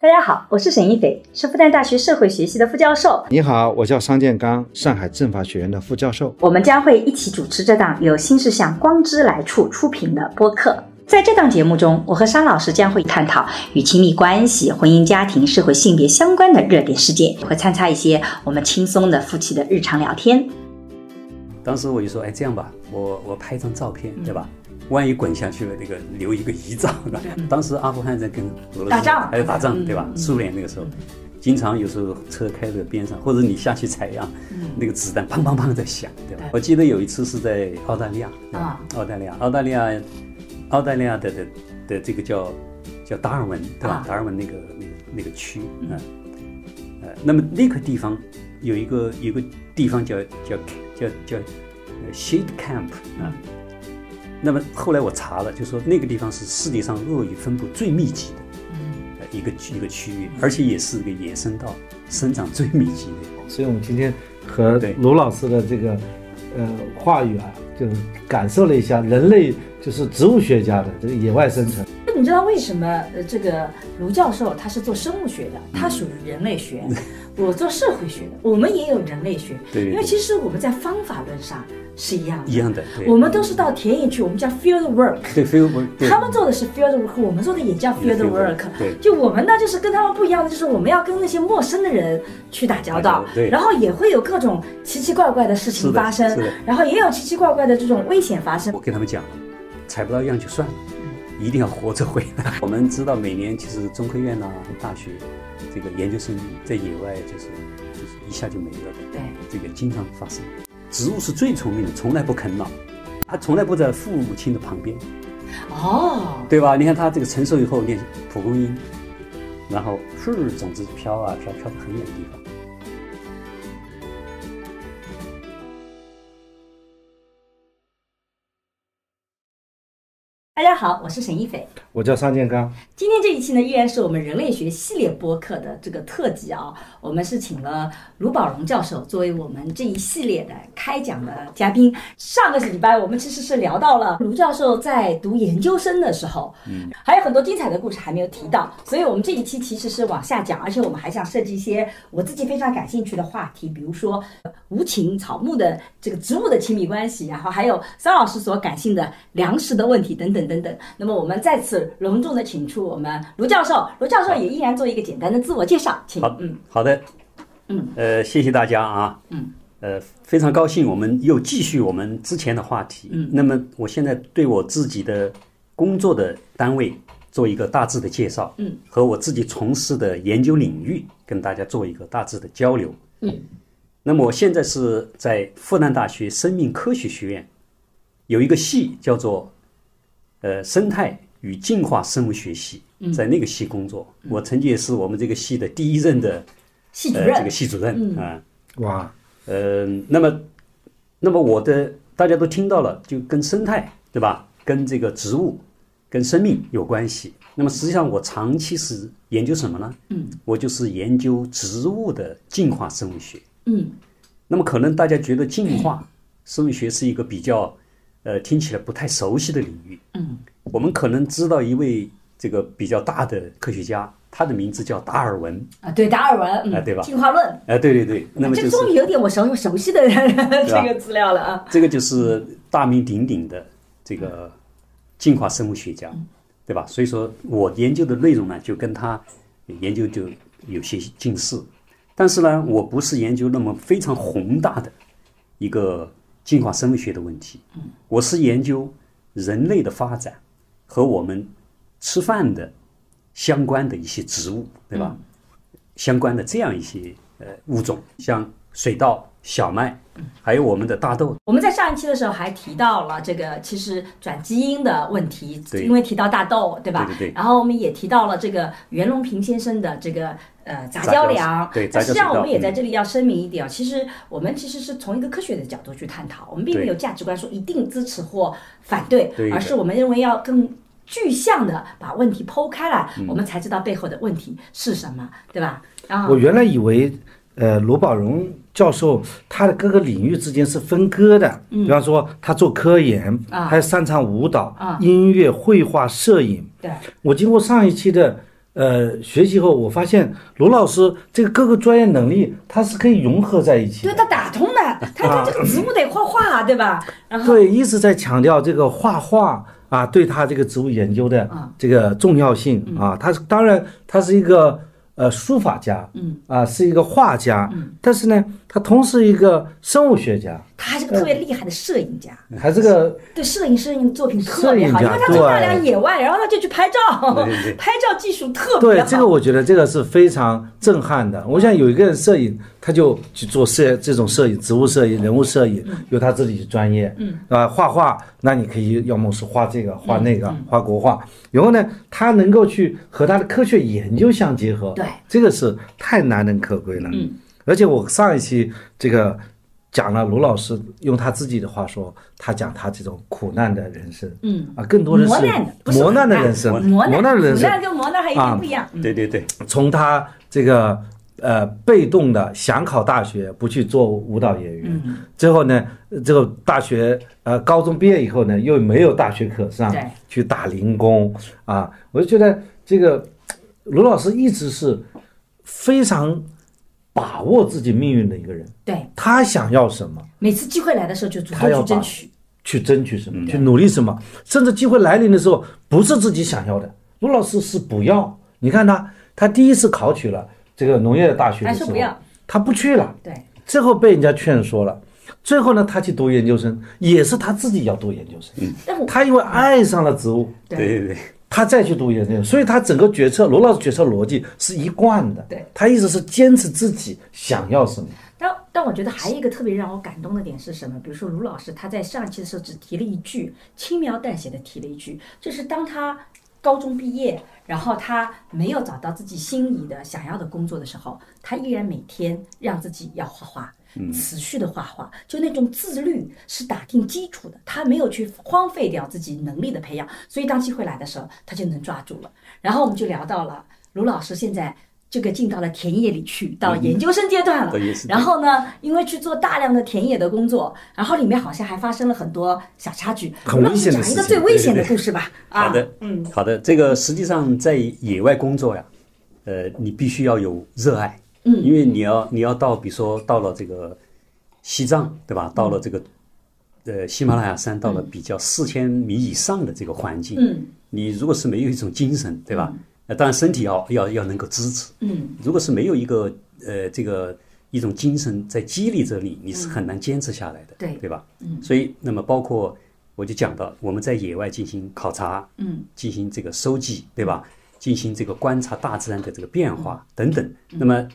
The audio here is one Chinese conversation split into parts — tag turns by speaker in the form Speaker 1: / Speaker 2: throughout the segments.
Speaker 1: 大家好，我是沈一斐，是复旦大学社会学系的副教授。
Speaker 2: 你好，我叫商建刚，上海政法学院的副教授。
Speaker 1: 我们将会一起主持这档由新事项光之来处出品的播客。在这档节目中，我和商老师将会探讨与亲密关系、婚姻家庭、社会性别相关的热点事件，会参差一些我们轻松的夫妻的日常聊天。
Speaker 3: 当时我就说，哎，这样吧，我我拍一张照片，
Speaker 1: 嗯
Speaker 3: 对吧？万一滚下去了，那个留一个遗照。对吧 当时阿富汗在跟俄罗斯
Speaker 1: 打仗
Speaker 3: 还在打仗，
Speaker 1: 嗯
Speaker 3: 对吧？
Speaker 1: 嗯
Speaker 3: 苏联那个时候，经常有时候车开在边上，或者你下去采样，那个子弹砰砰砰在响，对吧
Speaker 1: 对？
Speaker 3: 我记得有一次是在澳大利亚，对吧
Speaker 1: 啊
Speaker 3: 澳大利亚，澳大利亚，澳大利亚的的的这个叫叫达尔文，对吧
Speaker 1: 啊？
Speaker 3: 达尔文那个那个那个区，嗯，呃，那么那个地方有一个有一个地方叫叫叫叫呃 Shade Camp 啊。那么后来我查了，就说那个地方是世界上鳄鱼分布最密集的呃一个区一个区域，而且也是一个野生道生长最密集的。
Speaker 4: 所以我们今天和
Speaker 3: 对
Speaker 4: 卢老师的这个呃话语啊，就是感受了一下人类就是植物学家的这个野外生存。
Speaker 5: 那你知道为什么呃这个卢教授他是做生物学的，
Speaker 3: 嗯
Speaker 5: 他属于人类学， 我做社会学的，我们也有人类学，
Speaker 3: 对对对
Speaker 5: 因为其实我们在方法论上是一样的，
Speaker 3: 一样的对
Speaker 5: 嗯我们都是到田野去，我们叫 field work。
Speaker 3: 对，非我对
Speaker 5: 他们做的是 field work，我们做的也叫
Speaker 3: 也
Speaker 5: field
Speaker 3: 是 field work，
Speaker 5: work。
Speaker 3: 对
Speaker 5: 就我们呢，就是跟他们不一样的，就是我们要跟那些陌生的人去打交
Speaker 3: 打交道，
Speaker 5: 道
Speaker 3: 对
Speaker 5: 然后也会有各种奇奇怪怪的事
Speaker 3: 是
Speaker 5: 情
Speaker 3: 的
Speaker 5: 发生
Speaker 3: 是的，
Speaker 5: 然后也有奇奇怪怪的这种危险发生
Speaker 3: 我。跟他们讲，采不到样就算了，
Speaker 5: 嗯
Speaker 3: 一定要活着回来。 我们知道每年其实中科院呐、大学这个研究生在野外就是就是一下就没了的，
Speaker 5: 对，
Speaker 3: 这个经常发生。植物是最聪明的，从来不啃老，它从来不在父母亲的旁边，
Speaker 5: 哦，
Speaker 3: 对吧？你看它这个成熟以后，你看蒲公英，然后是种子飘啊飘，飘到很远的地方。
Speaker 5: 大家好，我是沈一斐。
Speaker 4: 我叫商建刚，
Speaker 5: 今天这一期呢，依然是我们人类学系列播客的这个特辑啊。我们是请了卢宝荣教授作为我们这一系列的开讲的嘉宾。上个礼拜我们其实是聊到了卢教授在读研究生的时候，嗯，还有很多精彩的故事还没有提到，所以我们这一期其实是往下讲，而且我们还想设计一些我自己非常感兴趣的话题，比如说呃无情草木的这个植物的亲密关系，然后还有桑老师所感性的粮食的问题等等等等。那么我们再次隆重的请出我们卢教授，卢教授也依然做一个简单的自我介绍，请
Speaker 3: 好，
Speaker 5: 嗯，
Speaker 3: 好的，
Speaker 5: 嗯，
Speaker 3: 呃，谢谢大家啊，
Speaker 5: 嗯，
Speaker 3: 呃，非常高兴我们又继续我们之前的话题，嗯，那么我现在对我自己的工作的单位做一个大致的介绍，
Speaker 5: 嗯，
Speaker 3: 和我自己从事的研究领域跟大家做一个大致的交流，
Speaker 5: 嗯，
Speaker 3: 那么我现在是在复旦大学生命科学学院有一个系叫做呃生态与进化生物学系，
Speaker 5: 嗯
Speaker 3: 在那个系工作，我曾经也是我们这个系的第一任的。
Speaker 5: 系主
Speaker 3: 呃、这
Speaker 5: 任嗯
Speaker 3: 个，系主任啊、
Speaker 4: 哇，
Speaker 3: 呃，那么，那么我的大家都听到了，就跟生态对吧？跟这个植物、跟生命有关系。那么实际上我长期是研究什么呢？嗯，我就是研究植物的进化生物学。
Speaker 5: 嗯，
Speaker 3: 那么可能大家觉得进化生物学是一个比较，呃，听起来不太熟悉的领域。嗯，我们可能知道一位这个比较大的科学家，他的名字叫达尔文。
Speaker 5: 啊，对达尔文，嗯，
Speaker 3: 哎对吧
Speaker 5: 进化论，
Speaker 3: 哎、对对对，那么就
Speaker 5: 这
Speaker 3: 是
Speaker 5: 终于有点我熟熟悉的 这个资料了啊。
Speaker 3: 这个就是大名鼎鼎的这个进化生物学家，对吧？所以说我研究的内容呢，就跟他研究就有些近似，但是呢，我不是研究那么非常宏大的一个进化生物学的问题，我是研究人类的发展和我们吃饭的相关的一些植物，对吧？相关的这样一些呃物种，像水稻、小麦，还有我们的大豆
Speaker 5: 我们在上一期的时候还提到了这个，其实转基因的问题，
Speaker 3: 对
Speaker 5: 因为提到大豆，对吧？
Speaker 3: 对对对
Speaker 5: 然后我们也提到了这个袁隆平先生的这个呃杂交粮。
Speaker 3: 对
Speaker 5: 但实际
Speaker 3: 杂交水嗯
Speaker 5: 上
Speaker 3: 稻
Speaker 5: 我们也在这里要声明一点啊，其实我们其实是从一个科学的角度去探讨，我们并没有价值观说一定支持或反对，
Speaker 3: 对的
Speaker 5: 而是我们认为要更。具象的把问题剖开来，
Speaker 3: 嗯
Speaker 5: 我们才知道背后的问题是什么，对吧？啊然后
Speaker 4: 我原来以为呃罗宝荣教授他的各个领域之间是分割的，比方说他做科研，
Speaker 5: 嗯啊
Speaker 4: 他擅长舞蹈、
Speaker 5: 啊
Speaker 4: 音乐、绘画、摄影。
Speaker 5: 对，
Speaker 4: 我经过上一期的呃，学习后我发现罗老师这个各个专业能力，它是可以融合在一起
Speaker 5: 对
Speaker 4: 的。
Speaker 5: 他打通的，他
Speaker 3: 啊
Speaker 5: 他这个植物得画画，对吧？然后
Speaker 4: 对，一直在强调这个画画啊，对他这个植物研究的
Speaker 5: 啊嗯
Speaker 4: 这个重要性啊。他是当然，他是一个呃书法家，
Speaker 5: 嗯
Speaker 4: 啊，是一个画家，但是呢，他同时一个生物学家，
Speaker 5: 他还是个特
Speaker 4: 嗯
Speaker 5: 别厉害的摄影家，
Speaker 4: 还是个
Speaker 5: 对摄影摄影作品特别好，
Speaker 4: 摄影
Speaker 5: 因
Speaker 4: 家
Speaker 5: 为他去大
Speaker 4: 对
Speaker 5: 量野外，然后他就去拍照
Speaker 3: 对对，
Speaker 5: 拍照技术特别
Speaker 4: 对
Speaker 5: 好。
Speaker 4: 这个，我觉得这个是非常震撼的。我想有一个人摄影，他就去做摄这种摄影，植物摄影、人物摄
Speaker 5: 嗯
Speaker 4: 影，有他自己的专业。嗯，啊，画画，那你可以要么是画这个，画那
Speaker 5: 嗯
Speaker 4: 个，画国画。然后呢，他能够去和他的科学研究相结合，
Speaker 5: 对，
Speaker 4: 这个是太难能可贵了。嗯，而且我上一期这个。讲了卢老师用他自己的话说，他讲他这种苦难的人生，
Speaker 5: 嗯
Speaker 4: 啊，更多的
Speaker 5: 磨
Speaker 4: 是
Speaker 5: 难的，不是
Speaker 4: 磨难的
Speaker 5: 苦
Speaker 4: 人生，
Speaker 5: 磨难
Speaker 4: 的啊人
Speaker 5: 苦
Speaker 4: 生，
Speaker 5: 难跟磨难还有点不一样。嗯
Speaker 3: 对对对，
Speaker 4: 从他这个呃被动的想考大学，不去做舞蹈演员，
Speaker 5: 嗯
Speaker 4: 最后呢，这个大学呃高中毕业以后呢，又没有大学可上
Speaker 5: 对，
Speaker 4: 去打零工啊，我就觉得这个卢老师一直是非常把握自己命运的一个人，
Speaker 5: 对，
Speaker 4: 他想要什么。
Speaker 5: 每次机会来的时候就主
Speaker 4: 他要
Speaker 5: 动
Speaker 4: 把
Speaker 5: 去争取。
Speaker 4: 去争取
Speaker 3: 嗯
Speaker 4: 什么，去努力什么，甚至机会来临的时候不是自己想要的。卢老师是不要，你看他，他第一次考取了这个农业大学的
Speaker 5: 还
Speaker 4: 时
Speaker 5: 说
Speaker 4: 候
Speaker 5: 不要，
Speaker 4: 他不去了，
Speaker 5: 对，
Speaker 4: 最后被人家劝说了。最后呢，他去读研究生，也是他自己要读研究生。
Speaker 3: 嗯
Speaker 5: 但我
Speaker 4: 他因为爱上了植物，
Speaker 3: 对
Speaker 5: 对
Speaker 3: 对对，
Speaker 4: 他再去读研究生，所以他整个决策，罗老师决策逻辑是一贯的。
Speaker 5: 对
Speaker 4: 他一直是坚持自己想要什么。
Speaker 5: 但但我觉得还有一个特别让我感动的点是什么？比如说卢老师他在上一期的时候只提了一句，轻描淡写的提了一句，就是当他高中毕业，然后他没有找到自己心仪的想要的工作的时候，他依然每天让自己要画画。
Speaker 3: 嗯
Speaker 5: 持续的画画，就那种自律是打定基础的，他没有去荒废掉自己能力的培养，所以当机会来的时候，他就能抓住了。然后我们就聊到了卢老师现在这个进到了田野里去，到研究生阶段了
Speaker 3: 嗯对也是。
Speaker 5: 然后呢，因为去做大量的田野的工作，然后里面好像还发生了很多小插曲。
Speaker 4: 很危险的
Speaker 5: 卢老师
Speaker 4: 事情
Speaker 5: 讲一个最危险的
Speaker 3: 对对
Speaker 5: 故事吧。啊，
Speaker 3: 好的，嗯，好的，这个实际上在野外工作呀，呃，你必须要有热爱，嗯，因为你要你要到，比如说到了这个西藏，对
Speaker 5: 嗯
Speaker 3: 吧？到了这个呃喜马拉雅山，到了比较四千米以上的这个环境，
Speaker 5: 嗯，
Speaker 3: 你如果是没有一种精神，对吧？呃，当然身体要要要能够支持，
Speaker 5: 嗯，
Speaker 3: 如果是没有一个呃这个一种精神在激励着你，你是很难坚持下来的，
Speaker 5: 嗯对
Speaker 3: 对吧？嗯，所以那么包括我就讲到我们在野外进行考察，
Speaker 5: 嗯，
Speaker 3: 进行这个收集，对吧？进行这个观察大自然的这个变
Speaker 5: 嗯
Speaker 3: 化等等，那么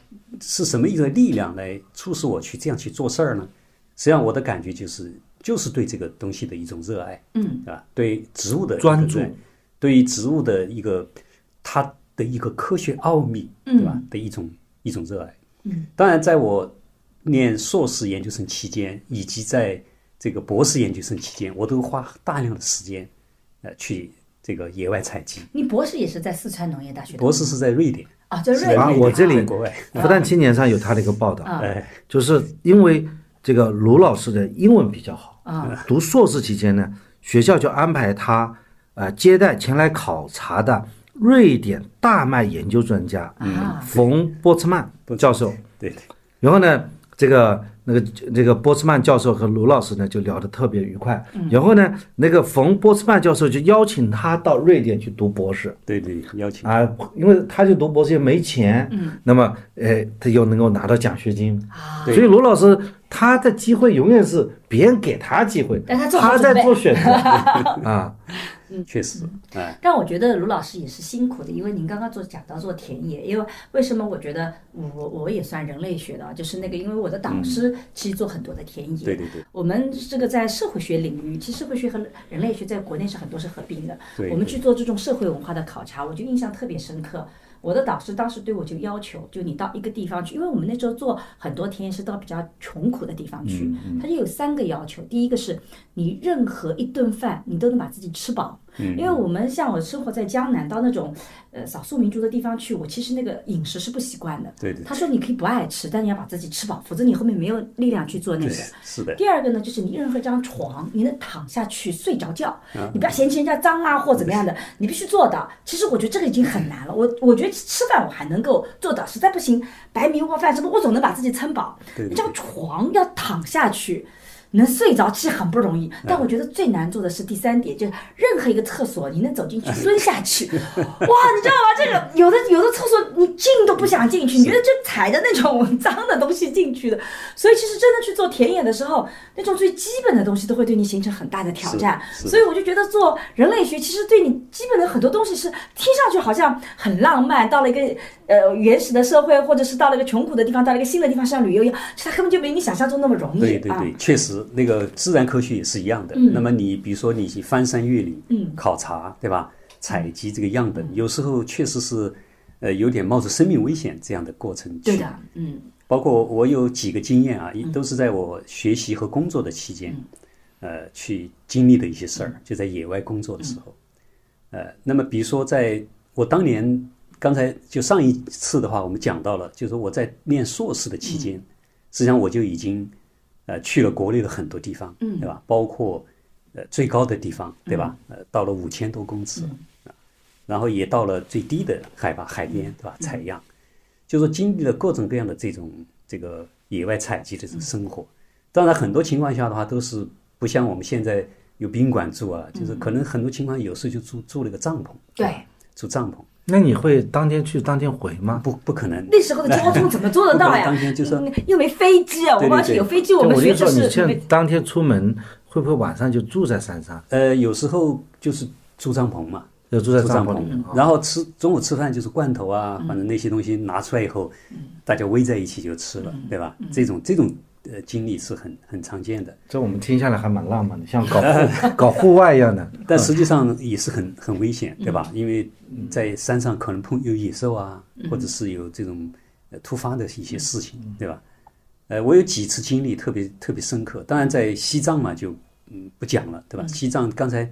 Speaker 3: 是什么一个力量来促使我去这样去做事儿呢？实际上我的感觉就是，就是对这个东西的一种热爱，
Speaker 5: 嗯，
Speaker 3: 啊，对植物的一个
Speaker 4: 专注
Speaker 3: 热爱，对于植物的一个它的一个科学奥秘，
Speaker 5: 嗯
Speaker 3: 对吧？的一种一种热爱。嗯，当然，在我念硕士研究生期间，以及在这个博士研究生期间，我都花大量的时间，呃，去这个野外采集。
Speaker 5: 你博士也是在四川农业大学的
Speaker 3: 博士是在瑞典，
Speaker 5: 啊，就瑞
Speaker 3: 在
Speaker 4: 啊
Speaker 3: 瑞典
Speaker 5: 典。
Speaker 4: 我这里
Speaker 3: 在国外，
Speaker 4: 复旦青年上有他的一个报
Speaker 5: 啊
Speaker 4: 道，
Speaker 3: 哎，
Speaker 4: 就是因为这个卢老师的英文比较好啊，读硕士期间呢，学校就安排他呃接待前来考察的瑞典大麦研究专家
Speaker 5: 啊
Speaker 4: 冯波茨曼教授，
Speaker 3: 对对
Speaker 4: 然后呢，这个那个这个波茨曼教授和卢老师呢就聊得特别愉快，然后呢，那个冯波茨曼教授就邀请他到瑞典去读博士，
Speaker 3: 对对，邀请，
Speaker 4: 啊，因为他去读博士也没钱，
Speaker 5: 嗯
Speaker 4: 那么呃，他又能够拿到奖学金所
Speaker 5: 啊
Speaker 3: 对
Speaker 4: 以罗老师他的机会永远是别人给他机会，
Speaker 5: 但他做好
Speaker 4: 他
Speaker 5: 准
Speaker 4: 在
Speaker 5: 备
Speaker 4: 做选择 啊，
Speaker 3: 确实，哎。
Speaker 5: 但我觉得卢老师也是辛苦的，因为您刚刚做讲到做田野，因为为什么我觉得我我也算人类学的啊，就是那个因为我的导师其实做很多的田野，
Speaker 3: 嗯对对对，
Speaker 5: 我们这个在社会学领域，其实社会学和人类学在国内是很多是合并的，
Speaker 3: 对
Speaker 5: 我们去做这种社会文化的考察，我就印象特别深刻。我的导师当时对我就要求，就你到一个地方去，因为我们那时候做很多田野是到比较穷苦的地方
Speaker 3: 嗯
Speaker 5: 去，他就有三个要求。第一个是你任何一顿饭你都能把自己吃饱，
Speaker 3: 嗯
Speaker 5: 因为我们像我生活在江南，到那种呃少数民族的地方去，我其实那个饮食是不习惯的。
Speaker 3: 对对
Speaker 5: 他说你可以不爱吃，但你要把自己吃饱，否则你后面没有力量去做那
Speaker 3: 对
Speaker 5: 个。
Speaker 3: 是的，
Speaker 5: 第二个呢，就是你任何一张床，你能躺下去睡着觉，
Speaker 3: 嗯
Speaker 5: 你不要嫌弃人家脏啊或怎么样的，你必须做到。其实我觉得这个已经很难了，我我觉得吃饭我还能够做到，实在不行白米锅饭什么，我总能把自己撑饱。
Speaker 3: 对对
Speaker 5: 一张床要躺下去。能睡着其实很不容易，但我觉得最难做的是第三点，就是任何一个厕所你能走进去蹲下去，哇，你知道吗？这个有的有的厕所你进都不想进去，你觉得就踩着那种脏的东西进去的，所以其实真的去做田野的时候，那种最基本的东西都会对你形成很大的挑战。
Speaker 3: 是的
Speaker 5: 所以我就觉得做人类学其实对你基本的很多东西是听上去好像很浪漫，到了一个呃原始的社会，或者是到了一个穷苦的地方，到了一个新的地方像旅游一样，其实它根本就没你想象中那么容易
Speaker 3: 对对
Speaker 5: 啊。
Speaker 3: 对，确实，那个自然科学也是一样的。那么你比如说你去翻山越岭，
Speaker 5: 嗯
Speaker 3: 考察对吧？采集这个样本，有时候确实是，呃，有点冒着生命危险这样的过程去。
Speaker 5: 对的，嗯
Speaker 3: 包括我有几个经验啊，一都是在我学习和工作的期间，呃，去经历的一些事儿，就在野外工作的时候，呃，那么比如说在我当年刚才就上一次的话，我们讲到了，就是我在念硕士的期间，实际上我就已经呃去了国内的很多地方，嗯，对吧？包括呃最高的地方，对吧？呃，到了五千多公尺，啊然后也到了最低的海拔海边，对吧？采样。就是说经历了各种各样的这种这个野外采集的这种生活。当然，很多情况下的话都是不像我们现在有宾馆住啊，就是
Speaker 4: 嗯
Speaker 3: 可能很多情况有时候就住住了个帐篷，
Speaker 5: 对，
Speaker 3: 住帐篷啊
Speaker 4: 那你会当天去当天回吗？
Speaker 3: 不不可能。
Speaker 5: 那时候的交通怎么做得到呀？
Speaker 3: 当天就说
Speaker 5: 嗯又没飞机啊！我
Speaker 3: 对对
Speaker 5: 忘记
Speaker 3: 对
Speaker 5: 有飞机，
Speaker 4: 就
Speaker 5: 我们
Speaker 4: 我
Speaker 5: 学
Speaker 4: 就
Speaker 5: 的
Speaker 4: 说你
Speaker 5: 是没
Speaker 4: 现当天出门会不会晚上就住在山上？
Speaker 3: 呃，有时候就是住帐篷嘛，
Speaker 4: 就住在
Speaker 3: 住
Speaker 4: 帐
Speaker 3: 篷
Speaker 4: 篷里面。哦嗯
Speaker 3: 然后吃中午吃饭就是罐头啊，反正那些东西拿出来以后，大家围在一起就吃了，
Speaker 4: 嗯
Speaker 3: 对吧？这种这种呃经历是很很常见的。
Speaker 4: 这我们听下来还蛮浪漫的，像搞 户搞户外一样的。
Speaker 5: 嗯
Speaker 3: 但实际上也是很很危险，对吧？因为在山上可能碰有野兽啊，
Speaker 5: 嗯
Speaker 3: 或者是有这种呃突发的一些事情，对吧？呃，我有几次经历特别特别深刻，当然在西藏嘛就嗯不讲了，对吧？西藏刚才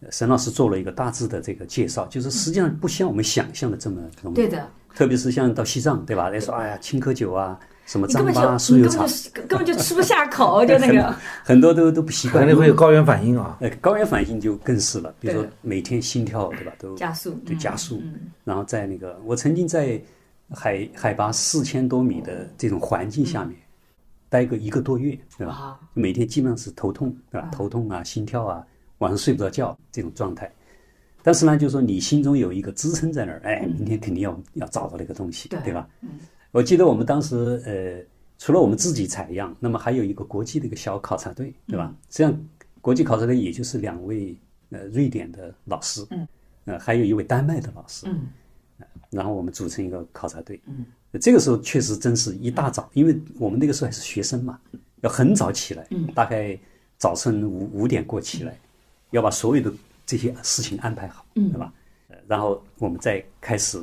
Speaker 3: 呃沈老师做了一个大致的这个介绍，就是实际上不像我们想象的这么容易，
Speaker 5: 嗯对的，
Speaker 3: 特别是像到西藏，对吧？来说哎呀青稞酒啊，什么
Speaker 5: 你根
Speaker 3: 糌
Speaker 5: 本
Speaker 3: 粑
Speaker 5: 就
Speaker 3: 啊、酥
Speaker 5: 你
Speaker 3: 油
Speaker 5: 根本
Speaker 3: 茶
Speaker 5: 就，是根本就吃不下口，就那个
Speaker 3: 很多都都不习
Speaker 4: 可
Speaker 3: 惯
Speaker 4: 能，会有高原反应啊。
Speaker 3: 呃，高原反应就更是了，比如说
Speaker 5: 对
Speaker 3: 每天心跳，对吧，都
Speaker 5: 加速，
Speaker 3: 对
Speaker 5: 嗯
Speaker 3: 加速，然后在那个我曾经在海海拔四千多米的这种环境下面
Speaker 5: 嗯
Speaker 3: 待个一个多月，对吧
Speaker 5: 哇？
Speaker 3: 每天基本上是头痛，对吧？头痛啊，心跳啊，晚上睡不着觉这种状态。但是呢，就是说你心中有一个支撑在那儿，哎，明天肯定要要找到那个东西，
Speaker 5: 嗯对嗯
Speaker 3: 对吧？我记得我们当时呃，除了我们自己采样，那么还有一个国际的一个小考察队，对
Speaker 5: 嗯
Speaker 3: 吧？实际上，国际考察队也就是两位呃瑞典的老师，嗯，呃，还有一位丹麦的老师，
Speaker 5: 嗯
Speaker 3: 呃，然后我们组成一个考察队，嗯，这个时候确实真是一大早，因为我们那个时候还是学生嘛，要很早起来，嗯，大概早晨五五点过起来，要把所有的这些事情安排好，嗯，对吧？呃然后我们再开始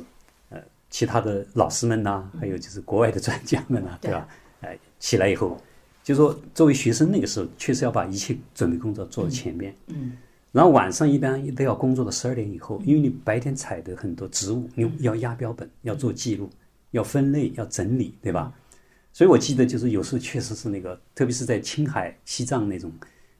Speaker 3: 呃，其他的老师们呐、还有就是国外的专家们呐、对吧？哎，起来以后，就说作为学生那个时候，确实要把一切准备工作做到前面。嗯。然后晚上一般都要工作到十二点以后，因为你白天采的很多植物，你要压标本，要做记录，要分类，要整理，对吧？所以我记得就是有时候确实是那个，特别是在青海、西藏那种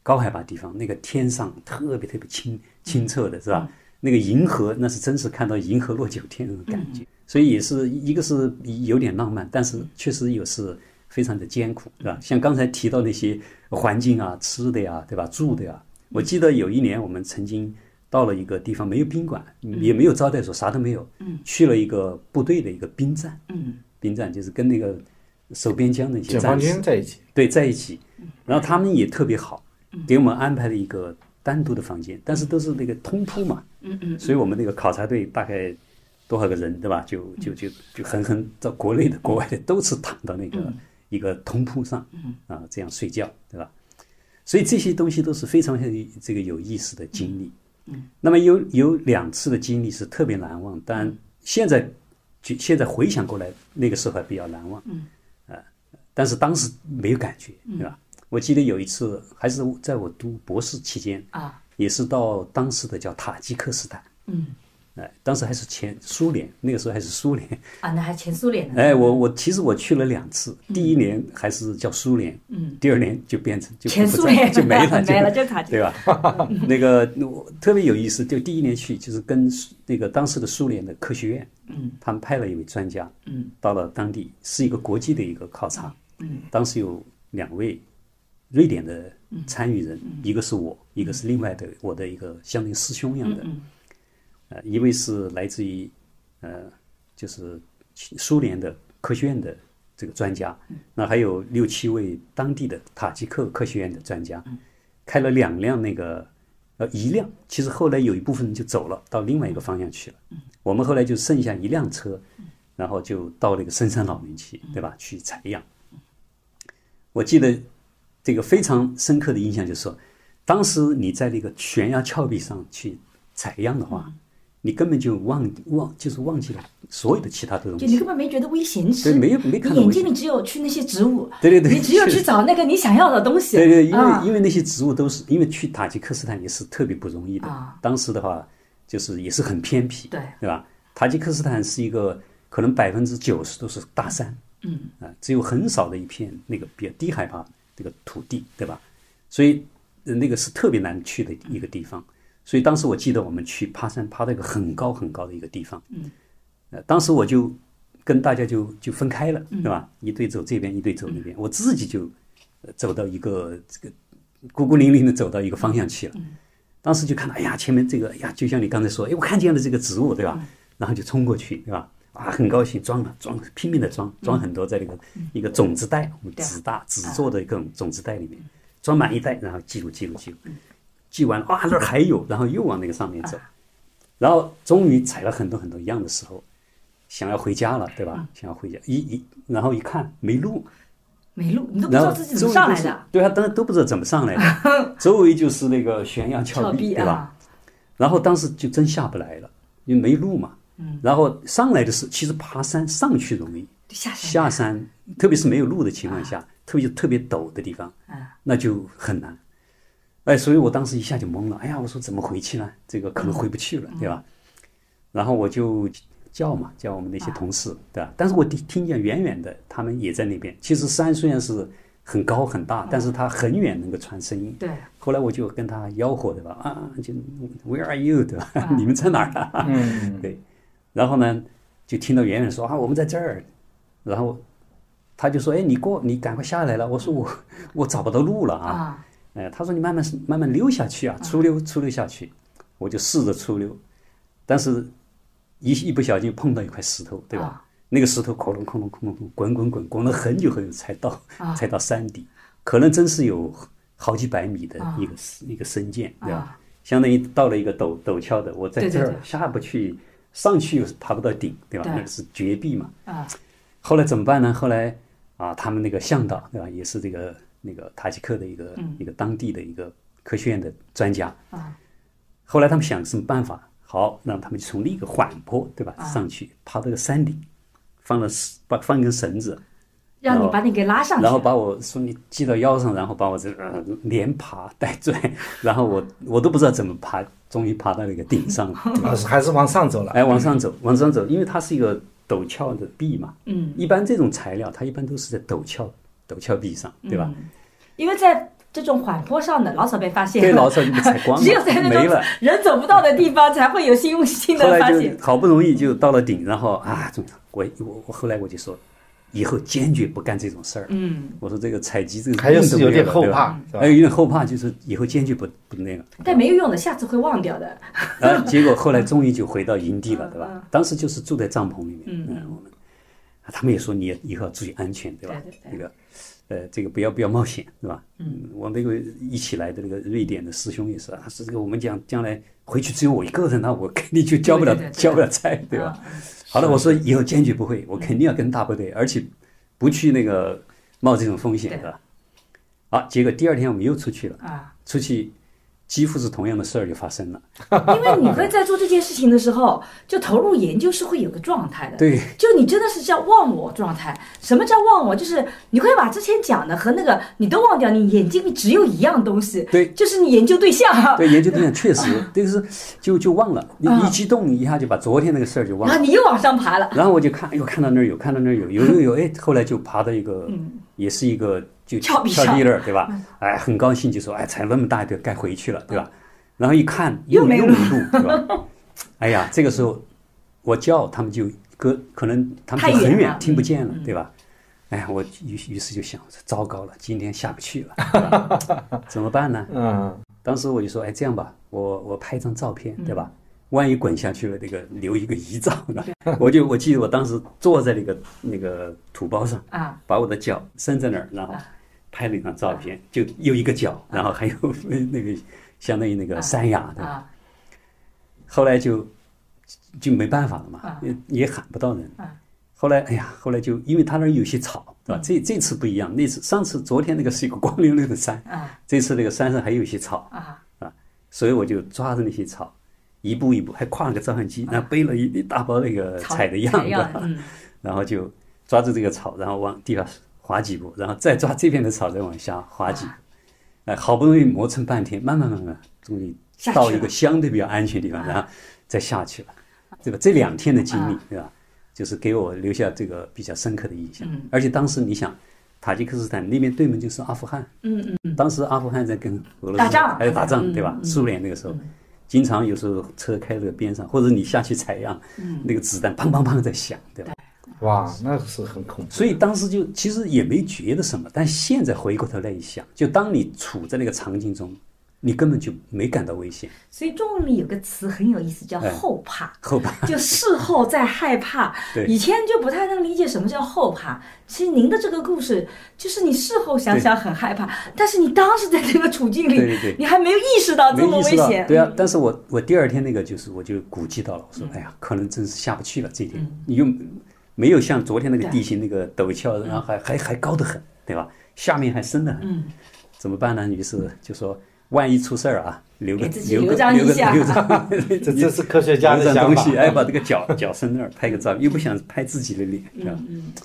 Speaker 3: 高海拔地方，那个天上特别特别清清澈的，是吧？那个银河，那是真是看到银河落九天那种感觉。所以也是一个是有点浪漫，但是确实也是非常的艰苦，对吧？像刚才提到那些环境啊、吃的呀、对吧？住的呀、我记得有一年我们曾经到了一个地方，没有宾馆，也没有招待所，啥都没有，去了一个部队的一个兵站，兵站就是跟那个守边疆的一些
Speaker 4: 解
Speaker 3: 战
Speaker 4: 放
Speaker 3: 士
Speaker 4: 军在一起，
Speaker 3: 对，在一起。然后他们也特别好，给我们安排了一个单独的房间，但是都是那个通铺嘛。嗯嗯。所以我们那个考察队大概多少个人，对吧？就就就就狠狠在国内的、国外的都是躺到那个一个通铺上，啊，这样睡觉，对吧？所以这些东西都是非常有这个有意思的经历。那么有有两次的经历是特别难忘，但现在就现在回想过来，那个时候还比较难忘。嗯，呃，但是
Speaker 5: 嗯
Speaker 3: 当时没有感觉，对吧？我记得有一次还是在我读博士期间
Speaker 5: 啊，
Speaker 3: 也是到当时的叫塔吉克斯坦，
Speaker 5: 嗯，
Speaker 3: 哎，当时还是前苏联，那个时候还是苏联，
Speaker 5: 啊，那还前苏联呢，
Speaker 3: 哎，我我其实我去了两次，第一年还是叫苏联，嗯，第二年就变成就
Speaker 5: 前
Speaker 3: 不
Speaker 5: 苏
Speaker 3: 在
Speaker 5: 联
Speaker 3: 就没了，
Speaker 5: 没了就塔吉
Speaker 3: 对 吧？那个我特别有意思，就第一年去就是跟苏那个当时的苏联的科学院，
Speaker 5: 嗯，
Speaker 3: 他们派了一位专家，
Speaker 5: 嗯，
Speaker 3: 到了当地是一个国际的一个考察，嗯，当时有两位瑞典的
Speaker 5: 嗯
Speaker 3: 参与人，一个是我，一个是另外的我的一个相当于师兄一
Speaker 5: 嗯
Speaker 3: 样的，呃，一位是来自于呃，就是苏联的科学院的这个专家，那还有六七位当地的塔吉克科学院的专家，开了两辆那个呃一辆，其实后来有一部分人就走了，到另外一个方向去了。我们后来就剩下一辆车，然后就到那个深山老林去，对吧？去采样。我记得这个非常深刻的印象就是说，当时你在那个悬崖峭壁上去采样的
Speaker 5: 嗯
Speaker 3: 话，你根本就忘忘就是忘记了所有的其他的东
Speaker 5: 就你
Speaker 3: 西
Speaker 5: 根。本没觉得危险，你只
Speaker 3: 对没有没看到
Speaker 5: 你眼
Speaker 3: 危
Speaker 5: 睛
Speaker 3: 险
Speaker 5: 里只有去那些植物，
Speaker 3: 对对对
Speaker 5: 你只有去
Speaker 3: 是
Speaker 5: 找那个你想要的东西，
Speaker 3: 对对，因为、
Speaker 5: 啊
Speaker 3: 因为那些植物都是因为去塔吉克斯坦也是特别不容易的，
Speaker 5: 啊
Speaker 3: 当时的话就是也是很偏僻，
Speaker 5: 对
Speaker 3: 对吧？塔吉克斯坦是一个可能百分之九十都是大山，嗯啊，只有很少的一片那个比较低海拔这个土地，对吧？所以呃那个是特别难去的一个地方。所以当时我记得我们去爬山，爬到一个很高很高的一个地方，嗯，呃，当时我就跟大家就就分开了，对吧？一队走这边，一队走那边，我自己就呃走到一个这个孤孤零零的走到一个方向去了。当时就看到，哎呀，前面这个，哎呀，就像你刚才说，哎，我看见了这个植物，对吧？
Speaker 5: 嗯
Speaker 3: 然后就冲过去，对吧？啊，很高兴，装了装，拼命的装，
Speaker 5: 嗯
Speaker 3: 装很多在那个一个种子袋，我们纸大
Speaker 5: 啊
Speaker 3: 纸做的各种种子袋里面，装满一袋，然后记录记录记录，
Speaker 5: 嗯
Speaker 3: 记完了啊，那儿还有，然后又往那个上面
Speaker 5: 啊
Speaker 3: 走，然后终于采了很多很多样的时候，想要回家了，对
Speaker 5: 嗯
Speaker 3: 吧？想要回家，一一然后一看没路，
Speaker 5: 没路，你都不知
Speaker 3: 然后
Speaker 5: 道自己怎么上来的，
Speaker 3: 对啊，当然都不知道怎么上来 的，周围就是那个悬崖峭
Speaker 5: 峭
Speaker 3: 壁，
Speaker 5: 壁
Speaker 3: 对吧？
Speaker 5: 啊，
Speaker 3: 然后当时就真下不来了，因为没路嘛。然后上来的时候，其实爬山上去容易，
Speaker 5: 就下山
Speaker 3: 下山，特别是没有路的情况下，特别特别陡的地方，那就很难。哎，所以我当时一下就懵了，哎呀，我说怎么回去呢？这个可能回不去了，对吧？然后我就叫嘛，叫我们那些同事，对吧？但是我听听见远远的他们也在那边。其实山虽然是很高很大，但是它很远能够传声音。
Speaker 5: 对，
Speaker 3: 后来我就跟他吆喝，对吧？啊，就 Where are you？对吧？ 你们在哪儿啊？ 嗯，对。然后呢，就听到远远说啊，我们在这儿。然后他就说，哎，你过，你赶快下来了。我说我我找不到路了啊。
Speaker 5: 啊，
Speaker 3: 哎，他说你慢慢慢慢溜下去啊，出溜出溜下去。我就试着出溜，但是一一不小心碰到一块石头，对吧
Speaker 5: 啊？
Speaker 3: 那个石头哐隆哐隆哐隆滚滚滚滚了很久很久才到
Speaker 5: 啊
Speaker 3: 才到山底，可能真是有好几百米的
Speaker 5: 啊
Speaker 3: 一个一个深涧，对吧？相当于到了一个陡陡峭的，我在
Speaker 5: 对对
Speaker 3: 这儿
Speaker 5: 对
Speaker 3: 下不去，上去又爬不到顶，对吧？
Speaker 5: 对
Speaker 3: 那个是绝壁嘛。
Speaker 5: 啊。
Speaker 3: 后来怎么办呢？后来啊，他们那个向导对吧，也是这个那个塔吉克的一个、一个当地的一个科学院的专家
Speaker 5: 嗯啊。
Speaker 3: 后来他们想什么办法？好，让他们就从另一个缓坡对吧、
Speaker 5: 啊
Speaker 3: 上去，爬到个山顶，放了把放一根绳子，
Speaker 5: 让
Speaker 3: 然
Speaker 5: 你
Speaker 3: 后
Speaker 5: 把你给拉上去，
Speaker 3: 然后把我说你系到腰上，然后把我这、呃、连爬带拽， 然后我我都不知道怎么爬，终于爬到那个顶上了。
Speaker 4: 还啊是还是往上走了。
Speaker 3: 哎，往上走，往上走，因为它是一个陡峭的壁嘛。嗯，一般这种材料，它一般都是在陡峭陡峭壁上，
Speaker 5: 嗯
Speaker 3: 对吧？
Speaker 5: 因为在这种缓坡上的老早被发现了，
Speaker 3: 对，老早就被 采光
Speaker 5: 只有在那
Speaker 3: 没
Speaker 5: 种
Speaker 3: 了。
Speaker 5: 人走不到的地方才会有新用新
Speaker 3: 后
Speaker 5: 的
Speaker 3: 来
Speaker 5: 发
Speaker 3: 就
Speaker 5: 现。
Speaker 3: 好不容易就到了顶，然后啊，终于我我我后来我就说，以后坚决不干这种事儿。嗯，我说这个采集这个
Speaker 4: 还有
Speaker 3: 运动
Speaker 4: 是有
Speaker 3: 没
Speaker 4: 点
Speaker 3: 了
Speaker 4: 后
Speaker 3: 对吧
Speaker 4: 怕哎是吧
Speaker 3: 还有有点后怕，就是以后坚决不不那个。
Speaker 5: 但没有用的，下次会忘掉的。
Speaker 3: 然后结果后来终于就回到营
Speaker 5: 嗯
Speaker 3: 地了，对吧？当时就是住在帐篷里面，嗯，我们啊他们也说你也以后要注意安全，对吧
Speaker 5: 对对？对
Speaker 3: 那个呃，这个不要不要冒险，对吧？嗯，我那个一起来的那个瑞典的师兄也是，啊，是这个我们讲将来回去只有我一个人了，我肯定就交不了
Speaker 5: 对对对对啊
Speaker 3: 交不了差，对吧？好了，我说以后坚决不会，我肯定要跟大部队，而且不去那个冒这种风险，
Speaker 5: 对
Speaker 3: 对吧？好，结果第二天我们又出去了，
Speaker 5: 啊，
Speaker 3: 出去几乎是同样的事儿就发生了。
Speaker 5: 因为你会在做这件事情的时候， 就投入研究是会有个状态的。
Speaker 3: 对，
Speaker 5: 就你真的是叫忘我状态。什么叫忘我？就是你会把之前讲的和那个你都忘掉，你眼睛里只有一样东西，
Speaker 3: 对
Speaker 5: 就是你研究对象。
Speaker 3: 对，研究对象确实， 这个是就就忘了，你
Speaker 5: 啊
Speaker 3: 一激动，你一下就把昨天那个事儿就忘
Speaker 5: 然
Speaker 3: 了
Speaker 5: 后。你又往上爬了。
Speaker 3: 然后我就看，哎呦，看到那儿有，看到那儿有，有有有，哎，后来就爬到一个，也是一个就
Speaker 5: 峭嗯壁上嗯
Speaker 3: 峭壁那儿，对吧？哎，很高兴，就说，哎，踩那么大一个，该回去了，对吧？然后一看，
Speaker 5: 又没
Speaker 3: 有
Speaker 5: 路
Speaker 3: 路，对吧？哎呀，这个时候我叫他们就隔，可能他们
Speaker 5: 太
Speaker 3: 就很
Speaker 5: 远
Speaker 3: 远
Speaker 5: 了
Speaker 3: 听不见了
Speaker 5: 嗯，
Speaker 3: 对吧？哎，我于于是就想，糟糕了，今天下不去了，对 吧怎么办呢？
Speaker 4: 嗯，
Speaker 3: 当时我就说，哎，这样吧，我我拍一张照片，
Speaker 5: 嗯
Speaker 3: 对吧？万一滚下去了，那个留一个遗照呢？ 我就我记得我当时坐在那个那个土包上，
Speaker 5: 啊，
Speaker 3: 把我的脚伸在那儿，然后拍了一张照片，就又一个脚，然后还有 那个相当于那个山崖，对吧？
Speaker 5: 啊，
Speaker 3: 后来就就没办法了嘛
Speaker 5: 啊，
Speaker 3: 也也喊不到人
Speaker 5: 啊。嗯
Speaker 3: 后来，哎呀，后来就因为他那儿有些草，对吧？这这次不一样，那次上次昨天那个是一个光溜溜的山
Speaker 5: 啊，
Speaker 3: 这次那个山上还有一些草，
Speaker 5: 啊，
Speaker 3: 所以我就抓着那些草，一步一步，还挎了个照相机，然后背了一一大包那个
Speaker 5: 草
Speaker 3: 采的样
Speaker 5: 啊采
Speaker 3: 子，
Speaker 5: 样，嗯，
Speaker 3: 然后就抓住这个草，然后往地上滑几步，然后再抓这边的草，再往下滑几步。哎，好不容易磨蹭半天，慢慢慢慢，终于
Speaker 5: 下去
Speaker 3: 到一
Speaker 5: 了啊
Speaker 3: 个相对比较安全的地方，然后再下去了，对吧？这两天的经历，对吧？就是给我留下这个比较深刻的印
Speaker 5: 嗯
Speaker 3: 象。而且当时你想，塔吉克斯坦那边对门就是阿富汗，嗯嗯，当时阿富汗在跟俄罗斯
Speaker 5: 打仗
Speaker 3: 还在打仗，
Speaker 5: 嗯
Speaker 3: 对吧？苏联那个时候。经常有时候车开到边上，或者你下去采样，
Speaker 5: 嗯
Speaker 3: 那个子弹砰砰砰在响，对吧？
Speaker 4: 哇，那是很恐怖。
Speaker 3: 所以当时就其实也没觉得什么，但现在回过头来一想，就当你处在那个场景中，你根本就没感到危险，
Speaker 5: 所以中文里有个词很有意思，叫
Speaker 3: 哎
Speaker 5: 后怕。
Speaker 3: 后怕。
Speaker 5: 就事后再害怕
Speaker 3: 对，
Speaker 5: 以前就不太能理解什么叫后怕。其实您的这个故事，就是你事后想想很害怕，但是你当时在这个处境里，
Speaker 3: 对对对
Speaker 5: 你还没有意识到这么
Speaker 3: 没意识
Speaker 5: 危
Speaker 3: 到
Speaker 5: 险。，嗯
Speaker 3: 对啊，但是我我第二天那个就是我就估计到了，我说哎呀，可能真是下不去了这一天，
Speaker 5: 嗯
Speaker 3: 你又没有像昨天那个地形那个陡峭，
Speaker 5: 嗯
Speaker 3: 然后还还还高得很，对吧？下面还深得很，怎么办呢？于是就说万一出事儿啊，留个
Speaker 5: 给自己
Speaker 3: 留个
Speaker 5: 留张
Speaker 3: 留个
Speaker 5: 印象
Speaker 3: 留 张，
Speaker 4: 这这是科学家的
Speaker 3: 留张
Speaker 4: 想
Speaker 3: 东
Speaker 4: 法
Speaker 3: 西，。哎，把这个脚脚伸那儿拍个照，又不想拍自己的脸，是
Speaker 5: 嗯
Speaker 3: 吧？
Speaker 4: 那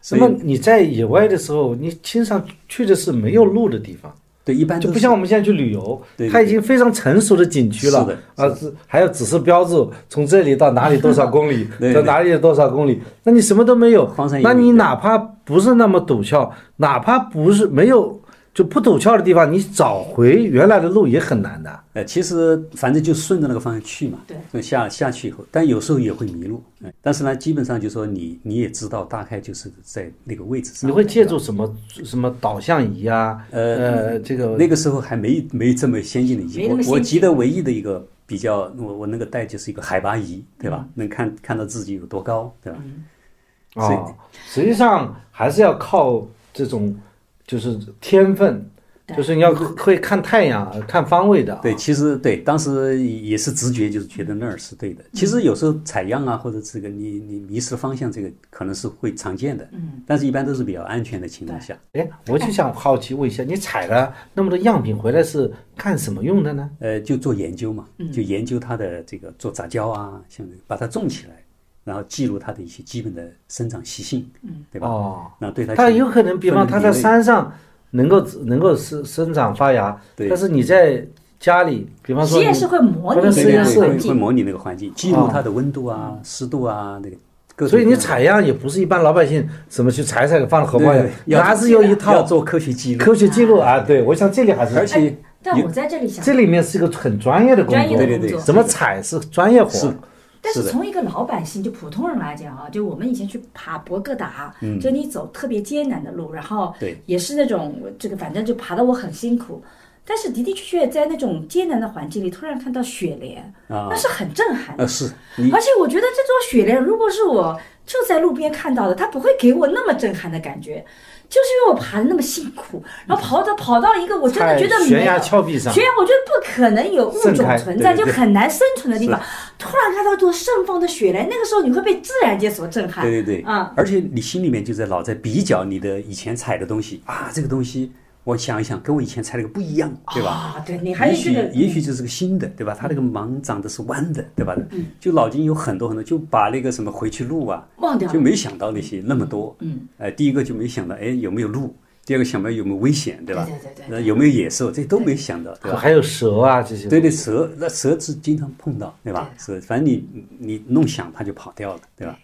Speaker 3: 所以
Speaker 4: 么你在野外的时候，你经常去的是没有路的地方，
Speaker 3: 对，一般
Speaker 4: 就
Speaker 3: 都
Speaker 4: 不
Speaker 3: 是
Speaker 4: 像我们现在去旅游
Speaker 3: 对，对
Speaker 4: 它已经非常成熟的景区
Speaker 3: 是
Speaker 4: 了
Speaker 3: 的，
Speaker 4: 啊，是还有指示标志，从这里到哪里多少公里，
Speaker 3: 对
Speaker 4: 到
Speaker 3: 对
Speaker 4: 哪里有多少公里，那你什么都没有
Speaker 3: 荒山，野
Speaker 4: 那
Speaker 3: 岭
Speaker 4: 你
Speaker 3: 对
Speaker 4: 哪怕不是那么陡峭，哪怕不是没有就不陡峭的地方，你找回原来的路也很难的。
Speaker 3: 呃，其实反正就顺着那个方向去嘛，
Speaker 5: 对，
Speaker 3: 就下下去以后，但有时候也会迷路，嗯但是呢，基本上就说你你也知道大概就是在那个位置上，
Speaker 4: 你会借
Speaker 3: 对吧
Speaker 4: 助什么什么导向仪啊，呃，这个
Speaker 3: 那个时候还没没这么先进的仪
Speaker 5: 没
Speaker 3: 器，
Speaker 5: 那么
Speaker 3: 我
Speaker 5: 先
Speaker 3: 我
Speaker 5: 进
Speaker 3: 记得唯一的一个比较，我我那个带就是一个海拔仪，对
Speaker 5: 嗯
Speaker 3: 吧？能看看到自己有多高，对吧？
Speaker 4: 啊、
Speaker 3: 所以
Speaker 4: 实际上还是要靠这种就是天分，
Speaker 5: 对
Speaker 4: 就是你要会看太阳、看方位的、啊。
Speaker 3: 对，，其实对，当时也是直觉，就是觉得那儿是对的。
Speaker 5: 嗯
Speaker 3: 其实有时候采样啊，或者这个你你迷失方向，这个可能是会常见的，嗯，但是一般都是比较安全的情况下。
Speaker 4: 哎，我就想好奇问一下，你采了那么多样品回来是干什么用的呢？
Speaker 3: 呃，就做研究嘛，就研究它的这个做杂交啊，像把它种起来，然后记录它的一些基本的生长习性，嗯，对吧？
Speaker 4: 哦，
Speaker 3: 那对它
Speaker 4: 它
Speaker 3: 进行
Speaker 4: 有可能，比方它
Speaker 3: 分
Speaker 4: 在
Speaker 3: 门别类
Speaker 4: 山上能够能够生生长发芽，
Speaker 3: 对
Speaker 4: 但是你在家里，比方说
Speaker 5: 实验
Speaker 4: 你
Speaker 5: 室会模拟
Speaker 4: 不是
Speaker 3: 对
Speaker 5: 这
Speaker 4: 实
Speaker 5: 个
Speaker 4: 验
Speaker 3: 对
Speaker 4: 室
Speaker 3: 对，
Speaker 5: 环
Speaker 3: 会会
Speaker 5: 境，
Speaker 3: 模拟那个环境，记录它的温度啊、湿度啊，那个各
Speaker 4: 哦嗯
Speaker 3: 种各样的。
Speaker 4: 所以你采样也不是一般老百姓什么去采采个放到荷
Speaker 3: 对
Speaker 4: 包
Speaker 3: 对
Speaker 4: 里
Speaker 3: 对，要
Speaker 4: 它是有一
Speaker 3: 要
Speaker 4: 套
Speaker 3: 做科学记录，
Speaker 4: 科学记录啊。对，我想这里还是
Speaker 3: 而且
Speaker 5: 但
Speaker 3: 有
Speaker 5: 我在这里想
Speaker 4: 这，里面是一个很专业的工
Speaker 5: 专业
Speaker 4: 作，
Speaker 5: 的
Speaker 3: 对对
Speaker 5: 工
Speaker 3: 对
Speaker 5: 作。
Speaker 4: 怎么采是专业活，
Speaker 3: 是
Speaker 5: 但是
Speaker 3: 是的
Speaker 5: 从一个老百姓，就普通人来讲啊，就我们以前去爬博格达，就你走特别艰难的路，然后
Speaker 3: 嗯对
Speaker 5: 也是那种这个反正就爬得我很辛苦。但是的的确确在那种艰难的环境里，突然看到雪莲，
Speaker 3: 啊
Speaker 5: 那是很震撼的
Speaker 3: 呃。是你
Speaker 5: 而且我觉得这种雪莲，如果是我就在路边看到的，它不会给我那么震撼的感觉，就是因为我爬的那么辛苦，然后跑着跑到一个我真的
Speaker 4: 在
Speaker 5: 觉得没有
Speaker 4: 悬崖峭壁上
Speaker 5: 悬崖我觉得不可能有物种
Speaker 4: 盛开
Speaker 5: 存在，
Speaker 3: 对
Speaker 5: 就
Speaker 3: 对对
Speaker 5: 很难生存的地方，突然看到一朵盛放的雪莲，那个时候你会被自然界所震撼。
Speaker 3: 对对对，
Speaker 5: 啊、
Speaker 3: 而且你心里面就在老在比较你的以前采的东西啊，这个东西我想一想，跟我以前猜那个不一样，对吧？
Speaker 5: 啊，对你还
Speaker 3: 也
Speaker 5: 有这
Speaker 3: 许
Speaker 5: 个，
Speaker 3: 也许就是个新的，对吧？它那个芒长得是弯的，对吧？
Speaker 5: 嗯
Speaker 3: 就脑筋有很多很多，就把那个什么回去路啊，
Speaker 5: 忘掉了
Speaker 3: 就没想到那些那么多。
Speaker 5: 嗯，
Speaker 3: 呃，第一个就没想到，哎，有没有路？第二个想不到有没有危险，对吧？
Speaker 5: 对对对对
Speaker 3: 那有没有野兽？这都没想到，对吧？
Speaker 4: 还有蛇啊这些。
Speaker 3: 对对，蛇那蛇是经常碰到，对吧？蛇，反正你你你弄响它就跑掉了，对吧？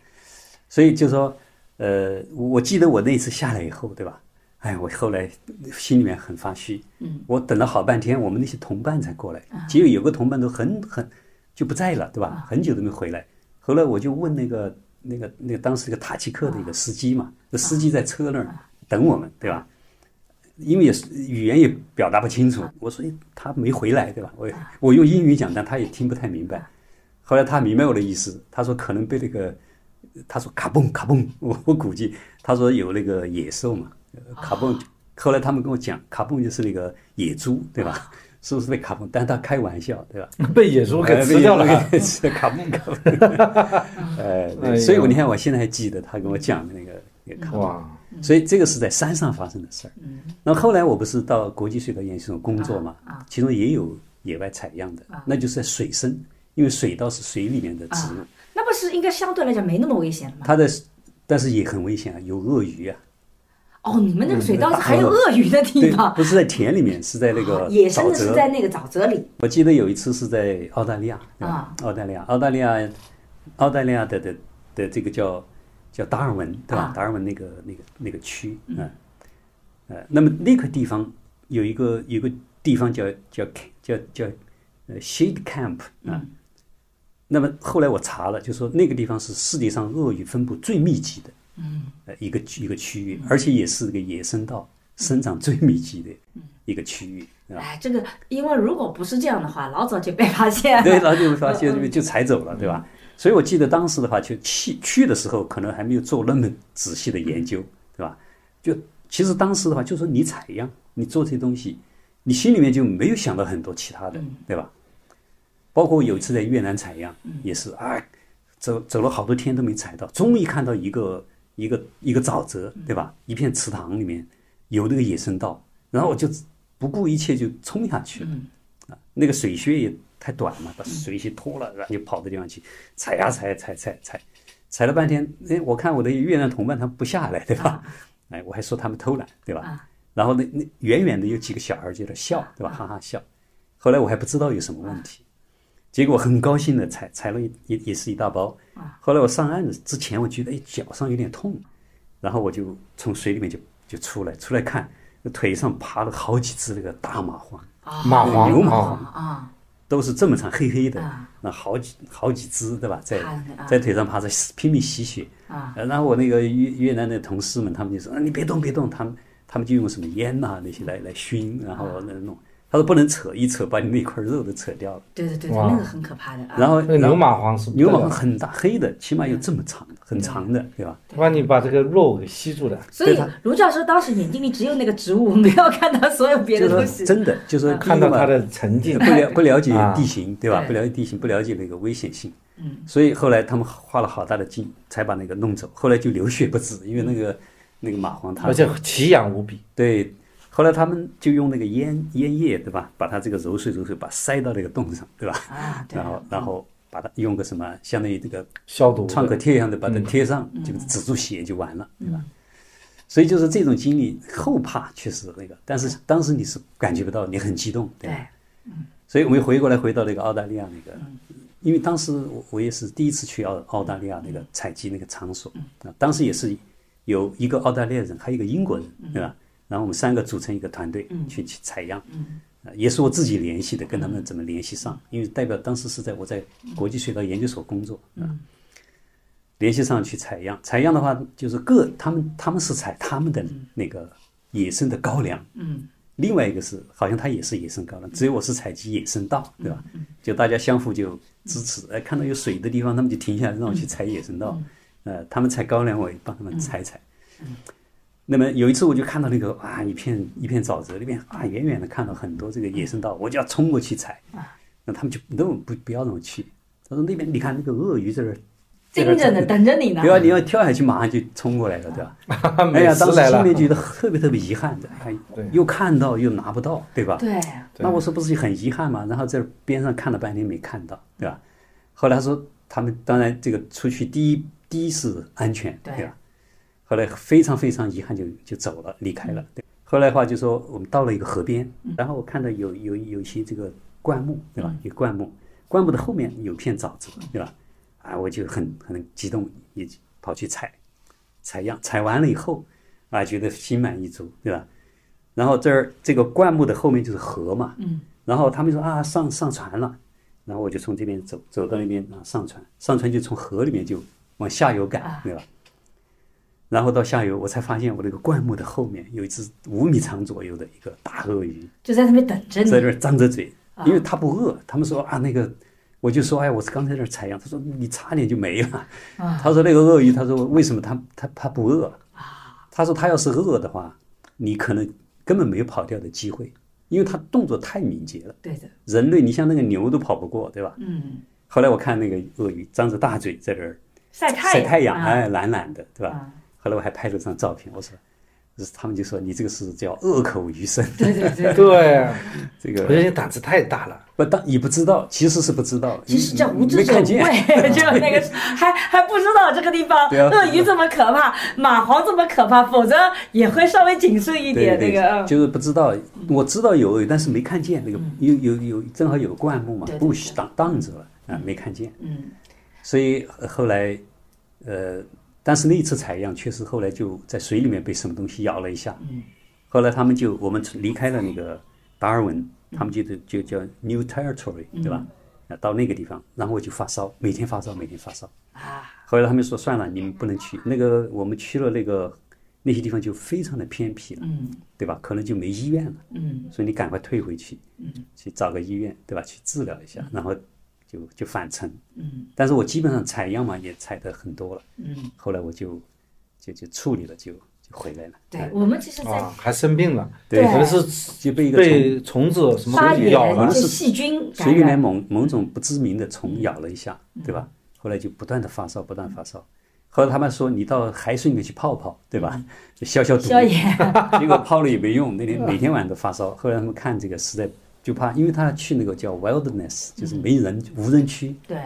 Speaker 3: 所以就说，呃，我我记得我那次下来以后，对吧？哎，我后来心里面很发虚，嗯，啊我等了好半天，我们那些同伴才过来，结果有个同伴都很很就不在了，对吧？很久都没回来。后来我就问那个那个那个当时那个塔吉克的一个司机嘛，那司机在车那儿等我们，对吧？因为也是语言也表达不清楚，我说哎他没回来，对吧？我也我用英语讲，但他也听不太明白。后来他明白我的意思，他说可能被那个，他说卡蹦卡蹦， 我我估计他说有那个野兽嘛，呃卡蹦。后来他们跟我讲，卡蹦就是那个野猪，对吧？是不是被卡蹦？但他开玩笑，对吧？
Speaker 4: 被野猪给吃 掉了。啊
Speaker 3: 哎被野猪给吃掉卡蹦卡 蹦。呃，
Speaker 4: 哎
Speaker 3: 对所以我你看，我现在还记得他跟我讲的那个那个卡蹦。
Speaker 4: 哇，
Speaker 3: 所以这个是在山上发生的事儿。
Speaker 5: 嗯
Speaker 3: 那后来我不是到国际隧道研究所工作嘛，
Speaker 5: 啊
Speaker 3: 其中也有野外采样的，那就是在水生，因为水稻是水里面的植物，
Speaker 5: 那不是应该相对来讲没那么危险了吗？
Speaker 3: 它的但是也很危险啊，有鳄鱼 啊，
Speaker 5: 哦，你们那
Speaker 3: 嗯
Speaker 5: 个水稻是还有鳄鱼的地
Speaker 3: 对，
Speaker 5: 方，啊
Speaker 3: 不是在田里面，是在那个
Speaker 5: 野生
Speaker 3: 沼
Speaker 5: 的是
Speaker 3: 泽。
Speaker 5: 在那个沼泽里。
Speaker 3: 我记得有一次是在澳大利亚，对吧
Speaker 5: 啊
Speaker 3: 澳大利亚，澳大利亚，澳大利亚的的的这个叫叫达尔文，对吧？
Speaker 5: 啊
Speaker 3: 达尔文那个那个那个区，嗯，呃，那么那个地方有一个有一个地方叫叫叫叫呃 shade camp 啊。
Speaker 5: 嗯
Speaker 3: 那么后来我查了，就说那个地方是世界上鳄鱼分布最密集的，
Speaker 5: 嗯
Speaker 3: 呃一个区一个区域，而且也是这个野生稻生长最密集的
Speaker 5: 嗯
Speaker 3: 一个区域，啊对吧？
Speaker 5: 哎，这个因为如果不是这样的话，老早就被发现了。
Speaker 3: 对，然后就发现就就踩走了，对吧？所以我记得当时的话，就去去的时候，可能还没有做那么仔细的研究，对吧？就其实当时的话，就说你采样，你做这些东西，你心里面就没有想到很多其他的，对吧？包括有一次在越南采样，也是啊，走走了好多天都没采到，终于看到一个一个一个沼泽，对吧？一片池塘里面有那个野生稻，然后我就不顾一切就冲下去了。那个水靴也太短嘛，把水靴脱了，然后就跑到地方去踩呀、踩，踩踩踩，踩了半天，哎，我看我的越南同伴他们不下来，对吧？哎，我还说他们偷懒，对吧？然后那那远远的有几个小孩就在那笑，对吧？哈哈笑。后来我还不知道有什么问题，结果很高兴的踩踩了一也也是一大包。后来我上岸之前，我觉得哎脚上有点痛，然后我就从水里面就就出来，出来看，腿上爬了好几只那个大蚂蟥。
Speaker 4: 蚂蟥
Speaker 3: 牛马
Speaker 4: 啊，
Speaker 5: 啊，
Speaker 3: 都是这么长黑黑的
Speaker 5: 啊，
Speaker 3: 那好几好几只，对吧？在
Speaker 5: 爬上去啊
Speaker 3: 在腿上爬着，拼命吸血。
Speaker 5: 啊
Speaker 3: 呃然后我那个越越南的同事们，他们就说：“啊，你别动，别动。”他们他们就用什么烟呐、那些来来熏，然后来弄。他说不能扯，一扯把你那块肉都扯掉了。
Speaker 5: 对对对，对
Speaker 4: 哇
Speaker 5: 那个很可怕的啊。
Speaker 3: 然后
Speaker 4: 那个牛马蟥是
Speaker 3: 牛蟒很大，黑的，起码有这么长，
Speaker 5: 嗯
Speaker 3: 很长的，对吧？
Speaker 4: 把你把这个肉给吸住了。
Speaker 5: 所以卢教授当时眼睛里只有那个植物，没有看到所有别
Speaker 3: 就
Speaker 5: 的
Speaker 3: 是
Speaker 5: 东
Speaker 3: 说
Speaker 5: 西。啊
Speaker 3: 真的，就是说
Speaker 4: 看
Speaker 3: 第一
Speaker 4: 到
Speaker 3: 个嘛
Speaker 4: 它的沉浸
Speaker 3: 不。了 不了解
Speaker 4: 啊
Speaker 3: 地形，对吧？
Speaker 5: 对
Speaker 3: 不了解地形，不了解那个危险性，嗯，所以后来他们花了好大的劲才把那个弄走，后来就流血不止，因为那个那个蚂蟥它
Speaker 4: 而且奇痒无比，
Speaker 3: 对，后来他们就用那个烟烟叶，对吧？把它这个揉碎揉碎，把它塞到那个洞上，对吧？
Speaker 5: 啊，对
Speaker 3: 然后然后把它用个什么，相当于这个
Speaker 4: 消毒的嗯
Speaker 3: 创可 贴一样的把它贴上，就止住血就完了，对吧？所以就是这种经历，后怕确实那个，但是当时你是感觉不到，你很激动，对吧？
Speaker 5: 对
Speaker 3: 所以我们回过来回到那个澳大利亚那个，因为当时我我也是第一次去澳澳大利亚那个采集那个场所啊，当时也是有一个澳大利亚人，还有一个英国人，对吧？然后我们三个组成一个团队去去采样，啊也是我自己联系的，跟他们怎么联系上，因为代表当时是在我在国际隧道研究所工作啊，联系上去采样，采样的话就是各他们他们是采他们的那个野生的高粱，另外一个是，好像它也是野生高
Speaker 5: 嗯
Speaker 3: 粱，只有我是采集野生稻，对吧？就大家相互就支持，
Speaker 5: 嗯
Speaker 3: 哎，看到有水的地方，他们就停下来让我去采野生稻，
Speaker 5: 嗯
Speaker 3: 呃，他们采高粱，我也帮他们采采。那么有一次我就看到那个啊，一片一片沼泽里面啊，远远的看到很多这个野生
Speaker 5: 嗯
Speaker 3: 稻，我就要冲过
Speaker 5: 啊
Speaker 3: 去采。那他们就那我不不要让我去，他说那边你看那个鳄鱼在这儿
Speaker 5: 盯着呢，等着你呢
Speaker 3: 比。如你要跳下去，马上就冲过来了，对吧？哎
Speaker 4: 美
Speaker 3: 呀，
Speaker 4: 食
Speaker 3: 当时
Speaker 4: 来
Speaker 3: 心
Speaker 4: 了
Speaker 3: 里，觉得特别特别遗憾的，哎
Speaker 4: 对，
Speaker 3: 又看到又拿不到，对吧？
Speaker 5: 对，
Speaker 4: 对
Speaker 3: 那我说不是很遗憾嘛？然后在边上看了半天没看到，对吧？后来他说他们当然这个出去第一第一是安全，
Speaker 5: 对
Speaker 3: 吧？后来非常非常遗憾就就走了，离开了。对，后来的话就说我们到了一个河边，然后我看到有有有一些这个灌木，对吧？有灌木，灌木的后面有片沼泽，对吧？啊，我就很很激动，也跑去采，采样，采完了以后，啊，觉得心满意足，对吧？然后这儿这个灌木的后面就是河嘛，嗯，然后他们说啊上上船了，然后我就从这边走走到那边啊上船，上船就从河里面就往下游赶，对吧？然后到下游，我才发现我那个灌木的后面有一只五米长左右的一个大鳄鱼，
Speaker 5: 就在那边等着
Speaker 3: 在那
Speaker 5: 你。
Speaker 3: 儿张着嘴，
Speaker 5: 啊
Speaker 3: 因为它不饿。他们说啊，那个，我就说哎，我是刚才在那儿采样，他说你差点就没了。
Speaker 5: 啊
Speaker 3: 他说那个鳄鱼，他说为什么它它它不饿？
Speaker 5: 啊
Speaker 3: 他说他要是饿的话，你可能根本没有跑掉的机会，因为它动作太敏捷了。
Speaker 5: 对的，
Speaker 3: 人类，你像那个牛都跑不过，对吧？
Speaker 5: 嗯，
Speaker 3: 后来我看那个鳄鱼张着大嘴在这儿
Speaker 5: 晒太
Speaker 3: 晒
Speaker 5: 阳，
Speaker 3: 太阳，
Speaker 5: 啊
Speaker 3: 哎，懒懒的，对吧
Speaker 5: 啊？
Speaker 3: 后来我还拍了张照片，我说，就是他们就说你这个是叫恶口于生，
Speaker 5: 对对
Speaker 4: 对，
Speaker 5: 对，
Speaker 3: 这
Speaker 4: 我觉得
Speaker 3: 个
Speaker 4: 你胆子太大了。
Speaker 3: 不当也不知道，其实是不知道，
Speaker 5: 其实
Speaker 3: 你
Speaker 5: 叫无
Speaker 3: 没
Speaker 5: 知者
Speaker 3: 看
Speaker 5: 无
Speaker 3: 见，
Speaker 5: 畏，就那个还还不知道这个地方
Speaker 3: 对啊
Speaker 5: 鳄鱼这么可怕，蚂蟥这么可怕，否则也会稍微谨慎一
Speaker 3: 对
Speaker 5: 点。那
Speaker 3: 对
Speaker 5: 个，嗯
Speaker 3: 就是不知道，我知道有鳄鱼，但是没看见那个有有有正好有灌木嘛
Speaker 5: 对，对
Speaker 3: 布
Speaker 5: 对
Speaker 3: 挡挡着了啊，没看见，
Speaker 5: 嗯，
Speaker 3: 所以呃后来，呃，但是那一次采样确实后来就在水里面被什么东西咬了一下，嗯，后来他们就我们离开了那个达尔文，他们就就叫 New Territory，对
Speaker 5: 嗯
Speaker 3: 吧？啊，到那个地方，然后我就发烧，每天发烧，每天发烧。
Speaker 5: 啊，
Speaker 3: 后来他们说算了，你们不能去那个，我们去了那个那些地方就非常的偏僻了，
Speaker 5: 嗯
Speaker 3: 对吧？可能就没医院了，
Speaker 5: 嗯，
Speaker 3: 所以你赶快退回去，去找个医院，对吧？去治疗一下，然后就就返程，
Speaker 5: 嗯，
Speaker 3: 但是我基本上采样嘛也采的很多了，
Speaker 5: 嗯，
Speaker 3: 后来我就就就处理了，就就回来了，
Speaker 5: 对
Speaker 3: 哎，
Speaker 5: 我们其实，在
Speaker 4: 啊，还生病了，
Speaker 5: 对
Speaker 4: 可能是
Speaker 3: 就被一个虫
Speaker 4: 被虫子什
Speaker 5: 发
Speaker 4: 么
Speaker 5: 炎
Speaker 4: 咬了
Speaker 5: 就
Speaker 3: 这，是
Speaker 5: 细菌
Speaker 3: 水
Speaker 5: 感
Speaker 3: 里面
Speaker 5: 染，嗯
Speaker 3: 某某种不知名的虫咬了一下，对吧？后来就不断的发烧，不断地发烧。后来他们说你到海水里面去泡泡，对吧？就消消毒。
Speaker 5: 嗯消炎，
Speaker 3: 结果泡了也没用，那天每天晚上都发烧。后来他们看这个实在就怕，因为他去那个叫
Speaker 5: 嗯
Speaker 3: wilderness，就是没人无人区，
Speaker 5: 对，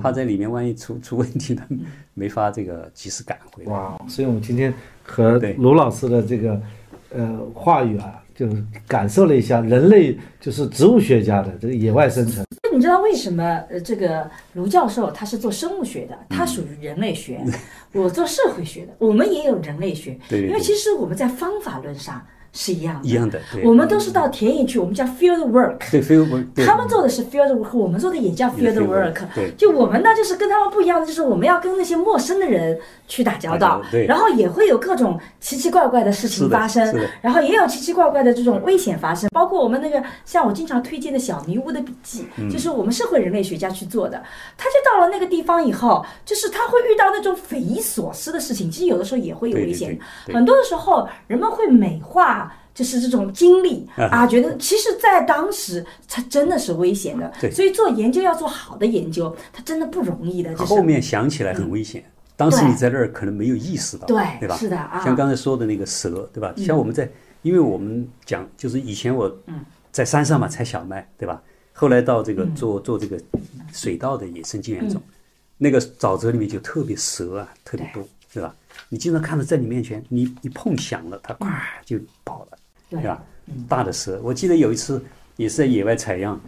Speaker 3: 怕在里面万一出出问题，他
Speaker 5: 嗯
Speaker 3: 们没法这个及时赶回来。
Speaker 4: 哇，所以我们今天和
Speaker 3: 哦对
Speaker 4: 卢老师的这个呃话语啊，就是感受了一下人类就是植物学家的这个野外生 存。
Speaker 5: 你知道为什么呃，这个卢教授他是做生物学的，
Speaker 3: 嗯
Speaker 5: 他属于人类 学；我做社会学的，我们也有人类学。
Speaker 3: 对对对
Speaker 5: 因为其实我们在方法论上是一样的，
Speaker 3: 一样的对
Speaker 5: 我们都是到田野去，我们叫 field work。
Speaker 3: 对，非我对嗯
Speaker 5: 他们做的是 field work，我们做的也叫
Speaker 3: 也
Speaker 5: field
Speaker 3: 是 field
Speaker 5: work
Speaker 3: work，。对
Speaker 5: 就我们呢，就是跟他们不一样的，就是我们要跟那些陌生的人去打交
Speaker 3: 打交
Speaker 5: 道
Speaker 3: 道，啊对
Speaker 5: 然后也会有各种奇奇怪怪的事
Speaker 3: 是
Speaker 5: 情
Speaker 3: 的
Speaker 5: 发生
Speaker 3: 是的，
Speaker 5: 然后也有奇奇怪怪的这种危险发生，包括我们那个像我经常推荐的小迷屋的笔记，
Speaker 3: 嗯
Speaker 5: 就是我们社会人类学家去做的。他就到了那个地方以后，就是他会遇到那种匪夷所思的事情，其实有的时候也会有
Speaker 3: 对
Speaker 5: 危
Speaker 3: 对
Speaker 5: 险
Speaker 3: 对，对
Speaker 5: 很多的时候人们会美化。就是这种经历啊，觉得其实，在当时它真的是危险的，
Speaker 3: 对
Speaker 5: 所以做研究要做好的研究，它真的不容易的。就是
Speaker 3: 后面想起来很危险，当时你在那儿可能没有意识到，
Speaker 5: 对
Speaker 3: 对吧？
Speaker 5: 是的啊嗯
Speaker 3: 像刚才说的那个蛇，对吧？像我们在，因为我们讲就是以前我在山上嘛采小麦，对吧？后来到这个
Speaker 5: 嗯
Speaker 3: 做做这个水稻的野生金元种，那个沼泽里面就特别蛇啊，特别多，对吧？你经常看到在你面前，你一碰响了，
Speaker 5: 嗯
Speaker 3: 它咵就跑了。对吧？大的蛇，我记得有一次也是在野外采样，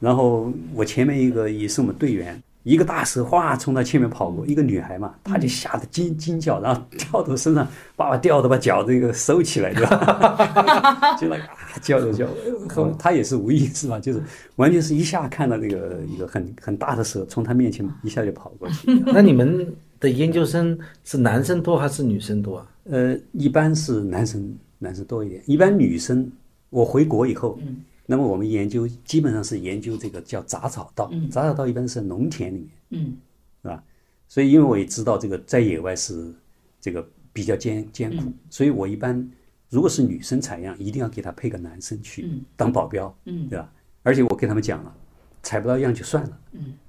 Speaker 3: 然后我前面一个也是我们队员，一个大蛇哗从他前面跑过，一个女孩嘛，她就吓得惊惊叫，然后跳到身上，把我吊着把脚那个收起来，对吧？就那个啊叫着叫，后来她也是无意识嘛，就是完全是一下看到那个一个很很大的蛇从她面前一下就跑过去，
Speaker 4: 那你们的研究生是男生多还是女生多 啊？
Speaker 3: 呃，一般是男生男生多一点，一般女生，我回国以后，那么我们研究基本上是研究这个叫杂草道，杂草道一般是农田里面，
Speaker 5: 嗯，
Speaker 3: 是吧？所以因为我也知道这个在野外是这个比较艰艰苦，所以我一般如果是女生采样，一定要给她配个男生去当保镖，嗯，对吧？而且我给他们讲了，采不到样就算了，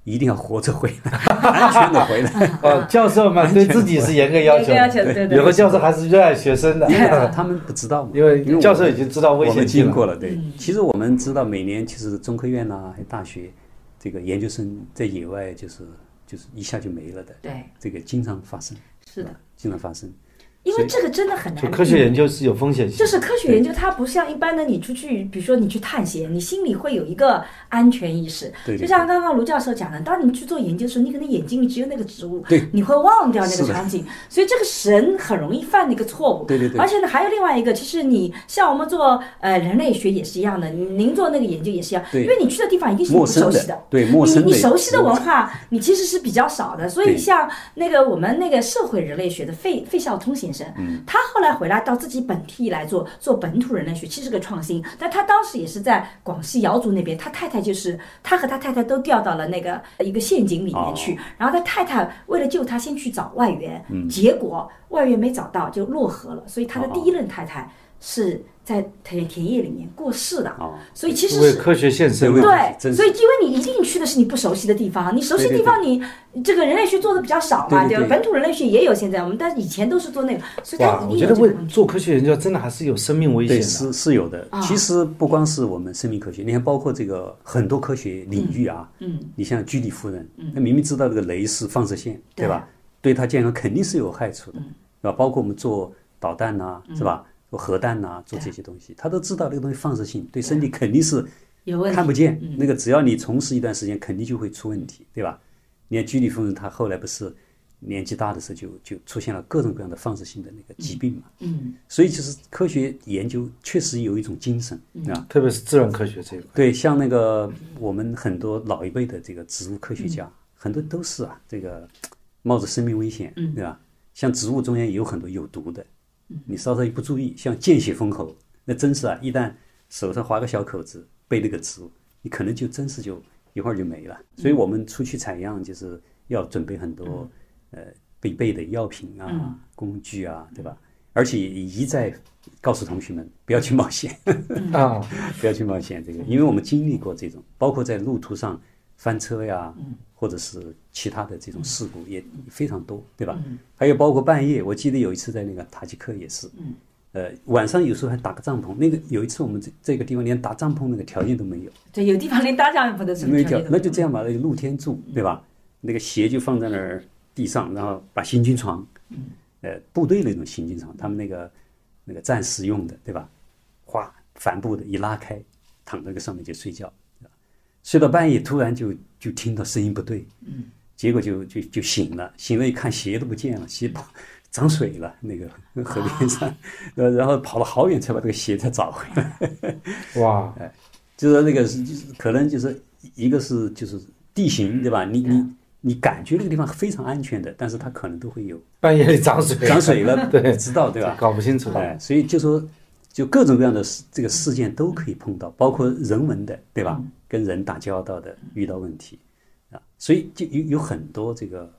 Speaker 3: 一定要活着回来， 安全的 回来。
Speaker 4: 呃，教授嘛，对自己是严格要求的，
Speaker 5: 严格要求对对
Speaker 4: 有个教授还是热爱学生 的，
Speaker 3: 因为他们不知道嘛，
Speaker 4: 因为
Speaker 3: 我
Speaker 4: 教授已经知道危
Speaker 3: 我
Speaker 4: 险
Speaker 3: 们
Speaker 4: 性啊
Speaker 3: 经
Speaker 4: 了
Speaker 3: 过了。对，其实我们知道，每年其实中科院呐、还有大学这个研究生在野外就是就是一下就没了的，
Speaker 5: 对，
Speaker 3: 这个经常发生，啊
Speaker 5: 是的，
Speaker 3: 经常发生。
Speaker 5: 因为这个真的很难
Speaker 4: 就
Speaker 5: 避免。
Speaker 4: 科学研究是有风险性的，
Speaker 5: 就是科学研究，它不像一般的你出去，比如说你去探险，你心里会有一个安全意识。
Speaker 3: 对对
Speaker 5: 就像刚刚卢教授讲的，当你去做研究的时候，你可能眼睛里只有那个植物，
Speaker 3: 对
Speaker 5: 你会忘掉那个
Speaker 3: 是的
Speaker 5: 场景，所以这个神很容易犯的一个错误。
Speaker 3: 对对对
Speaker 5: 而且呢，还有另外一个，其实你像我们做呃人类学也是一样的，你您做那个研究也是一样，
Speaker 3: 对
Speaker 5: 因为你去的地方一定是你不
Speaker 3: 陌生
Speaker 5: 熟悉
Speaker 3: 的，对陌生的，
Speaker 5: 你你熟悉的 文化，你其实是比较少的。所以
Speaker 3: 对
Speaker 5: 像那个我们那个社会人类学的费费孝通先生，
Speaker 3: 嗯
Speaker 5: 他后来回来到自己本地来做做本土人类学，其实是个创新。但他当时也是在广西瑶族那边，他太太就是他和他太太都掉到了那个一个陷阱里
Speaker 3: 哦
Speaker 5: 面去，然后他太太为了救他，先去找外援，结果外援没找到就落河了，所以他的
Speaker 3: 嗯哦
Speaker 5: 第一任太太是在田田野里面过世的。
Speaker 3: 啊，
Speaker 5: 所以其实
Speaker 4: 为
Speaker 5: 是
Speaker 4: 科学献身
Speaker 3: 对
Speaker 4: 嘛。
Speaker 5: 对，
Speaker 3: 真
Speaker 5: 所以
Speaker 3: 是
Speaker 5: 因为你一定去的是你不熟悉的地方，你熟悉的地方你这个人类学做的比较少嘛，
Speaker 3: 对对
Speaker 5: 吧？
Speaker 3: 对
Speaker 5: 本土人类学也有现在，我们但是以前都是做那个，所以它
Speaker 4: 哇，
Speaker 5: 一
Speaker 4: 我
Speaker 5: 定
Speaker 4: 觉
Speaker 5: 有
Speaker 4: 得
Speaker 5: 这
Speaker 4: 为
Speaker 5: 个问题。
Speaker 4: 做科学研究真的还是有生命危险啊的。
Speaker 3: 对，是是有的。其实不光是我们生命科学，你看包括这个很多科学领域啊，嗯，你像居里夫人，那明明知道这个镭是放射线，对嗯吧？对她健康肯定是有害处的，对吧？包括我们做导弹呐，是吧？做核弹呐，做这些东西，她都知道这个东西放射性啊对啊身体肯定是
Speaker 5: 有问题
Speaker 3: 看不见，那个只要你从事一段时间，肯定就会出问题，对吧？你看居里夫人，她后来不是年纪大的时候就就出现了各种各样的放射性的那个疾病嘛，嗯，所以其实科学研究确实有一种精神啊，
Speaker 4: 特别是自然科学这一块，
Speaker 3: 对，像那个我们很多老一辈的这个植物科学家，很多都是啊，这个冒着生命危险，对吧？像植物中间也有很多有毒的，你稍稍一不注意，像见血封喉，那真是啊，一旦手上划个小口子，被那个植物，你可能就真是就一会儿就没了。所以我们出去采样就是要准备很多呃必备的药品啊、工具啊，对吧？而且也一再告诉同学们不要去冒险。
Speaker 4: 啊，
Speaker 3: 不要去冒险这个，因为我们经历过这种，包括在路途上翻车呀，或者是其他的这种事故也非常多，对吧？还有包括半夜，我记得有一次在那个塔吉克也是，呃，晚上有时候还打个帐篷，那个有一次我们这这个地方连打帐篷那个条件都没有，
Speaker 5: 对，有地方连搭帐篷都是
Speaker 3: 没有
Speaker 5: 条
Speaker 3: 条，
Speaker 5: 件
Speaker 3: 那就这样吧，那就露天住，对吧？那个鞋就放在那儿地上，然后把行军床，呃，部队那种行军床，他们那个那个战士用的，对吧？哗，帆布的一拉开，躺在那个上面就睡觉，对吧睡到半夜突然就就听到声音不对，结果就就就醒了，醒了一看鞋都不见了， 鞋跑涨水了，那个 河边上，呃，然后跑了好远才把这个鞋再找回来。
Speaker 4: 哇，
Speaker 3: 就是说那个是就是可能就是一个是就是地形对吧？你你你感觉那个地方非常安全的，但是它可能都会有
Speaker 4: 半夜里涨水，
Speaker 3: 涨水 了，
Speaker 4: 对
Speaker 3: 知道对吧？
Speaker 4: 搞不清楚。
Speaker 3: 哎，所以就说就各种各样的事这个事件都可以碰到，包括人文的对吧？跟人打交道的遇到问题啊，所以就有有很多这个。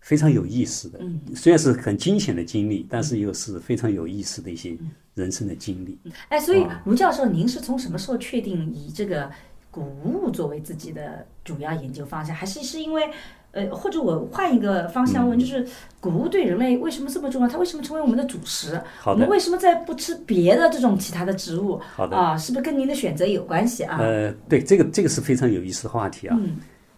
Speaker 3: 非常有意思的，虽然是很惊险的经历，但是又是非常有意思的一些人生的经历。
Speaker 5: 哎，所以卢教授，您是从什么时候确定以这个谷物作为自己的主要研究方向，还是是因为？呃，或者我换一个方向
Speaker 3: 嗯
Speaker 5: 问，就是谷物对人类为什么这么重要？它为什么成为我们的主食？
Speaker 3: 好
Speaker 5: 我
Speaker 3: 的
Speaker 5: 们为什么在不吃别的这种其他的植物？
Speaker 3: 好的
Speaker 5: 啊，是不是跟您的选择有关系啊？嗯
Speaker 3: 呃，对，这个这个是非常有意思的话题啊。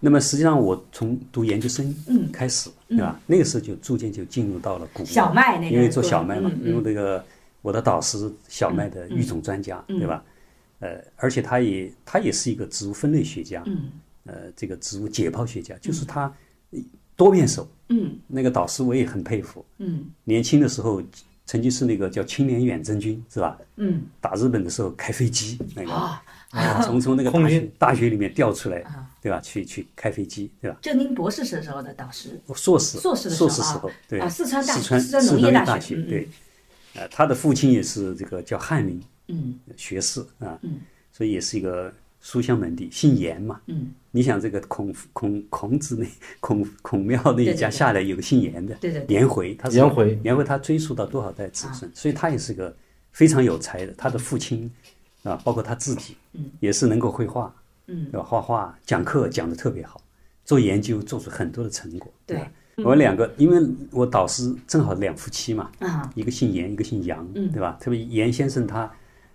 Speaker 3: 那么实际上，我从读研究生开始，对吧？那个时候就逐渐就进入到了谷物
Speaker 5: 嗯小麦那个
Speaker 3: 因为做小麦嘛，
Speaker 5: 嗯嗯
Speaker 3: 因为那个我的导师小麦的育种专家，
Speaker 5: 嗯
Speaker 3: 对吧？呃，而且他也他也是一个植物分类学家，
Speaker 5: 嗯
Speaker 3: 呃，这个植物解剖学家，就是他多面手，
Speaker 5: 嗯，
Speaker 3: 那个导师我也很佩服，
Speaker 5: 嗯，
Speaker 3: 年轻的时候曾经是那个叫青年远征军，是吧？
Speaker 5: 嗯，
Speaker 3: 打日本的时候开飞机那个。
Speaker 5: 啊，
Speaker 3: 啊，从从那个
Speaker 4: 空
Speaker 3: 大学
Speaker 4: 军
Speaker 3: 大学里面调出来，对吧？去去开飞机，对吧？
Speaker 5: 这您博士时候的导师，
Speaker 3: 我硕士
Speaker 5: 硕士的时候
Speaker 3: 硕
Speaker 5: 啊
Speaker 3: 士时候，对
Speaker 5: 啊四川大
Speaker 3: 四川
Speaker 5: 四川农业
Speaker 3: 四
Speaker 5: 大
Speaker 3: 川大
Speaker 5: 学
Speaker 3: 学
Speaker 5: 嗯嗯
Speaker 3: 对，呃，他的父亲也是这个叫翰林，嗯，学士啊，嗯，所以也是一个书香门第，姓严嘛，嗯，你想这个孔孔孔子那孔孔庙那一
Speaker 5: 对对
Speaker 3: 家
Speaker 5: 对
Speaker 3: 下来有个姓严的，
Speaker 5: 对对对
Speaker 3: 颜回，他是
Speaker 4: 颜回
Speaker 3: 颜回他追溯到多少代子孙，所以他也是个啊非常有才的，他的父亲啊，包括他自己，也是能够绘画。
Speaker 5: 嗯，
Speaker 3: 对吧？画画、讲课讲得特别好，做研究做出很多的成果。
Speaker 5: 对
Speaker 3: 吧，我们两个，因为我导师正好两夫妻嘛，
Speaker 5: 啊，嗯
Speaker 3: 一个姓严，一个姓杨，对吧？特别严先生他，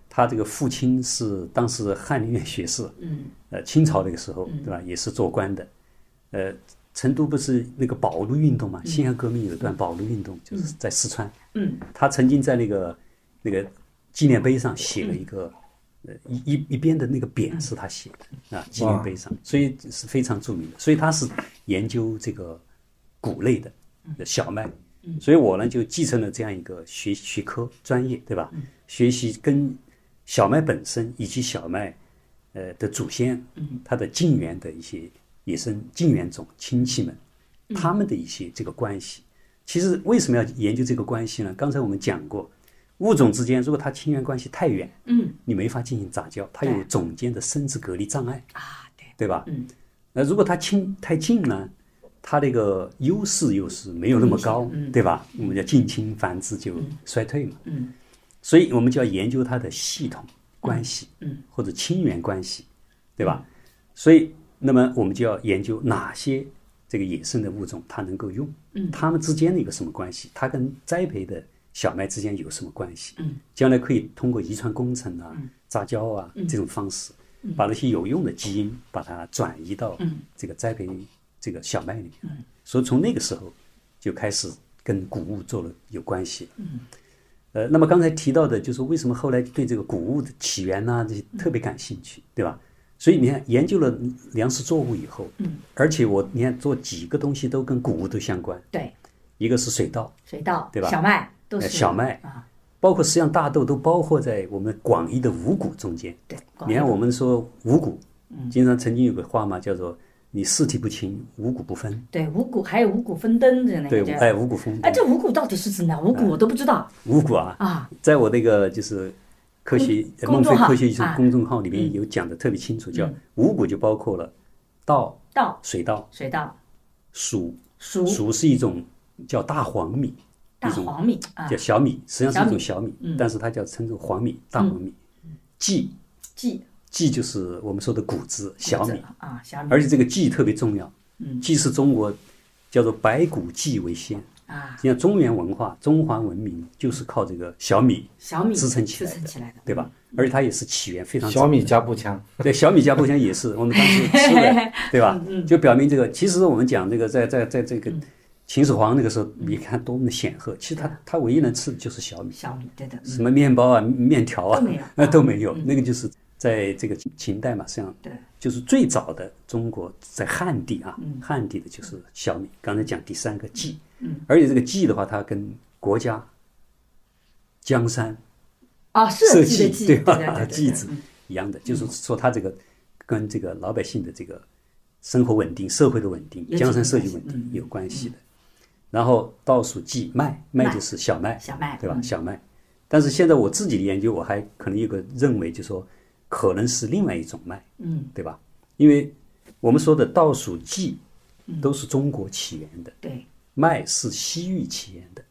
Speaker 3: 他这个父亲是当时翰林院学士，
Speaker 5: 嗯，
Speaker 3: 呃，清朝那个时候，对吧？也是做官的，呃，成都不是那个保路运动嘛？辛亥革命有一段保路运动，就是在四川，
Speaker 5: 嗯，
Speaker 3: 他曾经在那个那个纪念碑上写了一个，呃，一一一边的那个匾是他写的啊，纪念碑上，所以是非常著名的，所以他是研究这个谷类的呃小麦。所以我呢就继承了这样一个学学科专业，对吧？学习跟小麦本身以及小麦呃的祖先，
Speaker 5: 嗯
Speaker 3: 它的近缘的一些野生近缘种亲戚们，
Speaker 5: 嗯
Speaker 3: 他们的一些这个关系。其实为什么要研究这个关系呢？刚才我们讲过，物种之间如果它亲缘关系太远，
Speaker 5: 嗯，
Speaker 3: 你没法进行杂交，它有
Speaker 5: 对
Speaker 3: 种间的生殖隔离障碍，
Speaker 5: 啊，对，
Speaker 3: 对吧？
Speaker 5: 嗯，
Speaker 3: 那如果它亲太近呢，它这个优势又是没有那么高，对吧？我们叫近亲繁殖就衰退嘛，
Speaker 5: 嗯，
Speaker 3: 所以我们就要研究它的系统关系，
Speaker 5: 嗯，
Speaker 3: 或者亲缘关系，对吧？所以，那么我们就要研究哪些这个野生的物种它能够用，嗯，它们之间的一个什么关系？它跟栽培的小麦之间有什么关系？嗯，将来可以通过遗传工程啊、杂交啊这种方式，把那些有用的基因把它转移到这个栽培这个小麦里面来。所以从那个时候就开始跟谷物做了有关系。嗯。呃，那么刚才提到的，就是为什么后来对这个谷物的起源呐、这些
Speaker 5: 嗯
Speaker 3: 特别感兴趣，对吧？所以你看，研究了粮食作物以后，嗯，而且我你看做几个东西都跟谷物都相关，
Speaker 5: 对，
Speaker 3: 一个是水稻，
Speaker 5: 水稻，
Speaker 3: 对吧
Speaker 5: 小麦都是
Speaker 3: 呃小麦
Speaker 5: 啊，
Speaker 3: 包括实际上大豆都包括在我们广义的五谷中间。
Speaker 5: 对，
Speaker 3: 你看我们说五谷，
Speaker 5: 嗯
Speaker 3: 经常曾经有个话嘛，叫做你四体不勤，五谷不分。
Speaker 5: 对五谷还有五谷分灯的那
Speaker 3: 对，
Speaker 5: 个
Speaker 3: 五
Speaker 5: 叫，
Speaker 3: 哎，五谷丰
Speaker 5: 哎，
Speaker 3: 登。嗯
Speaker 5: 这五谷到底是指哪五谷？我都不知道
Speaker 3: 五谷啊，
Speaker 5: 啊，
Speaker 3: 在我那个就是科学呃
Speaker 5: 公
Speaker 3: 孟非
Speaker 5: 众号
Speaker 3: 科学艺术
Speaker 5: 啊嗯
Speaker 3: 公众号里面有讲的特别清楚，叫五谷就包括了稻、
Speaker 5: 稻、
Speaker 3: 水稻、
Speaker 5: 水稻、
Speaker 3: 黍，
Speaker 5: 黍、
Speaker 3: 黍是一种叫大黄米，
Speaker 5: 大
Speaker 3: 一种
Speaker 5: 黄米啊
Speaker 3: 叫，小米，实际上是一种小米
Speaker 5: 嗯，
Speaker 3: 但是它叫称作黄米、大黄米。稷
Speaker 5: 稷、
Speaker 3: 稷就是我们说的谷子，小
Speaker 5: 谷子
Speaker 3: 米，
Speaker 5: 啊，小米
Speaker 3: 而且这个稷特别重要，稷是中国叫做百谷稷为先。
Speaker 5: 啊，
Speaker 3: 你看中原文化、中华文明就是靠这个小米，
Speaker 5: 小米
Speaker 3: 支撑起来的
Speaker 5: 支撑起来的，嗯
Speaker 3: 对吧？而且它也是起源非常
Speaker 4: 小米加步枪，
Speaker 3: 对，小米加步枪也是我们当时吃 的，对吧？
Speaker 5: 嗯
Speaker 3: 就表明这个，其实我们讲这个，在在在这个秦始皇那个时候，你看多么的显赫，其实他他唯一能吃的就是小米，
Speaker 5: 小米对的，嗯
Speaker 3: 什么面包啊、面条啊
Speaker 5: 都没有，嗯
Speaker 3: 那 都没有，那个就是在这个秦代嘛，实际上
Speaker 5: 对
Speaker 3: 就是最早的中国在汉地啊，
Speaker 5: 嗯
Speaker 3: 汉地的就是小米。刚才讲第三个稷，
Speaker 5: 嗯
Speaker 3: 而且这个稷的话，它跟国家、江山、
Speaker 5: 哦，
Speaker 3: 社
Speaker 5: 设计
Speaker 3: 稷
Speaker 5: 的稷，
Speaker 3: 对
Speaker 5: 对啊
Speaker 3: 吧
Speaker 5: 对嗯对？
Speaker 3: 稷
Speaker 5: 对
Speaker 3: 字一样的，就是说它这个跟这个老百姓的这个生活稳定、社会的稳定、
Speaker 5: 有
Speaker 3: 江
Speaker 5: 紧
Speaker 3: 山社
Speaker 5: 密
Speaker 3: 稷
Speaker 5: 关
Speaker 3: 稳
Speaker 5: 系嗯
Speaker 3: 定有关系的。然后倒数稷麦，麦
Speaker 5: 麦
Speaker 3: 就是小麦，
Speaker 5: 小麦
Speaker 3: 对吧？
Speaker 5: 嗯
Speaker 3: 小麦。但是现在我自己的研究，我还可能有个认为，就说可能是另外一种麦，
Speaker 5: 嗯，
Speaker 3: 对吧？因为我们说的倒数稷
Speaker 5: 嗯
Speaker 3: 都是中国起源的，
Speaker 5: 对，
Speaker 3: 麦是西域起源的。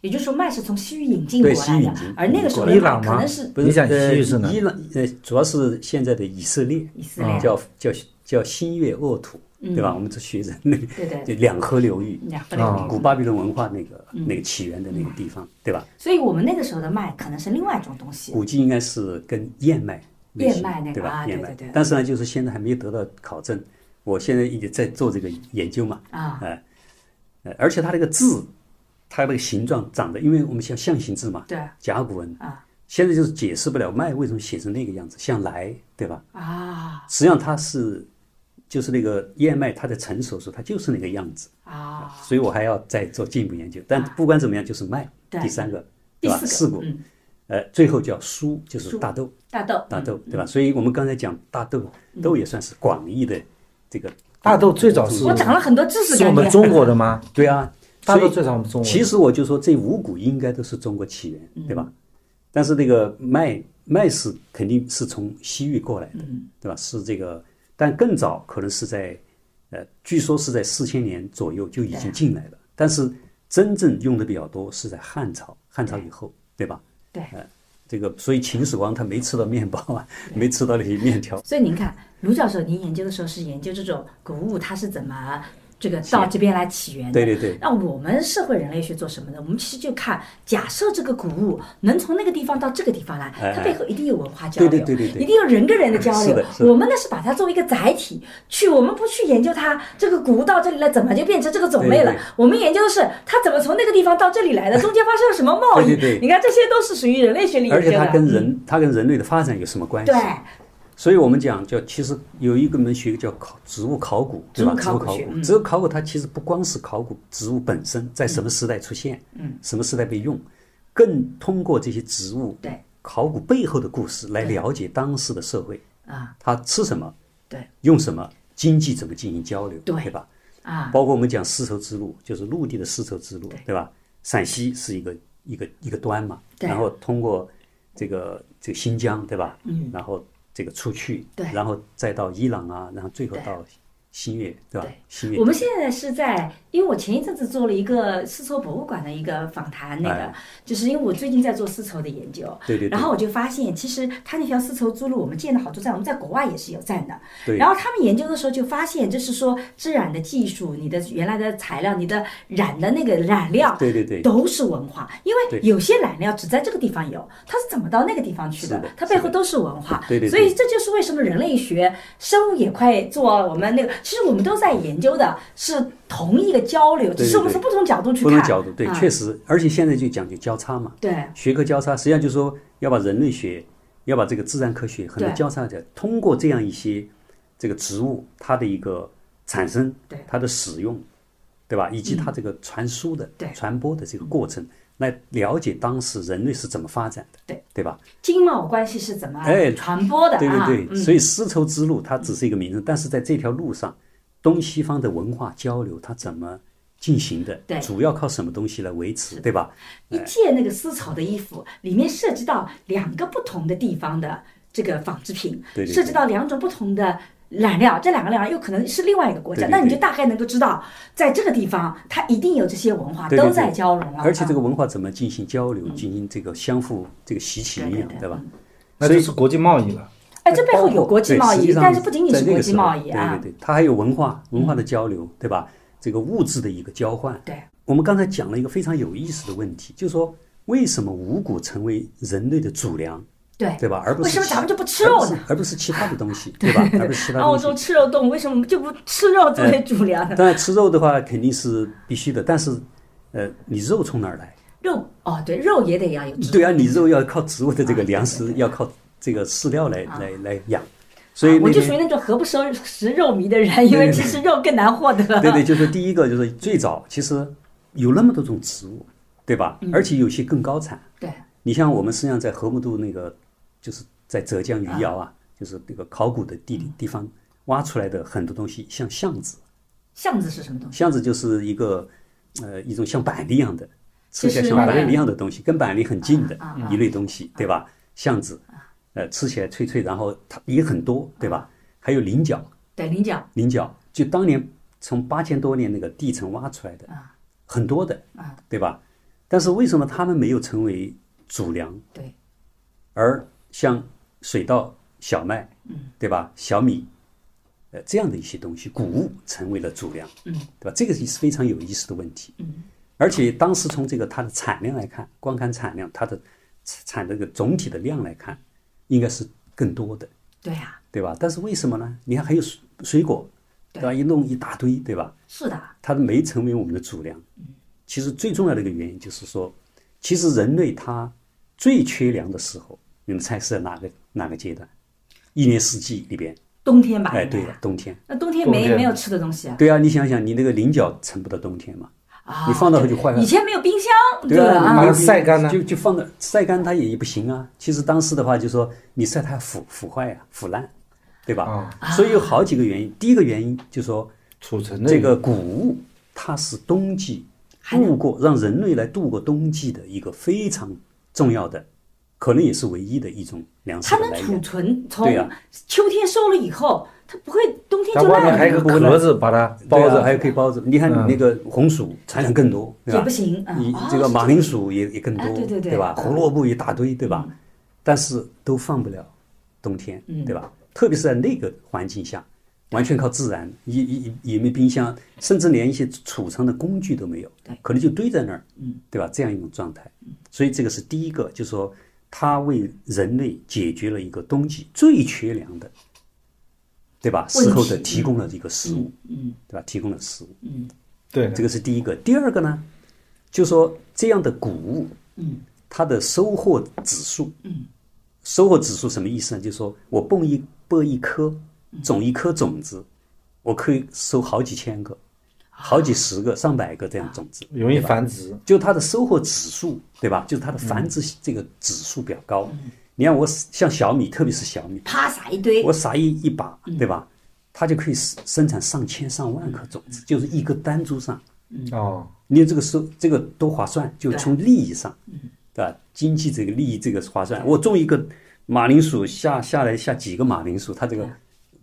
Speaker 5: 也就是说麦是从西域引进过
Speaker 3: 对
Speaker 5: 来
Speaker 3: 西域
Speaker 5: 的
Speaker 3: 引进，
Speaker 5: 而那个时候
Speaker 4: 伊朗
Speaker 5: 可
Speaker 4: 吗
Speaker 5: 能是
Speaker 3: 不是
Speaker 4: 你想西域是哪
Speaker 3: 呃？伊朗呃，主要是现在的以色列，啊
Speaker 5: 以色列
Speaker 3: 叫叫叫新月沃土，对吧？我们这学人类，
Speaker 5: 对对
Speaker 3: 就两河流域，
Speaker 5: 两河流域嗯
Speaker 3: 古巴比伦文化那个那个起源的那个地方，对吧？
Speaker 5: 所以我们那个时候的麦可能是另外一种东西。
Speaker 3: 估计应该是跟燕麦类型
Speaker 5: 燕麦那个
Speaker 3: 对吧
Speaker 5: 啊？
Speaker 3: 燕
Speaker 5: 对
Speaker 3: 麦
Speaker 5: 对对，
Speaker 3: 但是呢，就是现在还没有得到考证，我现在一直在做这个研究嘛，
Speaker 5: 啊
Speaker 3: 呃，呃而且它那个字，它那个形状长得，因为我们像象形字嘛，
Speaker 5: 对
Speaker 3: 甲骨文
Speaker 5: 啊，
Speaker 3: 现在就是解释不了麦为什么写成那个样子，像来，对吧？
Speaker 5: 啊
Speaker 3: 实际上它是，就是那个燕麦它的成熟时候，它就是那个样子，
Speaker 5: 啊，
Speaker 3: 所以我还要再做进一步研究。但不管怎么样，就是麦，
Speaker 5: 对
Speaker 3: 第三个，
Speaker 5: 第
Speaker 3: 对吧？
Speaker 5: 四个
Speaker 3: 四谷
Speaker 5: 嗯，
Speaker 3: 呃，最后叫蔬，就是大豆，
Speaker 5: 大豆，嗯
Speaker 3: 大豆，对吧？所以我们刚才讲大豆，豆也算是广义的这个，
Speaker 4: 大豆最早是
Speaker 5: 我长了很多知识，
Speaker 4: 是我
Speaker 5: 感
Speaker 4: 们
Speaker 5: 觉
Speaker 4: 中国的吗？
Speaker 3: 对啊，
Speaker 4: 大
Speaker 3: 所
Speaker 4: 豆
Speaker 3: 以
Speaker 4: 最早我们中国的。
Speaker 3: 其实我就说这五谷应该都是中国起
Speaker 5: 嗯
Speaker 3: 源，对吧？但是那个麦麦是肯定是从西域过来的，
Speaker 5: 嗯
Speaker 3: 对吧？是这个，但更早可能是在，呃，据说是在四千年左右就已经进来了，但是真正用的比较多是在汉朝，汉朝以后，对吧？
Speaker 5: 对
Speaker 3: 呃这个，所以秦始皇他没吃到面包啊，没吃到那些面条，
Speaker 5: 所以您看，卢教授，您研究的时候是研究这种谷物它是怎么这个到这边来起源的。
Speaker 3: 对对 对。
Speaker 5: 那我们社会人类学做什么呢？我们其实就看，假设这个谷物能从那个地方到这个地方来，
Speaker 3: 哎哎
Speaker 5: 它背后一定有文化交流，
Speaker 3: 对对对对对
Speaker 5: 一定有人跟人的交流。
Speaker 3: 是的是的
Speaker 5: 我们呢是把它作为一个载体去，我们不去研究它这个谷物到这里来怎么就变成这个种类了，
Speaker 3: 对对对
Speaker 5: 我们研究的是它怎么从那个地方到这里来的，中间发生了什么贸易。
Speaker 3: 对对对
Speaker 5: 你看这些都是属于人类学里研
Speaker 3: 而
Speaker 5: 究
Speaker 3: 且
Speaker 5: 的。嗯
Speaker 3: 它跟人，它跟人类的发展有什么关系？
Speaker 5: 对，
Speaker 3: 所以我们讲叫，其实有一个门学叫考植物考古，对吧？
Speaker 5: 植
Speaker 3: 植
Speaker 5: 物考
Speaker 3: 物
Speaker 5: 古
Speaker 3: 考
Speaker 5: 学
Speaker 3: 古，
Speaker 5: 嗯
Speaker 3: 植物考古它其实不光是考古植物本身在什么时代出现，嗯，什么时代被用，更通过这些植物
Speaker 5: 对
Speaker 3: 考古背后的故事来了解当时的社会，
Speaker 5: 啊
Speaker 3: 它吃什么，
Speaker 5: 对，
Speaker 3: 用什么，经济怎么进行交流，
Speaker 5: 对
Speaker 3: 对吧？
Speaker 5: 啊，
Speaker 3: 包括我们讲丝绸之路，就是陆地的丝绸之路
Speaker 5: 对，
Speaker 3: 对吧？陕西是一个一个一个端嘛，
Speaker 5: 对
Speaker 3: 然后通过这个这个新疆，对吧？嗯，然后这个出去，
Speaker 5: 对
Speaker 3: 然后再到伊朗啊，然后最后
Speaker 5: 对
Speaker 3: 到新月，对吧
Speaker 5: 对？
Speaker 3: 新月
Speaker 5: 我，们现在是在，因为我前一阵子做了一个丝绸博物馆的一个访谈，那个
Speaker 3: 哎
Speaker 5: 就是因为我最近在做丝绸的研究，
Speaker 3: 对对对
Speaker 5: 然后我就发现，其实它那条丝绸之路，我们建了好多站，我们在国外也是有站的。
Speaker 3: 对
Speaker 5: 然后他们研究的时候就发现，就是说织染的技术、你的原来的材料、你的染的那个染料，
Speaker 3: 对对对
Speaker 5: 都是文化。因为
Speaker 3: 对
Speaker 5: 有些染料只在这个地方有，它是怎么到那个地方
Speaker 3: 是
Speaker 5: 去
Speaker 3: 的
Speaker 5: 它背后
Speaker 3: 是的
Speaker 5: 都是文化。
Speaker 3: 对对对
Speaker 5: 所以这就是为什么人类学、生物也快做我们那个，其实我们都在研究的是同一个交流，只是我们
Speaker 3: 对
Speaker 5: 从不同角度去
Speaker 3: 不
Speaker 5: 看。
Speaker 3: 同角度，对，
Speaker 5: 啊
Speaker 3: 确实，而且现在就讲究交叉嘛，
Speaker 5: 对
Speaker 3: 学科交叉，实际上就是说要把人类学，要把这个自然科学很多
Speaker 5: 对
Speaker 3: 交叉起来，通过这样一些这个植物它的一个产生
Speaker 5: 对，嗯
Speaker 3: 它的使用，对吧？以及它这个传输的、
Speaker 5: 对
Speaker 3: 传播的这个过程，来了解当时人类是怎么发展的，
Speaker 5: 对
Speaker 3: 对吧？
Speaker 5: 经贸关系是怎么
Speaker 3: 哎
Speaker 5: 传播的
Speaker 3: 对
Speaker 5: 啊？
Speaker 3: 对对，
Speaker 5: 嗯
Speaker 3: 所以丝绸之路它只是一个名字，但是在这条路上，东西方的文化交流它怎么进行的
Speaker 5: 对，
Speaker 3: 主要靠什么东西来维持，对吧？
Speaker 5: 一件那个丝绸的衣服，里面涉及到两个不同的地方的这个纺织品，
Speaker 3: 对对对
Speaker 5: 涉及到两种不同的染料，这两个染料又可能是另外一个国家，
Speaker 3: 对对对
Speaker 5: 那你就大概能够知道，在这个地方它一定有这些文化
Speaker 3: 对对
Speaker 5: 都在交融了，
Speaker 3: 而且这个
Speaker 5: 啊嗯
Speaker 3: 文化怎么进行交流，进行这个相互这个习气
Speaker 5: 对对
Speaker 3: 营养
Speaker 5: 对，
Speaker 3: 对吧？
Speaker 4: 那就是国际贸易了。
Speaker 5: 哎，这背后有国际
Speaker 3: 对
Speaker 5: 贸
Speaker 3: 实
Speaker 5: 易，
Speaker 3: 际上
Speaker 5: 但是不仅仅
Speaker 3: 在
Speaker 5: 是
Speaker 3: 那
Speaker 5: 国
Speaker 3: 个
Speaker 5: 际
Speaker 3: 时候
Speaker 5: 贸易啊，嗯
Speaker 3: 对对对，它还有文化文化的交流，对吧？这个物质的一个交换。
Speaker 5: 对
Speaker 3: 我们刚才讲了一个非常有意思的问题，就是说为什么五谷成为人类的主粮，
Speaker 5: 对
Speaker 3: 对吧？而不是
Speaker 5: 为什么
Speaker 3: 其
Speaker 5: 咱们就不吃
Speaker 3: 而
Speaker 5: 肉呢？
Speaker 3: 不是而不是其他 的东西，对吧？而不是其他的哎
Speaker 5: 澳
Speaker 3: 东西
Speaker 5: 洲。吃肉动物为什么就不吃肉作为主粮呢？
Speaker 3: 当然，吃肉的话肯定是必须的，但是，呃，你肉从哪儿来？
Speaker 5: 肉哦，对，肉也得要有植 物
Speaker 3: 对啊，你肉要靠植物的这
Speaker 5: 啊
Speaker 3: 个
Speaker 5: 对
Speaker 3: 粮
Speaker 5: 对
Speaker 3: 食，
Speaker 5: 对啊
Speaker 3: 要靠这个饲料来来来养，所以
Speaker 5: 啊我
Speaker 3: 那
Speaker 5: 就
Speaker 3: 边
Speaker 5: 属于那种何不食食肉糜的人，因
Speaker 3: 对
Speaker 5: 为
Speaker 3: 对
Speaker 5: 其
Speaker 3: 对
Speaker 5: 实肉更难获得。
Speaker 3: 对 对，就是第一个就是最早其实有那么多种植物，对吧？
Speaker 5: 嗯
Speaker 3: 而且有些更高产。
Speaker 5: 对
Speaker 3: 你像我们实际上在禾木渡那个，就是在浙江余姚啊，就是那个考古的地理地方挖出来的很多东西，像橡子，
Speaker 5: 巷子是什么东西？
Speaker 3: 橡子就是一个呃一种像板栗一样的，吃
Speaker 5: 就是
Speaker 3: 起来像
Speaker 5: 板栗
Speaker 3: 板栗一样的东西，跟板栗很近的
Speaker 5: 啊啊
Speaker 3: 一类东西，对吧？橡子，呃，吃起来脆脆，然后它也很多，对吧？还有菱角，
Speaker 5: 对，菱角
Speaker 3: 菱角，就当年从八千多年那个地层挖出来的，很多的，对吧？但是为什么他们没有成为主粮，
Speaker 5: 对，
Speaker 3: 而像水稻、小麦，对吧？小米，呃，这样的一些东西，谷物成为了主粮，对吧？这个是非常有意思的问题。而且当时从这个它的产量来看，光看产量，它的产这个总体的量来看，应该是更多的。
Speaker 5: 对啊呀、
Speaker 3: 对吧？但是为什么呢？你看还有水水果，对吧？一弄一大堆，对吧？
Speaker 5: 是的，
Speaker 3: 它没成为我们的主粮。其实最重要的一个原因就是说，其实人类它最缺粮的时候，你们猜是在哪个哪个阶段？一年四季里边，
Speaker 5: 冬天吧。
Speaker 3: 哎，
Speaker 5: 应该
Speaker 3: 对了，冬天。
Speaker 5: 那冬天没
Speaker 4: 冬天
Speaker 5: 没有吃的东西啊，
Speaker 3: 对啊，你想想，你那个菱角成不到冬天嘛？
Speaker 5: 啊
Speaker 3: 你放到后就坏了
Speaker 5: 以。前没有冰箱，
Speaker 3: 对
Speaker 5: 吧？
Speaker 3: 啊，你
Speaker 4: 把
Speaker 3: 把
Speaker 4: 它
Speaker 5: 啊，
Speaker 4: 晒干呢
Speaker 3: 就就放到晒干它也不行啊。其实当时的话就说你晒它腐腐坏啊，腐烂，对吧？所以有好几个原因。第一个原因就说
Speaker 4: 储存的
Speaker 3: 这个谷物，它是冬季度过让人类来度过冬季的一个非常重要的，可能也是唯一的一种粮食
Speaker 5: 它
Speaker 3: 的
Speaker 5: 能
Speaker 3: 来
Speaker 5: 储
Speaker 3: 源。
Speaker 5: 存，
Speaker 3: 对啊
Speaker 5: 从
Speaker 3: 呀
Speaker 5: 秋天收了以后，它不会冬天
Speaker 4: 它
Speaker 5: 就
Speaker 4: 外
Speaker 3: 啊
Speaker 5: 烂
Speaker 4: 面还有
Speaker 5: 了，
Speaker 4: 个壳子，把它包
Speaker 3: 包
Speaker 4: 着，
Speaker 3: 子还有可以包子，你看你那个红薯产量更多，对吧？
Speaker 5: 也不行嗯
Speaker 3: 你
Speaker 5: 哦
Speaker 3: 这个
Speaker 5: 是
Speaker 3: 马铃薯也也更多
Speaker 5: 哎，对对对
Speaker 3: 吧？
Speaker 5: 嗯
Speaker 3: 胡萝卜一大堆，对吧？但是都放不了冬天，
Speaker 5: 嗯
Speaker 3: 对吧？特别是在那个环境下，完全靠自然，也也也没冰箱，甚至连一些储藏的工具都没有
Speaker 5: 对，嗯
Speaker 3: 可能就堆在那儿，对吧？这样一种状态，所以这个是第一个，就是说它为人类解决了一个冬季最缺粮的，对吧？
Speaker 5: 问
Speaker 3: 时候的
Speaker 5: 题
Speaker 3: 提供了一个食物，
Speaker 5: 嗯，
Speaker 3: 对吧？提供了食物，
Speaker 4: 对，
Speaker 3: 这个是第一个。第二个呢，就说这样的谷物，
Speaker 5: 嗯，
Speaker 3: 它的收获指数，嗯，收获指数什么意思呢？就是说我蹦一播一颗，种一颗种子，我可以收好几千个、好几十个、上百个这样种子，
Speaker 4: 容易繁殖，
Speaker 3: 就它的收获指数，对吧？就是它的繁殖这个指数比较高。你看我像小米，特别是小米，
Speaker 5: 啪撒一堆
Speaker 3: 我，撒一一把，对吧？它就可以生生产上千上万颗种子，就是一个单株上。
Speaker 4: 哦，
Speaker 3: 你看这个收这个多划算，就
Speaker 5: 对嗯
Speaker 3: 从利益上，对吧？经济这个利益这个是划算。我种一个马铃薯下下来下几个马铃薯，它这个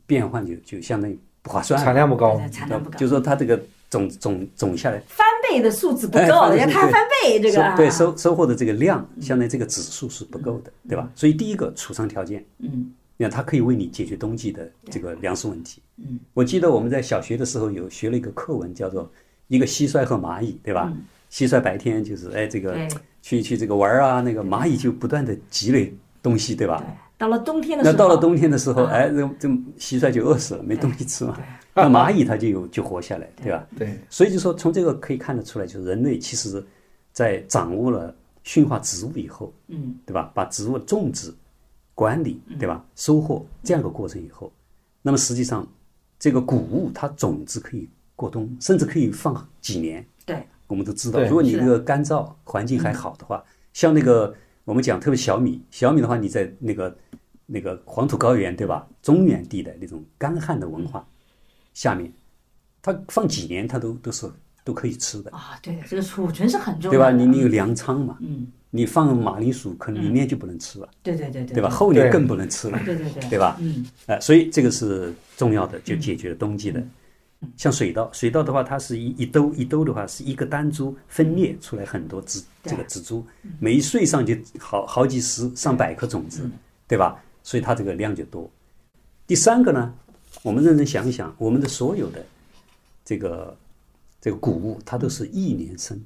Speaker 3: 变换就就相当于不划算了，
Speaker 4: 产量不高
Speaker 5: 对，产量不高
Speaker 3: 就，说它这个种种种下来，
Speaker 5: 翻倍的数字不
Speaker 3: 哎
Speaker 5: 够，
Speaker 3: 翻倍
Speaker 5: 人家看
Speaker 3: 对
Speaker 5: 翻倍这个
Speaker 3: 收
Speaker 5: 啊
Speaker 3: 对收收获的这个量，相当于这个指数是不够的，对吧？所以第一个储藏条件，
Speaker 5: 嗯，
Speaker 3: 那它可以为你解决冬季的这个粮食问题。嗯，我记得我们在小学的时候有学了一个课文，叫做《一个蟋蟀和蚂蚁》，对吧？蟋蟀白天就是哎这个
Speaker 5: 对
Speaker 3: 去去这个玩儿啊，那个蚂蚁就不断的积累东西，对吧
Speaker 5: 对？到了冬天的
Speaker 3: 那
Speaker 5: 时候，
Speaker 3: 到了冬天的时候，哎，这这蟋蟀就饿死了，没东西吃嘛。那蚂蚁它就有就活下来，对吧？
Speaker 4: 对，
Speaker 3: 所以就说从这个可以看得出来，就是人类其实，在掌握了驯化植物以后，
Speaker 5: 嗯，
Speaker 3: 对吧？把植物种植、管理，对吧？收获这样一个过程以后，那么实际上这个谷物它种子可以过冬，甚至可以放几年。
Speaker 5: 对，
Speaker 3: 我们都知道，
Speaker 4: 对
Speaker 3: 如果你
Speaker 5: 是啊的
Speaker 3: 这个干燥环境还好的话，像那个我们讲特别小米，小米的话，你在那个那个黄土高原，对吧？中原地带那种干旱的文化下面，它放几年它都都是都可以吃的，
Speaker 5: 啊，对的，这个储存是很重要
Speaker 3: 对
Speaker 5: 的，
Speaker 3: 吧？你你有粮仓嘛，
Speaker 5: 嗯，
Speaker 3: 你放马铃薯可能明年就不能吃了，
Speaker 5: 对对对对，
Speaker 3: 对吧？？后年
Speaker 4: 对
Speaker 3: 更不能吃了，
Speaker 5: 嗯对对对，
Speaker 3: 对吧？
Speaker 5: 嗯，
Speaker 3: 呃，所以这个是重要的，就解决了冬季的。像水稻，水稻的话，它是一一兜一兜的话，是一个单株分裂出来很多植
Speaker 5: 对
Speaker 3: 这个植株，每一穗上就好好几十上百颗种子，对吧？所以它这个量就多。第三个呢，我们认真想一想，我们的所有的这个这个谷物，它都是一年生，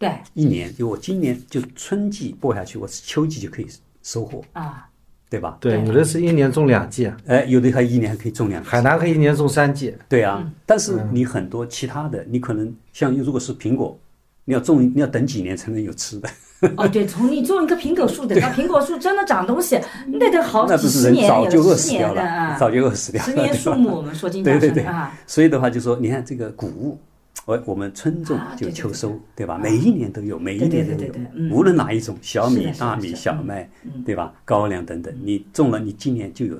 Speaker 5: 对
Speaker 3: 一年就我今年就春季播下去，我秋季就可以收获，
Speaker 5: 啊，
Speaker 3: 对吧？
Speaker 4: 对，有的是一年种两季，
Speaker 3: 哎，有的还一年还可以种两次
Speaker 4: 海南可以一年种三季，
Speaker 3: 对
Speaker 5: 嗯
Speaker 3: 啊，但是你很多其他的，你可能像如果是苹果，你要种，你要等几年才能有吃的，
Speaker 5: 哦对，从你种一个苹果树，等到苹果树真的长东西，那得好
Speaker 3: 那
Speaker 5: 几
Speaker 3: 不是
Speaker 5: 哦十
Speaker 3: 人
Speaker 5: 年，
Speaker 3: 早就
Speaker 5: 有
Speaker 3: 饿
Speaker 5: 的
Speaker 3: 死
Speaker 5: 十
Speaker 3: 掉
Speaker 5: 年的
Speaker 3: 了，
Speaker 5: 啊，
Speaker 3: 早就饿死掉了。
Speaker 5: 十年
Speaker 3: 对
Speaker 5: 树
Speaker 3: 吧
Speaker 5: 木，我们说经
Speaker 3: 对
Speaker 5: 常
Speaker 3: 对
Speaker 5: 说
Speaker 3: 对
Speaker 5: 的啊，
Speaker 3: 所以的话就说，你看这个谷物，我我们春种
Speaker 5: 啊
Speaker 3: 就
Speaker 5: 对对
Speaker 3: 秋
Speaker 5: 对
Speaker 3: 收，对吧？每一年都有，每一
Speaker 5: 对对
Speaker 3: 年都
Speaker 5: 对
Speaker 3: 有
Speaker 5: 对对，嗯
Speaker 3: 无论哪一种，小
Speaker 5: 是
Speaker 3: 米
Speaker 5: 的、是的
Speaker 3: 大米、
Speaker 5: 是的嗯
Speaker 3: 小麦，对吧？高粱等等，你种了，你今年就有，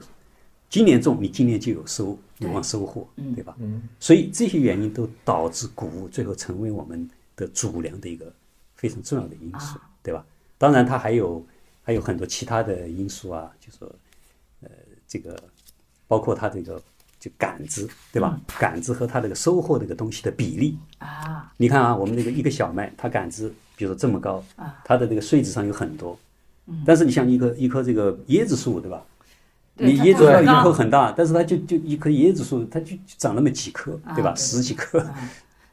Speaker 3: 今年种，你今年就有收，有望收获，
Speaker 5: 嗯
Speaker 3: 对吧？所以这些原因都导致谷物最后成为我们的主粮的一个非常重要的因素，
Speaker 5: 啊
Speaker 3: 对吧？当然，它还有还有很多其他的因素啊，就说，呃，这个包括它这个就杆子，对
Speaker 5: 嗯
Speaker 3: 吧？杆子和它这个收获这个东西的比例，
Speaker 5: 啊，
Speaker 3: 你看啊，我们那个一个小麦，它杆子比如说这么高，
Speaker 5: 啊
Speaker 3: 它的这个穗子上有很多，
Speaker 5: 嗯
Speaker 3: 但是你像一棵一棵这个椰子树，对吧？
Speaker 5: 对
Speaker 3: 你
Speaker 5: 它
Speaker 3: 椰子
Speaker 5: 长
Speaker 3: 树
Speaker 5: 得
Speaker 3: 以
Speaker 5: 高
Speaker 3: 后很大，但是它就就一棵椰子树，它就就长那么几棵，对吧？
Speaker 5: 对
Speaker 3: 十几棵，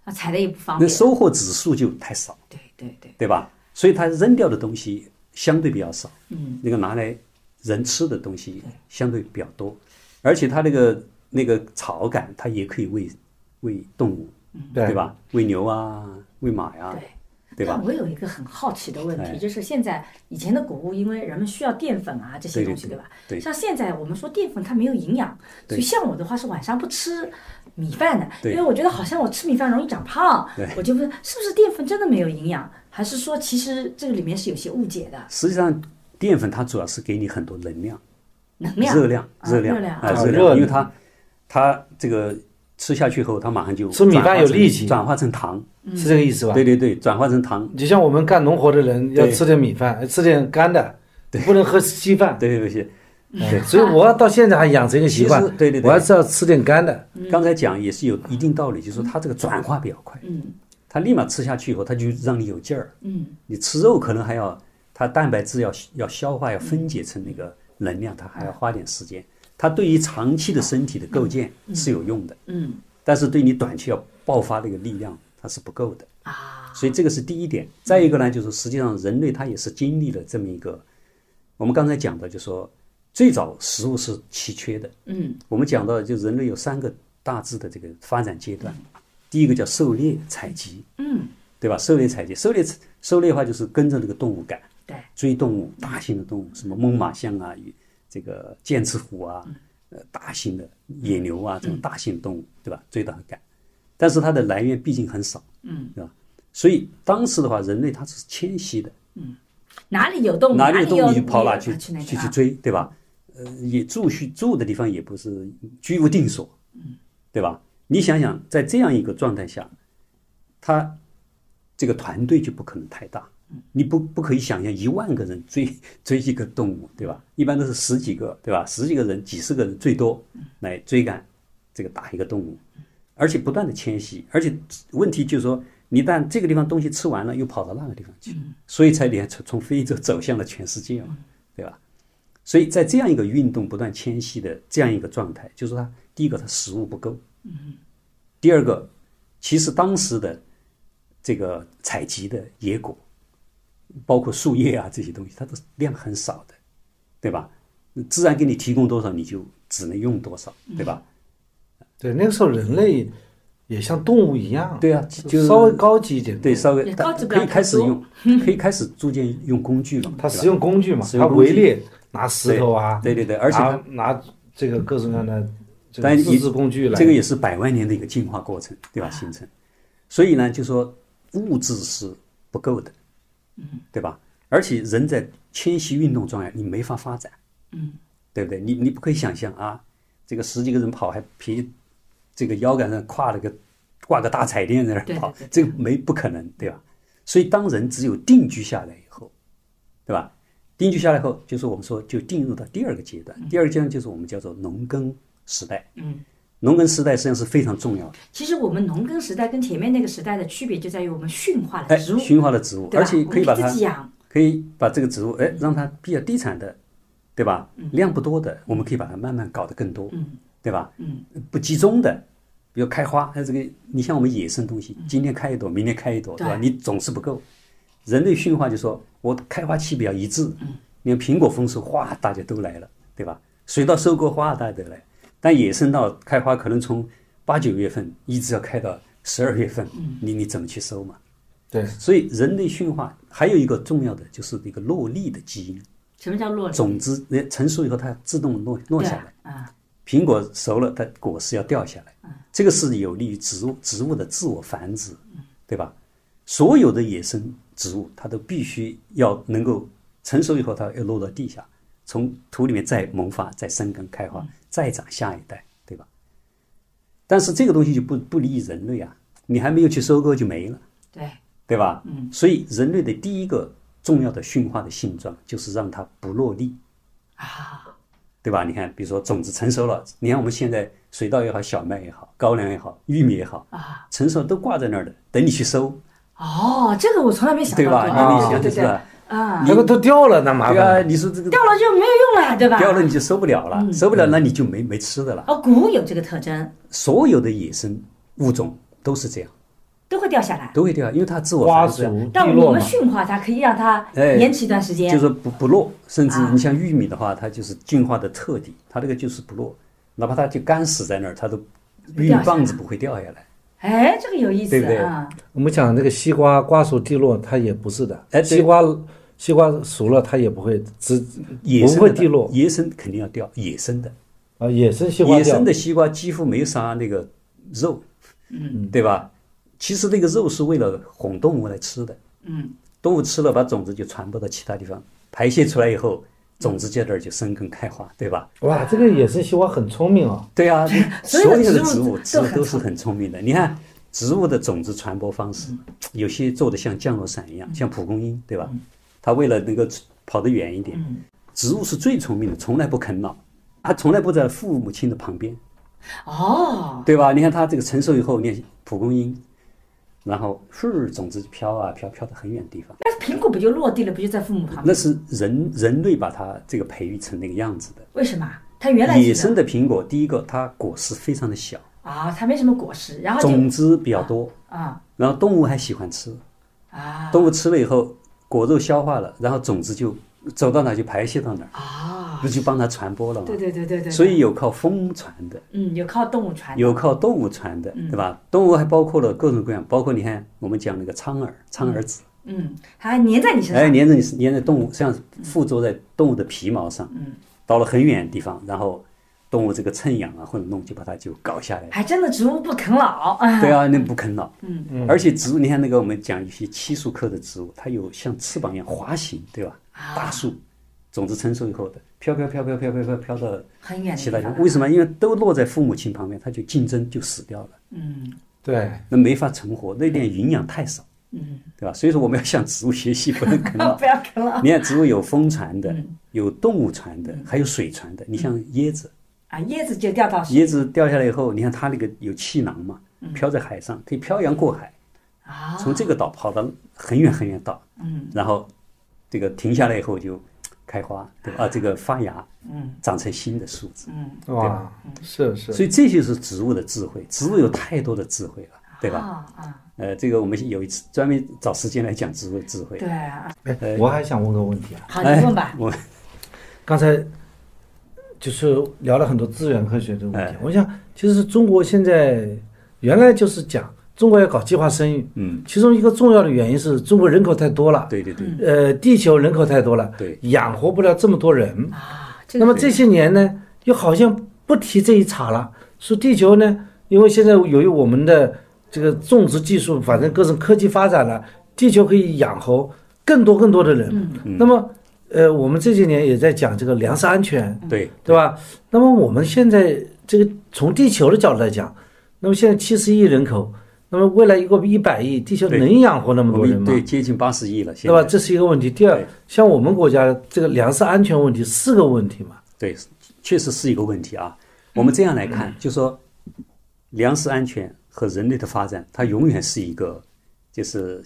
Speaker 5: 啊踩的也不方
Speaker 3: 那
Speaker 5: 便，
Speaker 3: 收获指数就太少，
Speaker 5: 对对对，
Speaker 3: 对吧？所以它扔掉的东西相对比较少，
Speaker 5: 嗯
Speaker 3: 那个拿来人吃的东西相对比较多，而且它那个那个草杆，它也可以喂喂动物，
Speaker 4: 对
Speaker 3: 对？吧？喂牛啊，喂马呀、
Speaker 5: 嗯对
Speaker 3: 对吧
Speaker 5: 那？我有一个很好奇的问
Speaker 3: 哎
Speaker 5: 题，就是现在以前的谷物，因为人们需要淀粉啊这些
Speaker 3: 对对
Speaker 5: 东西，
Speaker 3: 对
Speaker 5: 对吧？
Speaker 3: 对
Speaker 5: 像现在我们说淀粉它没有营养，所以像我的话是晚上不吃米饭的，
Speaker 3: 对
Speaker 5: 因为我觉得好像我吃米饭容易长胖
Speaker 3: 对，
Speaker 5: 我就问是不是淀粉真的没有营养，还是说其实这个里面是有些误解的
Speaker 3: 实际上，淀粉它主要是给你很多能量、
Speaker 5: 能量？
Speaker 3: 热量、
Speaker 5: 啊
Speaker 3: 热
Speaker 5: 热量
Speaker 3: 啊，
Speaker 4: 啊
Speaker 3: 热
Speaker 4: 热
Speaker 3: 量，因
Speaker 4: 量
Speaker 3: 为它它这个吃下去以后，它马上就
Speaker 4: 吃米饭
Speaker 3: 转化
Speaker 4: 有
Speaker 3: 成
Speaker 4: 力气
Speaker 3: 转化成糖。
Speaker 4: 是这个意思吧？
Speaker 3: 对对对，转化成糖。
Speaker 5: 嗯
Speaker 4: 就像我们干农活的人要
Speaker 3: 对
Speaker 4: 吃点米饭，吃点干的，不能喝稀饭。
Speaker 3: 对对对，
Speaker 4: 对，所以我到现在还养成一个习惯
Speaker 3: 嗯其实，对对对
Speaker 4: 我还是要吃点干的。
Speaker 3: 刚才讲也是有一定道理，就是说它这个转化比较快，
Speaker 5: 嗯
Speaker 3: 它立马吃下去以后，它就让你有劲儿。
Speaker 5: 嗯，
Speaker 3: 你吃肉可能还要它它蛋白质要要消化，要分解成那个能量，它
Speaker 5: 嗯
Speaker 3: 还要花点时间。它对于长期的身体的构建是有用的，
Speaker 5: 嗯
Speaker 3: 但是对你短期要爆发那个力量，它是不够的。
Speaker 5: 啊，
Speaker 3: 所以这个是第一点。再一个呢，就是实际上人类它也是经历了这么一个，我们刚才讲的，就说最早食物是奇缺的。
Speaker 5: 嗯
Speaker 3: 我们讲到，就人类有三个大致的这个发展阶段，第一个叫狩猎采集，
Speaker 5: 嗯，
Speaker 3: 对吧？狩猎采集，狩猎狩猎的话就是跟着这个动物赶，
Speaker 5: 对，
Speaker 3: 追动物，大型的动物，什么猛犸象啊，与这个剑齿虎啊，
Speaker 5: 嗯
Speaker 3: 呃，大型的野牛啊，这种大型动物，对吧？追到它赶，但是它的来源毕竟很少，
Speaker 5: 嗯，
Speaker 3: 对吧？所以当时的话，人类它是迁徙的，
Speaker 5: 哪里有动物
Speaker 3: 哪里
Speaker 5: 里
Speaker 3: 有动物你就跑哪去
Speaker 5: 去哪
Speaker 3: 去
Speaker 5: 里
Speaker 3: 去
Speaker 5: 啊
Speaker 3: 追，对吧？呃，也住去住的地方也不是居无定所，
Speaker 5: 嗯
Speaker 3: 对吧？你想想，在这样一个状态下，他这个团队就不可能太大，
Speaker 5: 嗯
Speaker 3: 你不不可以想象一万个人追追一个动物，对吧？一般都是十几个，对吧？十几个人、几十个人最多
Speaker 5: 嗯
Speaker 3: 来追赶这个大一个动物，而且不断的迁徙，而且问题就是说，你一旦这个地方东西吃完了，又跑到那个地方去，所以才连从从非洲走向了全世界
Speaker 5: 嗯
Speaker 3: 嘛，对吧？所以在这样一个运动不断迁徙的这样一个状态，就是它第一个它食物不够，
Speaker 5: 嗯
Speaker 3: 第二个，其实当时的这个采集的野果，包括树叶啊这些东西，它的量很少的，对吧？自然给你提供多少，你就只能用多少，
Speaker 5: 嗯
Speaker 3: 对吧？
Speaker 4: 对，那个时候人类也像动物一样，
Speaker 3: 对啊就
Speaker 4: 稍微高级一点，
Speaker 3: 对，稍微
Speaker 5: 也
Speaker 3: 大
Speaker 5: 高级不
Speaker 3: 可以
Speaker 5: 了
Speaker 3: 开
Speaker 5: 太
Speaker 3: 始
Speaker 5: 多
Speaker 3: 用，可以开始逐渐用工具了嘛。
Speaker 4: 它
Speaker 3: 对吧
Speaker 4: 使用工具嘛，
Speaker 3: 使用
Speaker 4: 它
Speaker 3: 工具
Speaker 4: 围猎拿石头啊，
Speaker 3: 对对对而且
Speaker 4: 拿拿这个各种各样的这个
Speaker 3: 但
Speaker 4: 自
Speaker 3: 也
Speaker 4: 制工具来，
Speaker 3: 这个也是百万年的一个进化过程，对吧？形成，所以呢，就说物质是不够的，嗯，对吧？而且人在迁徙运动状态，你没法发展，
Speaker 5: 嗯，
Speaker 3: 对不对？你你不可以想象啊，这个十几个人跑还皮，这个腰杆上挎了个挂个大彩电在那
Speaker 5: 对
Speaker 3: 儿跑
Speaker 5: 对对，
Speaker 3: 这个没不可能，对吧？所以当人只有定居下来以后，对吧？定居下来后，就是我们说就进入到第二个阶段，第二个阶段就是我们叫做农耕时代。
Speaker 5: 嗯，
Speaker 3: 农耕时代实际上是非常重要的，
Speaker 5: 其实我们农耕时代跟前面那个时代的区别就在于我们驯化了
Speaker 3: 哎，
Speaker 5: 植物，
Speaker 3: 驯化了植物，
Speaker 5: 对
Speaker 3: 而
Speaker 5: 吧
Speaker 3: 且可以把
Speaker 5: 我们
Speaker 3: 它
Speaker 5: 自己养，
Speaker 3: 可以把这个植物，哎，让它比较低产的，对吧？量不多的，我们可以把它慢慢搞得更多，对吧？
Speaker 5: 嗯，
Speaker 3: 不集中的，比如开花，它哎这个你像我们野生东西，今天开一朵，明天开一朵，对吧？
Speaker 5: 对
Speaker 3: 你总是不够。人类驯化就说，我开花期比较一致，你看苹果丰收，哗，大家都来了，对吧？水稻收割，哗，大家都来。但野生稻开花可能从八九月份一直要开到十二月份，你你怎么去收嘛？
Speaker 4: 对，
Speaker 3: 所以人类驯化还有一个重要的就是一个落粒的基因，
Speaker 5: 什么叫落力？
Speaker 3: 种子呃成熟以后它自动落落
Speaker 5: 对
Speaker 3: 下
Speaker 5: 啊
Speaker 3: 来，
Speaker 5: 啊，嗯
Speaker 3: 苹果熟了它果实要掉下来，这个是有利于植物植物的自我繁殖，对吧？所有的野生植物它都必须要能够成熟以后它要落到地下，从土里面再萌发、再生根、开
Speaker 5: 嗯
Speaker 3: 花、再长下一代，对吧？但是这个东西就不不利于人类啊，你还没有去收割就没了。
Speaker 5: 对，
Speaker 3: 对吧？嗯，所以人类的第一个重要的驯化的性状就是让它不落粒
Speaker 5: 啊，
Speaker 3: 对吧？你看，比如说种子成熟了，你看我们现在水稻也好，小麦也好，高粱也好，玉米也好，
Speaker 5: 啊，
Speaker 3: 成熟都挂在那儿的，等你去收，
Speaker 5: 哦，这个我从来没想
Speaker 3: 对
Speaker 5: 到过，
Speaker 3: 吧？
Speaker 5: 啊
Speaker 3: 你想
Speaker 5: 对
Speaker 3: 的
Speaker 5: 对
Speaker 3: 是
Speaker 5: 对，
Speaker 3: 吧？
Speaker 5: 啊，
Speaker 4: 那个都掉了，那麻
Speaker 3: 对
Speaker 4: 烦了。
Speaker 3: 啊，你说这个
Speaker 5: 掉了就没有用了，嗯对吧？
Speaker 3: 掉了你就收不了了，收不了那你就没没吃的了。
Speaker 5: 哦，谷物有这个特征，
Speaker 3: 所有的野生物种都是这样，
Speaker 5: 都会掉下来，
Speaker 3: 都会掉，因为它自我
Speaker 4: 瓜
Speaker 3: 繁殖啊，
Speaker 4: 熟
Speaker 5: 但
Speaker 4: 蒂
Speaker 5: 我
Speaker 4: 落
Speaker 5: 们
Speaker 4: 嘛，
Speaker 5: 驯化它，可以让它
Speaker 3: 哎
Speaker 5: 延迟一段时间，
Speaker 3: 就是说不不落，甚至
Speaker 5: 啊
Speaker 3: 你像玉米的话，它就是进化的特点，它这个就是不落，哪怕它就干死在那儿，它都玉米
Speaker 5: 掉下来
Speaker 3: 棒子不会掉下来。
Speaker 5: 哎，这个有意思
Speaker 3: 对不对
Speaker 5: 啊，
Speaker 4: 我们讲这个西瓜瓜熟蒂落，它也不是的。
Speaker 3: 哎对
Speaker 4: 西瓜西瓜熟了，它也不会只
Speaker 3: 野生
Speaker 4: 不
Speaker 3: 的
Speaker 4: 会蒂落
Speaker 3: 野生肯定要掉，野生的，
Speaker 4: 啊。野生西瓜
Speaker 3: 野
Speaker 4: 掉
Speaker 3: 生的西瓜几乎没啥那个肉，嗯，对吧？其实那个肉是为了哄动物来吃的，
Speaker 5: 嗯，
Speaker 3: 动物吃了把种子就传播到其他地方，排泄出来以后，种子在这儿就生根开花，对吧？
Speaker 4: 哇，这个野生西瓜很聪明啊。
Speaker 3: 对啊，
Speaker 5: 所
Speaker 3: 所
Speaker 5: 有
Speaker 3: 有
Speaker 5: 的
Speaker 3: 的
Speaker 5: 植
Speaker 3: 植
Speaker 5: 物
Speaker 3: 物
Speaker 5: 都
Speaker 3: 植物
Speaker 5: 很嗯
Speaker 3: 都是很聪明的。你看，植物的种子传播方式，有些做的像降落伞一样，
Speaker 5: 嗯
Speaker 3: 像蒲公英，对吧？它为了能够跑得远一点，
Speaker 5: 嗯
Speaker 3: 植物是最聪明的，从来不啃老，它从来不在父母亲的旁边，
Speaker 5: 哦，
Speaker 3: 对吧？你看它这个成熟以后，你看蒲公英，然后是种子飘啊飘，飘到很远的地方。
Speaker 5: 但是苹果不就落地了，不就在父母旁
Speaker 3: 那
Speaker 5: 边？
Speaker 3: 是人人类把它这个培育成那个样子的。
Speaker 5: 为什么啊？它原来
Speaker 3: 野
Speaker 5: 是这
Speaker 3: 生
Speaker 5: 样
Speaker 3: 的苹果，第一个它果实非常的小，
Speaker 5: 啊，它没什么果实，然后就
Speaker 3: 种子比较多，
Speaker 5: 啊
Speaker 3: 然后动物还喜欢吃，
Speaker 5: 啊
Speaker 3: 动物吃了以后果肉消化了，然后种子就走到哪儿就排泄到哪儿，
Speaker 5: 啊！
Speaker 3: 不就帮它传播了吗？
Speaker 5: 对对对对对，
Speaker 3: 所以有靠风传的，
Speaker 5: 嗯，有靠动物传的
Speaker 3: 有靠动物传的，
Speaker 5: 嗯
Speaker 3: 对吧？动物还包括了各种各样，包括你看我们讲那个苍耳，苍耳子，
Speaker 5: 嗯，它还粘在你身
Speaker 3: 哎，
Speaker 5: 上，
Speaker 3: 粘着你是粘在动物身上，
Speaker 5: 嗯
Speaker 3: 附着在动物的皮毛上，嗯，到了很远的地方，然后动物这个趁痒啊或者弄就把它就搞下来，
Speaker 5: 还真的植物不啃老 啊。
Speaker 3: 对啊，那不啃老，嗯，而且植物，你看那个我们讲一些漆树科的植物，它有像翅膀一样滑行，对吧？大树种子成熟以后的飘飘飘飘飘飘飘飘到
Speaker 5: 很远的
Speaker 3: 其
Speaker 5: 地
Speaker 3: 他地方，
Speaker 5: 方，。
Speaker 3: 为什么？因为都落在父母亲旁边，它就竞争就死掉了。
Speaker 4: 对，
Speaker 3: 那没法存活，那点营养太少，嗯，对吧？所以说我们要向植物学习，不能啃老
Speaker 5: 哦 不要啃老
Speaker 3: 你看，植物有风传的，有动物传的，还有水传的。你像椰子，
Speaker 5: 啊！椰子就掉到水
Speaker 3: 椰子掉下来以后，你看它那个有气囊嘛，飘在海上，可以漂洋过海，
Speaker 5: 啊，
Speaker 3: 从这个岛跑到很远很远岛，嗯，然后这个停下来以后就开花，对吧？啊，这个发芽，嗯，长成新的树枝，
Speaker 5: 嗯
Speaker 4: 哇，是是，
Speaker 3: 所以这就是植物的智慧。植物有太多的智慧了，对吧？
Speaker 5: 啊啊，
Speaker 3: 呃，这个我们有一次专门找时间来讲植物智慧。
Speaker 5: 对啊，
Speaker 3: 呃
Speaker 4: 哎我还想问个问题啊，
Speaker 5: 好，
Speaker 3: 哎，
Speaker 5: 你问吧。
Speaker 3: 我
Speaker 4: 刚才就是聊了很多资源科学的问题
Speaker 3: 哎，
Speaker 4: 我想其实中国现在原来就是讲中国要搞计划生育，
Speaker 3: 嗯，
Speaker 4: 其中一个重要的原因是中国人口太多了，
Speaker 3: 对对
Speaker 5: 嗯
Speaker 3: 对，
Speaker 4: 呃，地球人口太多了，
Speaker 3: 对
Speaker 4: 养活不了这么多人。
Speaker 5: 啊，这
Speaker 4: 那
Speaker 5: 个
Speaker 4: 么这些年呢，又好像不提这一茬了。说地球呢，因为现在由于我们的这个种植技术，反正各种科技发展了，地球可以养活更多更多的人。
Speaker 3: 嗯
Speaker 4: 那么，呃，我们这些年也在讲这个粮食安全，
Speaker 5: 嗯
Speaker 3: 对
Speaker 4: 对吧？那么我们现在这个从地球的角度来讲，那么现在七十亿人口，那么未来一个一百亿，地球
Speaker 3: 对
Speaker 4: 能养活那么
Speaker 3: 我
Speaker 4: 多人
Speaker 3: 们
Speaker 4: 吗？
Speaker 3: 对接近八十亿了，现
Speaker 4: 对吧？
Speaker 3: 在
Speaker 4: 这是一个问题。第二
Speaker 3: 对，
Speaker 4: 像我们国家这个粮食安全问题四个问题嘛，
Speaker 3: 对，确实是一个问题啊。我们这样来看，就说粮食安全和人类的发展，它永远是一个就是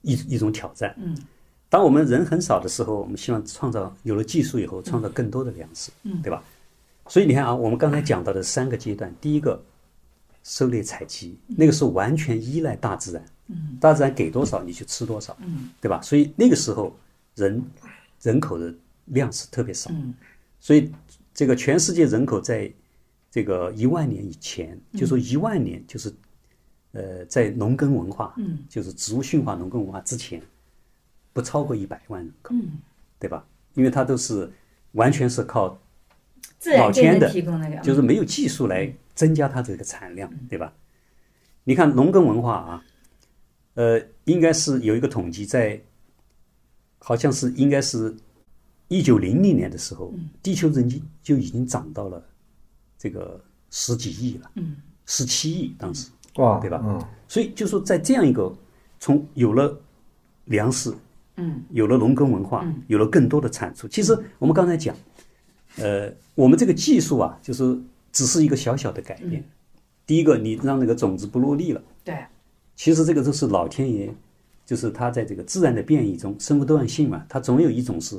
Speaker 3: 一一种挑战。嗯，当我们人很少的时候，我们希望创造有了技术以后，创造更多的粮食，嗯，对吧？所以你看啊，我们刚才讲到的三个阶段，第一个狩猎采集，那个是完全依赖大自然，嗯，大自然给多少你就吃多少，嗯，对吧？所以那个时候人人口的量是特别少，嗯，所以这个全世界人口在这个一万年以前，就说一万年就是呃，在农耕文化，嗯，就是植物驯化农耕文化之前，不超过一百万人口，嗯，对吧？因为它都是完全是靠
Speaker 5: 自然
Speaker 3: 老
Speaker 5: 界
Speaker 3: 天
Speaker 5: 能
Speaker 3: 的
Speaker 5: 提供那个，嗯
Speaker 3: 就是没有技术来增加它这个产量，对吧？你看农耕文化啊，呃，应该是有一个统计在，好像是应该是一九零零年的时候，地球人均就已经涨到了这个十几亿了，十七亿当时，
Speaker 4: 哇，
Speaker 3: 对吧？
Speaker 4: 嗯，
Speaker 3: 所以就说在这样一个从有了粮食，嗯，有了农耕文化，有了更多的产出。其实我们刚才讲，呃，我们这个技术啊，就是只是一个小小的改变。第一个，你让那个种子不落地了，
Speaker 5: 对，
Speaker 3: 其实这个都是老天爷，就是他在这个自然的变异中，生物多样性嘛，它总有一种是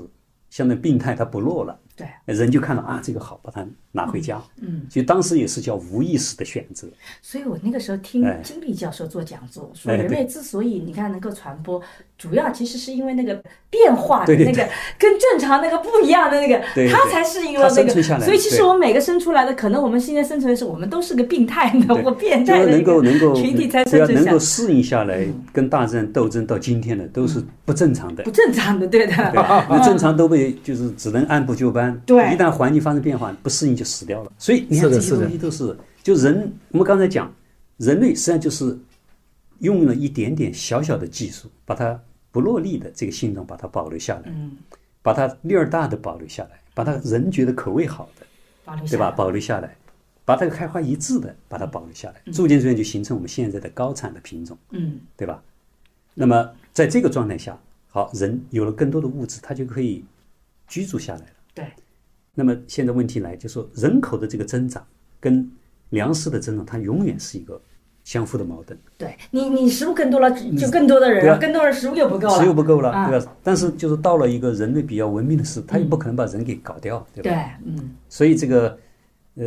Speaker 3: 相对病态，它不落了。
Speaker 5: 对，
Speaker 3: 人就看到啊，这个好，把它拿回家。嗯，其实当时也是叫无意识的选择。
Speaker 5: 所以我那个时候听
Speaker 3: 哎
Speaker 5: 金立教授做讲座，说
Speaker 3: 哎
Speaker 5: 人
Speaker 3: 对
Speaker 5: 类之所以你看能够传播，主要其实是因为那个变化的
Speaker 3: 对对
Speaker 5: 那个跟正常那个不一样的那个
Speaker 3: 对，对
Speaker 5: 它才是一个
Speaker 3: 它
Speaker 5: 那
Speaker 3: 生
Speaker 5: 个。
Speaker 3: 存下来
Speaker 5: 所以其实
Speaker 3: 对
Speaker 5: 我们每个生出来的，可能我们现在生存的是，我们都是个病态的
Speaker 3: 对
Speaker 5: 或变
Speaker 3: 就
Speaker 5: 态
Speaker 3: 是
Speaker 5: 的一
Speaker 3: 能
Speaker 5: 个
Speaker 3: 够能够
Speaker 5: 群体才
Speaker 3: 对
Speaker 5: 生
Speaker 3: 啊，
Speaker 5: 存
Speaker 3: 能
Speaker 5: 下
Speaker 3: 够
Speaker 5: 来，
Speaker 3: 适应下来，跟大自然斗争到今天的都是不正常的
Speaker 5: 嗯不。正常的，对的。
Speaker 3: 对吧那正常都被就是只能按部就班，
Speaker 5: 对
Speaker 3: 一旦环境发生变化，不适应就死掉了。所以你
Speaker 4: 是
Speaker 3: 看
Speaker 4: 的
Speaker 3: 这些
Speaker 4: 是的
Speaker 3: 东西都是，就人我们刚才讲，人类实际上就是用了一点点小小的技术，把它不落力的这个性能把它保留下来，
Speaker 5: 嗯
Speaker 3: 把它粒儿大的保留下来，把它人觉得口味好的，
Speaker 5: 保留下
Speaker 3: 对
Speaker 5: 来
Speaker 3: 吧？保留下来，把这个开花一致的把它保留下来，逐渐逐渐就形成我们现在的高产的品种，
Speaker 5: 嗯，
Speaker 3: 对吧？那么在这个状态下，好，人有了更多的物质，他就可以居住下来了。
Speaker 5: 对，
Speaker 3: 那么现在问题来，就是说人口的这个增长跟粮食的增长，它永远是一个相互的矛盾，
Speaker 5: 对你，你食物更多了，就更多的人
Speaker 3: 对啊
Speaker 5: 了，更多人食物又不够
Speaker 3: 食物
Speaker 5: 了。
Speaker 3: 不够了，
Speaker 5: 啊
Speaker 3: 对吧？但是就是到了一个人类比较文明的时，候，他也不可能把人给搞掉，对吧？
Speaker 5: 对，嗯，
Speaker 3: 所以这个，呃，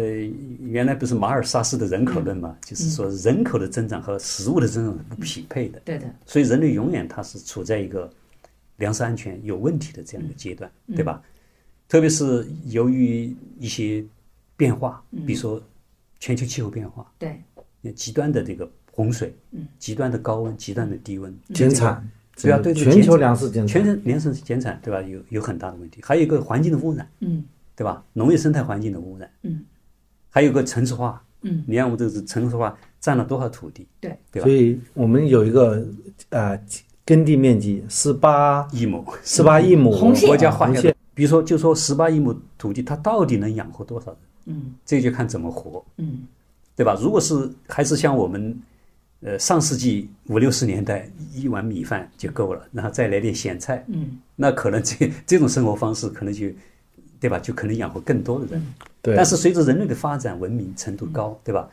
Speaker 3: 原来不是马尔萨斯的人口论嘛，就是说人口的增长和食物的增长是不匹配的，
Speaker 5: 对的，
Speaker 3: 所以人类永远它是处在一个粮食安全有问题的这样一个阶段，对吧？特别是由于一些变化，比如说全球气候变化，
Speaker 5: 对，
Speaker 3: 极端的这个洪水，极端的高温，极端的低温，
Speaker 4: 减产，
Speaker 3: 对啊，对这个
Speaker 4: 全
Speaker 3: 减
Speaker 4: 球
Speaker 3: 产
Speaker 4: 粮食减
Speaker 3: 全
Speaker 4: 产，
Speaker 3: 球粮食减产，对吧？有有很大的问题，还有一个环境的污染，
Speaker 5: 嗯，
Speaker 3: 对吧？农业生态环境的污染，
Speaker 5: 嗯，
Speaker 3: 还有个城市化，
Speaker 5: 嗯，
Speaker 3: 你看我们这个城市化占了多少土地？
Speaker 5: 对，
Speaker 3: 对吧
Speaker 4: 所？以我们有一个呃耕地面积十八
Speaker 3: 一亩，
Speaker 4: 十
Speaker 3: 嗯
Speaker 4: 八亿亩，
Speaker 5: 红线
Speaker 3: 国家划
Speaker 4: 红
Speaker 3: 下
Speaker 4: 线
Speaker 3: 的，比如说就说十八亿亩土地，它到底能养活多少人？嗯，这就看怎么活，
Speaker 5: 嗯，
Speaker 3: 对吧？如果是还是像我们，呃，上世纪五六十年代一碗米饭就够了，然后再来点咸菜，嗯，那可能这这种生活方式可能就，对吧？就可能养活更多的人。
Speaker 4: 对
Speaker 3: 但是随着人类的发展，文明程度高，对吧？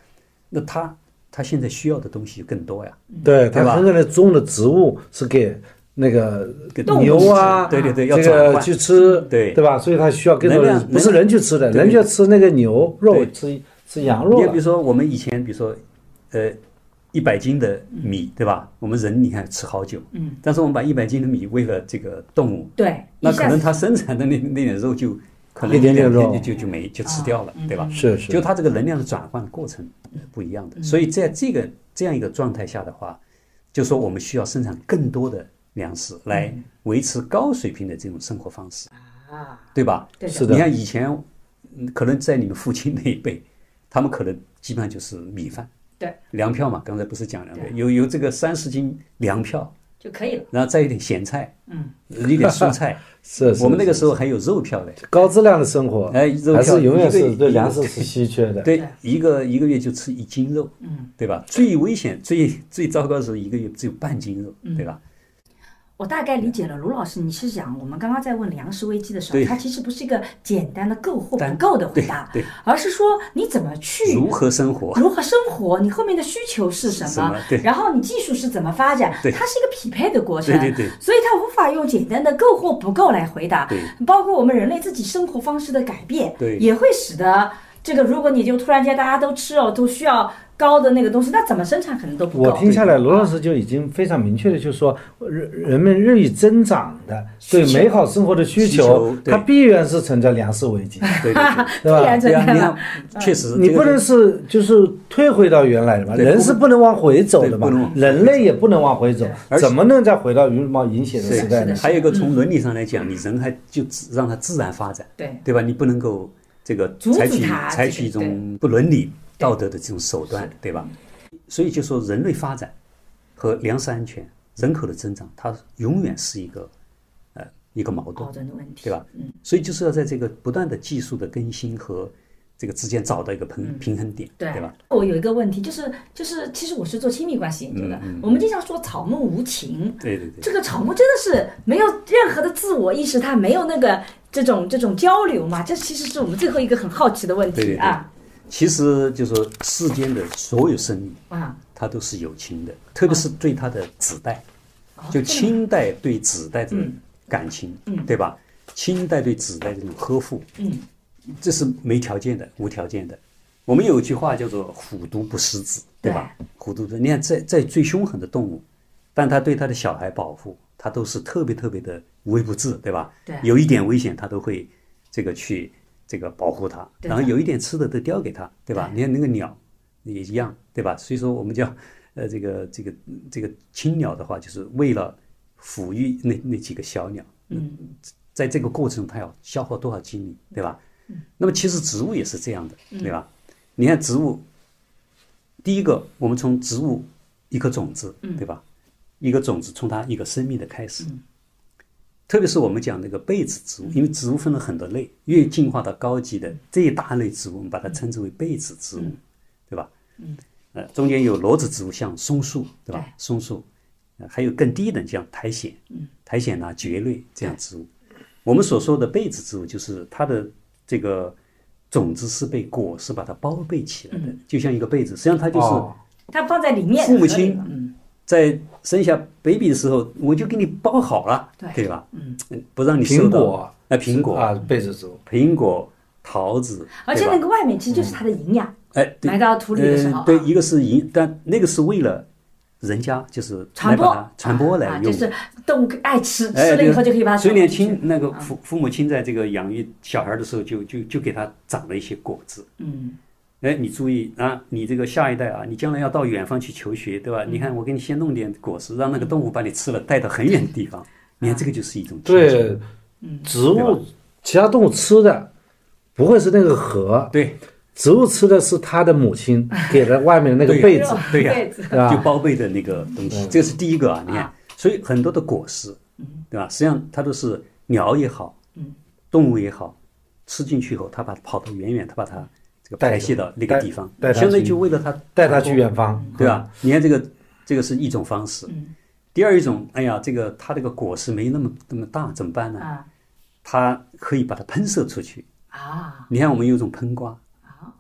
Speaker 3: 那他他现在需要的东西就更多呀，
Speaker 4: 对，
Speaker 3: 对吧
Speaker 4: 它现在的种的植物是给那个
Speaker 3: 给动物
Speaker 4: 牛啊，
Speaker 3: 吃对对对要
Speaker 4: 这
Speaker 3: 转
Speaker 4: 个
Speaker 3: 换嗯
Speaker 4: 去吃，
Speaker 3: 对
Speaker 4: 对吧？所以它需要更多
Speaker 3: 能
Speaker 4: 的
Speaker 3: 量，
Speaker 4: 不是
Speaker 3: 能量
Speaker 4: 人去吃的，
Speaker 3: 对
Speaker 4: 人就吃那个牛肉，
Speaker 3: 对
Speaker 4: 吃吃羊
Speaker 3: 你
Speaker 4: 肉
Speaker 3: 看，比如
Speaker 4: 了，
Speaker 3: 说我们以前，比如说，呃，一百斤的米，对吧？我们人你看吃好久，嗯，但是我们把一百斤的米喂了这个动物，
Speaker 5: 对，
Speaker 3: 那
Speaker 5: 一下
Speaker 3: 可能
Speaker 5: 子
Speaker 3: 它生产的那那点肉就可能
Speaker 4: 一点点肉
Speaker 3: 就就就没就吃掉
Speaker 5: 嗯
Speaker 3: 了，对吧？
Speaker 4: 是是
Speaker 3: 就它这个能量的转换过程不一样的，所以在这个这样一个状态下的话，就说我们需要生产更多的粮食来维持高水平的这种生活方式，
Speaker 5: 嗯啊，
Speaker 3: 对吧？
Speaker 5: 对
Speaker 4: 是
Speaker 5: 的，
Speaker 4: 的
Speaker 3: 你看以前，嗯可能在你们父亲那一辈，他们可能基本上就是米饭、
Speaker 5: 对，
Speaker 3: 粮票嘛。刚才不是讲粮票，
Speaker 5: 对
Speaker 3: 有有这个三十斤粮票，
Speaker 5: 就可以了。
Speaker 3: 然后再一点咸菜，
Speaker 5: 嗯，
Speaker 3: 一点蔬 菜。
Speaker 4: 是是。
Speaker 3: 我们那个
Speaker 4: 是
Speaker 3: 时候还有肉票嘞，
Speaker 4: 高质量的生活，
Speaker 3: 哎肉
Speaker 4: 还
Speaker 3: 票
Speaker 4: 是永远
Speaker 3: 一个
Speaker 4: 是对
Speaker 3: 一个
Speaker 4: 粮食是稀缺的，
Speaker 3: 对，一个一个月就吃一斤肉，嗯，对吧？最危险、最最糟糕的时候，一个月只有半斤肉，对吧？
Speaker 5: 我大概理解了，卢老师，你是讲我们刚刚在问粮食危机的时候，
Speaker 3: 对
Speaker 5: 它其实不是一个简单的够或不
Speaker 3: 单
Speaker 5: 够的回答，
Speaker 3: 对对
Speaker 5: 而是说你怎么去
Speaker 3: 如何生活？
Speaker 5: 如何生活，你后面的需求是什么？
Speaker 3: 什么对
Speaker 5: 然后你技术是怎么发展？
Speaker 3: 对
Speaker 5: 它是一个匹配的过程。
Speaker 3: 对对对
Speaker 5: 所以它无法用简单的够或不够来回答。
Speaker 3: 对
Speaker 5: 包括我们人类自己生活方式的改变，
Speaker 3: 对
Speaker 5: 也会使得这个，如果你就突然间大家都吃哦，都需要高的那个东西，那怎么生产可能都不够。
Speaker 4: 我听下来，
Speaker 3: 啊
Speaker 4: 罗老师就已经非常明确的，就是说人人们日益增长的对
Speaker 5: 需求
Speaker 4: 美好生活的需
Speaker 3: 需求
Speaker 4: 求，
Speaker 3: 对
Speaker 4: 它必然是存在粮食危机，对
Speaker 3: 对对对，
Speaker 4: 吧？
Speaker 5: 必然
Speaker 3: 对啊，
Speaker 5: 真
Speaker 3: 你
Speaker 5: 的
Speaker 3: 看，确实，
Speaker 4: 你
Speaker 3: 这个
Speaker 4: 不能是就是退回到原来的嘛，
Speaker 3: 对
Speaker 4: 人是不能往回走
Speaker 3: 对
Speaker 4: 的嘛
Speaker 3: 不能往，回
Speaker 4: 人类也不能往回走
Speaker 3: 而，且
Speaker 4: 怎么能再回到茹毛饮血的
Speaker 3: 对
Speaker 4: 时代呢？
Speaker 3: 还有一个
Speaker 5: 嗯
Speaker 3: 从伦理上来讲，你人还就自让它自然发展，
Speaker 5: 对
Speaker 3: 对吧？你不能够这个
Speaker 5: 阻止
Speaker 3: 采取
Speaker 5: 它
Speaker 3: 采
Speaker 5: 这
Speaker 3: 取
Speaker 5: 个
Speaker 3: 一种不伦理道德的这种手段，对吧？所以就说人类发展和粮食安全、人口的增长，它永远是一个呃一个矛盾
Speaker 5: 矛，盾的问题，嗯
Speaker 3: 对吧？所以就是要在这个不断的技术的更新和这个之间找到一个平
Speaker 5: 嗯
Speaker 3: 平衡点，
Speaker 5: 对
Speaker 3: 吧？？
Speaker 5: 我有一个问题，就是就是，其实我是做亲密关系研究
Speaker 3: 嗯
Speaker 5: 的，我们经常说草木无情，
Speaker 3: 对对对。
Speaker 5: 这个草木真的是没有任何的自我意识，它没有那个这种这种交流嘛？这其实是我们最后一个很好奇的问
Speaker 3: 对
Speaker 5: 题
Speaker 3: 对对
Speaker 5: 啊
Speaker 3: 其实就说世间的所有生命，
Speaker 5: 啊！
Speaker 3: 它都是有情的，特别是对它的子代，就清代对子代的感情，对吧？清代对子代这种呵护，嗯，这是没条件的，无条件的。我们有句话叫做“虎毒不食子”，对吧？虎毒不食，你看在在最凶狠的动物，但它对它的小孩保护，它都是特别特别的无微不至，对吧？
Speaker 5: 对
Speaker 3: 有一点危险，它都会这个去这个保护它，
Speaker 5: 对
Speaker 3: 然后有一点吃的都叼给它，对吧？你看那个鸟，也一样，对吧？所以说我们叫呃这个这个这个青鸟的话，就是为了抚育那那几个小鸟，嗯，在这个过程它要消耗多少精力，对吧？那么其实植物也是这样的，对吧？你看植物，第一个我们从植物一颗种子，对吧？一个种子从它一个生命的开始。特别是我们讲那个被子植物，因为植物分了很多类，越进化到高级的这一大类植物，我们把它称之为被子植物，对吧？呃，中间有裸子植物，像松树，对吧？松树，呃还有更低等，像苔藓，苔藓呐、蕨类这样植物。我们所说的被子植物，就是它的这个种子是被果实把它包被起来的，就像一个被子，实际上它就是
Speaker 4: 哦
Speaker 5: 它放在里面，
Speaker 3: 父母亲
Speaker 5: 合理了嗯，
Speaker 3: 在生下 baby 的时候，我就给你包好了，
Speaker 5: 对
Speaker 3: 对吧？
Speaker 5: 嗯，
Speaker 3: 不让你收
Speaker 4: 苹
Speaker 3: 到。
Speaker 4: 果
Speaker 3: 哎，苹果、
Speaker 4: 啊，被子粥，
Speaker 3: 苹果、桃子，
Speaker 5: 而且
Speaker 3: 对吧
Speaker 5: 那个外面其实就是它的营养，
Speaker 3: 哎，对
Speaker 5: 埋到土里的时候
Speaker 3: 呃，
Speaker 5: 啊，
Speaker 3: 对，一个是营，但那个是为了人家就是
Speaker 5: 传播
Speaker 3: 来把它传播来
Speaker 5: 啊，
Speaker 3: 用。
Speaker 5: 就是动物爱吃，
Speaker 3: 哎
Speaker 5: 吃了以后就可以把它
Speaker 3: 所以
Speaker 5: 传
Speaker 3: 年
Speaker 5: 出去啊
Speaker 3: 轻那个父父母亲在这个养育小孩的时候就，就就给他长了一些果子。
Speaker 5: 嗯，
Speaker 3: 哎，你注意啊，你这个下一代啊，你将来要到远方去求学，对吧？
Speaker 5: 嗯
Speaker 3: 你看，我给你先弄点果实，让那个动物把你吃了，带到很远的地
Speaker 5: 嗯
Speaker 3: 方。你看，这个就是一种亲情
Speaker 4: 对，植物其他动物吃的不会是那个核，
Speaker 3: 对，
Speaker 4: 植物吃的是它的母亲 给了外面的那个被子，
Speaker 3: 对啊呀、
Speaker 5: 被子
Speaker 4: 对吧
Speaker 3: 就包被的那个东西，这个是第一个啊，你看，所以很多的果实，对吧？实际上它都是鸟也好，动物也好，吃进去以后，它把跑到远远，它把它这个
Speaker 4: 带
Speaker 3: 排
Speaker 4: 走
Speaker 3: 泄到那个
Speaker 4: 带
Speaker 3: 地方，
Speaker 4: 带它
Speaker 3: 相当于
Speaker 4: 去
Speaker 3: 就为了它
Speaker 4: 带它
Speaker 3: 传
Speaker 4: 去
Speaker 3: 播
Speaker 4: 远嗯方，
Speaker 3: 对吧？你看这个，这个是一种方式。第二一种，哎呀，这个它这个果实没那么那么大，怎么办呢？
Speaker 5: 啊
Speaker 3: 它可以把它喷射出去。
Speaker 5: 啊，
Speaker 3: 你看我们有一种喷瓜，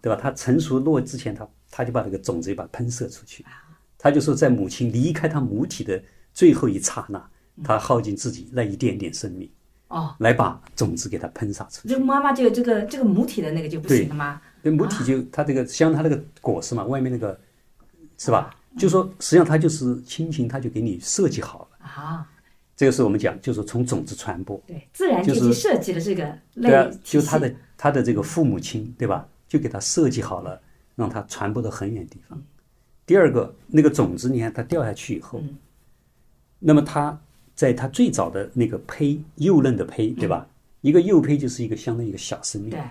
Speaker 3: 对吧？它成熟落之前，它它就把这个种子把它喷射出去。它就说，在母亲离开它母体的最后一刹那，它耗尽自己那一点点生命，
Speaker 5: 哦，
Speaker 3: 来把种子给它喷洒出去。
Speaker 5: 这个妈妈就有这个这个母体的那个就不行了吗？
Speaker 3: 那母体就它这个，实际上它那个果实嘛，外面那个，是吧？就说实际上它就是亲情，它就给你设计好了。
Speaker 5: 啊，
Speaker 3: 这个是我们讲，就是从种子传播，
Speaker 5: 对，自然
Speaker 3: 就
Speaker 5: 界
Speaker 3: 是
Speaker 5: 就设计了这个类
Speaker 3: 对啊，
Speaker 5: 体
Speaker 3: 就
Speaker 5: 系
Speaker 3: 他的他的这个父母亲，对吧？就给他设计好了，让他传播到很远地方。第二个，那个种子，你看它掉下去以后，
Speaker 5: 嗯
Speaker 3: 那么它在它最早的那个胚幼嫩的胚，对吧？一个幼胚就是一个相当于一个小生命
Speaker 5: 嗯对，，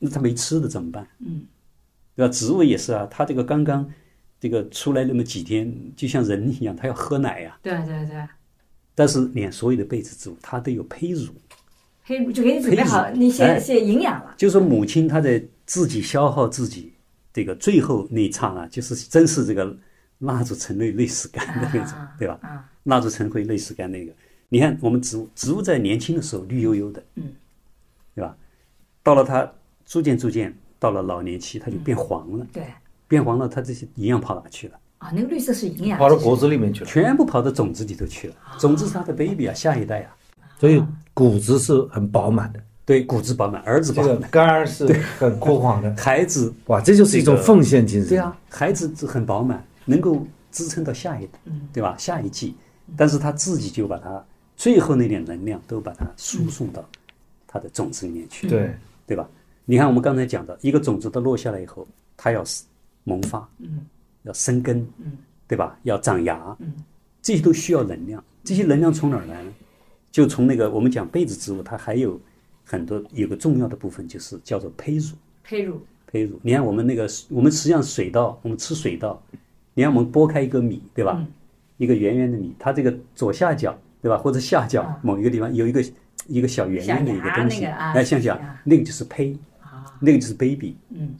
Speaker 3: 那它没吃的怎么办？嗯，对吧？植物也是啊，它这个刚刚这个出来那么几天，就像人一样，它要喝奶呀、
Speaker 5: 对对对，
Speaker 3: 但是你看，所有的被子植物它都有胚乳，
Speaker 5: 黑乳就给你准备好
Speaker 3: 黑乳
Speaker 5: 那些
Speaker 3: 哎
Speaker 5: 些营养了，
Speaker 3: 就是母亲她在自己消耗自己，这个最后那一刹那，就是真是这个蜡烛成泪泪始干的那种，对吧？蜡烛成灰泪始干那个，你看我们植物，植物在年轻的时候绿油油的，嗯，对吧？到了它逐渐逐渐到了老年期，它就变黄了，
Speaker 5: 对，
Speaker 3: 变黄了，它这些营养跑哪去了？
Speaker 5: 啊，那个绿色是营养，
Speaker 4: 跑到
Speaker 5: 就是
Speaker 4: 果子里面去了。
Speaker 3: 全部跑到种子里头去了，种子是它的 baby 啊，下一代啊，
Speaker 4: 所以骨质是很饱满的，
Speaker 3: 对，骨质饱满，儿子
Speaker 4: 这
Speaker 3: 饱
Speaker 4: 个
Speaker 3: 满，
Speaker 4: 肝儿是很枯黄的。
Speaker 3: 孩子
Speaker 4: 哇，这就是一种
Speaker 3: 这个
Speaker 4: 奉献精神。
Speaker 3: 对啊，孩子是很饱满，能够支撑到下一代，对吧？下一季，但是他自己就把他最后那点能量都把它输送到他的种子里面去，
Speaker 4: 对，
Speaker 3: 对吧？你看我们刚才讲的，一个种子它落下来以后，它要是萌发，要生根，对吧？要长芽，这些都需要能量。这些能量从哪儿来呢？就从那个我们讲被子植物，它还有很多有个重要的部分，就是叫做胚乳。
Speaker 5: 黑乳，
Speaker 3: 胚乳。你看我们那个，我们实际上水稻，我们吃水稻，你看我们剥开一个米，对
Speaker 5: 嗯
Speaker 3: 吧？一个圆圆的米，它这个左下角，对吧？或者下角某一个地方有一个一个小圆圆的一个东
Speaker 5: 嗯小
Speaker 3: 西，
Speaker 5: 芽那个啊
Speaker 3: 哎，像
Speaker 5: 小芽
Speaker 3: 像那个就是胚，那个就是 baby。嗯，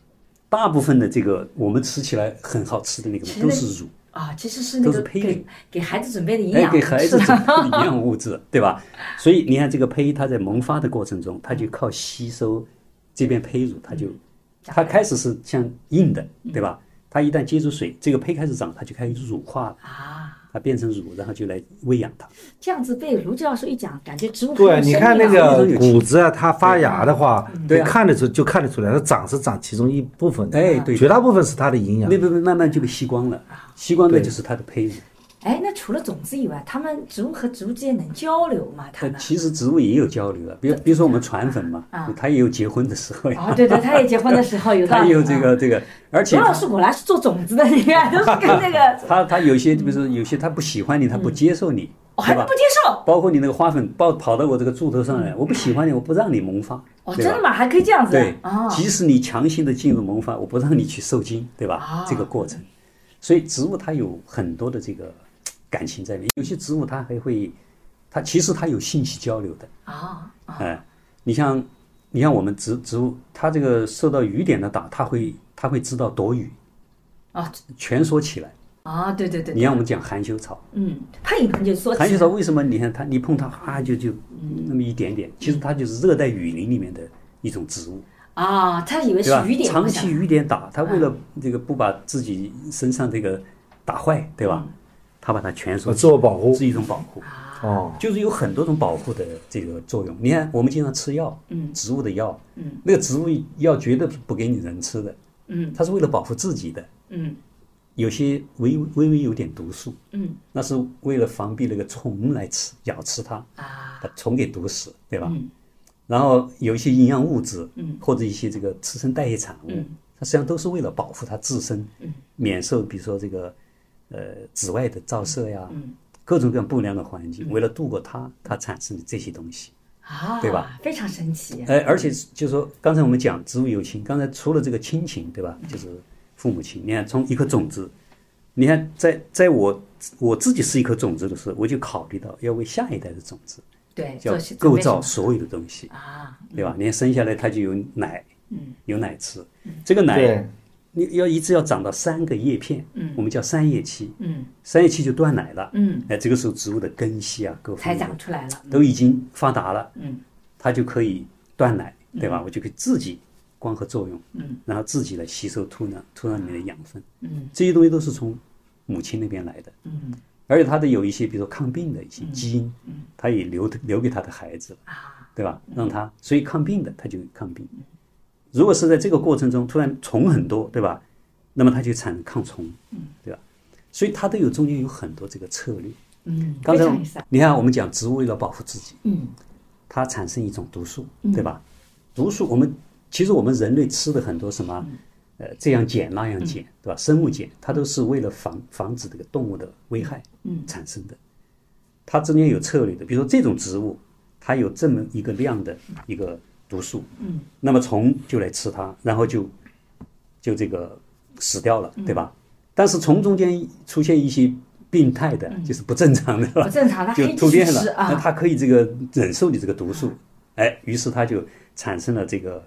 Speaker 3: 大部分的这个我们吃起来很好吃的那个
Speaker 5: 其实
Speaker 3: 都是乳。
Speaker 5: 啊，其实是那
Speaker 3: 都
Speaker 5: 个
Speaker 3: 是胚
Speaker 5: 给
Speaker 3: 乳
Speaker 5: 给孩子准备的营
Speaker 3: 哎，
Speaker 5: 养，
Speaker 3: 给孩子
Speaker 5: 是吧
Speaker 3: 整个营养物质，对吧？所以你看这个胚，它在萌发的过程中，它就靠吸收这边胚乳，它就
Speaker 5: 嗯
Speaker 3: 它开始是像硬的，对吧？它一旦接触水，这个胚开始长，它就开始乳化了，
Speaker 5: 啊，
Speaker 3: 它变成乳，然后就来喂养它。
Speaker 5: 这样子被卢教授一讲，感觉植物很
Speaker 4: 对，
Speaker 5: 有
Speaker 4: 你
Speaker 5: 生
Speaker 4: 看那
Speaker 5: 命啊
Speaker 4: 个骨子啊，它发芽的话，
Speaker 3: 对
Speaker 4: 你
Speaker 3: 啊
Speaker 4: 看得出就看得出来，它长是长其中一部分的，
Speaker 3: 哎对
Speaker 4: 绝大部分是它的营养
Speaker 3: 那。部分慢慢就被吸光了，
Speaker 5: 啊
Speaker 3: 吸光的
Speaker 4: 对
Speaker 3: 就是它的胚乳。
Speaker 5: 哎，那除了种子以外，它们植物和植物之间能交流吗？它
Speaker 3: 但
Speaker 5: 们？
Speaker 3: 其实植物也有交流的，比如比如说我
Speaker 5: 啊
Speaker 3: 们传粉嘛，它也有结婚的时候呀，
Speaker 5: 啊，对对，他也结婚的时 候有道
Speaker 3: 它
Speaker 5: 理。啊
Speaker 3: 也有这个这个，而
Speaker 5: 主
Speaker 3: 且
Speaker 5: 要
Speaker 3: 它
Speaker 5: 是我来是做种子的，你看都是跟 那个，
Speaker 3: 它它有些，比如说有些它不喜欢你，它不接受你，
Speaker 5: 我嗯哦还
Speaker 3: 对
Speaker 5: 不
Speaker 3: 吧？
Speaker 5: 接受。
Speaker 3: 包括你那个花粉抱跑到我这个柱头上来，我不喜欢你，我不让你萌发，
Speaker 5: 嗯哦，
Speaker 3: 对
Speaker 5: 真
Speaker 3: 吧？
Speaker 5: 的吗？还可以这样子
Speaker 3: 对
Speaker 5: 啊？，哦
Speaker 3: 即使你强行的进入萌发，我不让你去受精，对吧？这个过
Speaker 5: 嗯
Speaker 3: 程，所以植物它有很多的这个嘖感情在里面，有些植物它还会，它其实它有信息交流的，
Speaker 5: 啊，
Speaker 3: 哎，你像你像我们植植物，它这个受到雨点的打，它会它会知道躲雨，
Speaker 5: 啊
Speaker 3: 蜷缩起来。
Speaker 5: 啊，对对对
Speaker 3: 你
Speaker 5: 对，
Speaker 3: 像我们讲含羞草，
Speaker 5: 嗯，它一盆就 缩
Speaker 3: 含羞
Speaker 5: 起来
Speaker 3: 草为什么？你看它，你
Speaker 5: 嗯
Speaker 3: 碰它啊，就就那么一点点，其实它就是热带雨林里面的一种植物，
Speaker 5: 啊，他以为
Speaker 3: 对
Speaker 5: 是
Speaker 3: 吧
Speaker 5: 雨？点嗯
Speaker 3: 长
Speaker 5: 影
Speaker 3: 期
Speaker 5: 响，
Speaker 3: 雨点打，他为了这个不把自己身上这个打坏，对吧？
Speaker 5: 嗯
Speaker 3: 他把它全收
Speaker 4: 呃自我保护
Speaker 3: 是一种保护，
Speaker 4: 哦，
Speaker 3: 就是有很多种保护的这个作用。你看，我们经常吃药，
Speaker 5: 嗯
Speaker 3: 植物的药，
Speaker 5: 嗯，
Speaker 3: 那个植物药绝对不给你人吃的，
Speaker 5: 嗯
Speaker 3: 它是为了保护自己的。
Speaker 5: 嗯
Speaker 3: 有些微微微有点毒素，
Speaker 5: 嗯
Speaker 3: 那是为了防避那个虫来吃咬吃它，
Speaker 5: 啊
Speaker 3: 把虫给毒死，对吧？
Speaker 5: 嗯
Speaker 3: 然后有一些营养物质，
Speaker 5: 嗯
Speaker 3: 或者一些这个次生代谢产物，
Speaker 5: 嗯
Speaker 3: 它实际上都是为了保护它自身，免受比如说这个呃紫外的照射呀，
Speaker 5: 嗯
Speaker 3: 各种各样不良的环境，为了度过它，它产生的这些东西。
Speaker 5: 啊，
Speaker 3: 对吧？
Speaker 5: 非常神奇，
Speaker 3: 哎，而且就是说刚才我们讲植物有情，刚才除了这个亲情，对吧？
Speaker 5: 嗯
Speaker 3: 就是父母亲。你看，从一颗种子，你看在在我我自己是一颗种子的时候，我就考虑到要为下一代的种子，
Speaker 5: 对，
Speaker 3: 要
Speaker 5: 做是
Speaker 3: 构
Speaker 5: 准备
Speaker 3: 造
Speaker 5: 什
Speaker 3: 所有的东西
Speaker 5: 么，啊，
Speaker 3: 对吧？你看生下来它就有奶，
Speaker 5: 嗯，
Speaker 3: 有奶吃，这个奶
Speaker 4: 对
Speaker 3: 你要一直要长到三个叶片，
Speaker 5: 嗯
Speaker 3: 我们叫三叶期，
Speaker 5: 嗯
Speaker 3: 三叶期就断奶了，
Speaker 5: 嗯，
Speaker 3: 哎，这个时候植物的根系啊，各方
Speaker 5: 才
Speaker 3: 面
Speaker 5: 长出来了，
Speaker 3: 都已经发达了，
Speaker 5: 嗯，
Speaker 3: 它就可以断奶，对吧？我就可以自己光合作用，
Speaker 5: 嗯，
Speaker 3: 然后自己来吸收土壤土壤里面的养分，
Speaker 5: 嗯，
Speaker 3: 这些东西都是从母亲那边来的，
Speaker 5: 嗯，
Speaker 3: 而且它的有一些，比如说抗病的一些基因，嗯，它也留留给他的孩子了，对吧？让他所以抗病的他就抗病，如果是在这个过程中突然虫很多，对吧？那么它就产生抗虫，嗯，对吧？所以它都有中间有很多这个策略。
Speaker 5: 嗯，
Speaker 3: 刚
Speaker 5: 非
Speaker 3: 才
Speaker 5: 常有意思啊，
Speaker 3: 你看，我们讲植物为了保护自己，
Speaker 5: 嗯，
Speaker 3: 它产生一种毒素，对吧？毒素，我们其实我们人类吃的很多什
Speaker 5: 嗯
Speaker 3: 么，呃，这样碱那样碱，对吧？生物碱，它都是为了防防止这个动物的危害，嗯，产生的。它中间有策略的，比如说这种植物，它有这么一个量的一个毒素，嗯，那么虫就来吃它，然后就就这个死掉
Speaker 5: 嗯
Speaker 3: 了，对吧？但是从中间出现一些病态的，就是不正常的，
Speaker 5: 嗯不正常，它
Speaker 3: 就
Speaker 5: 黑
Speaker 3: 突
Speaker 5: 继续
Speaker 3: 变
Speaker 5: 吃
Speaker 3: 了，那
Speaker 5: 啊，
Speaker 3: 它可以这个忍受你这个毒素，哎，于是它就产生了这个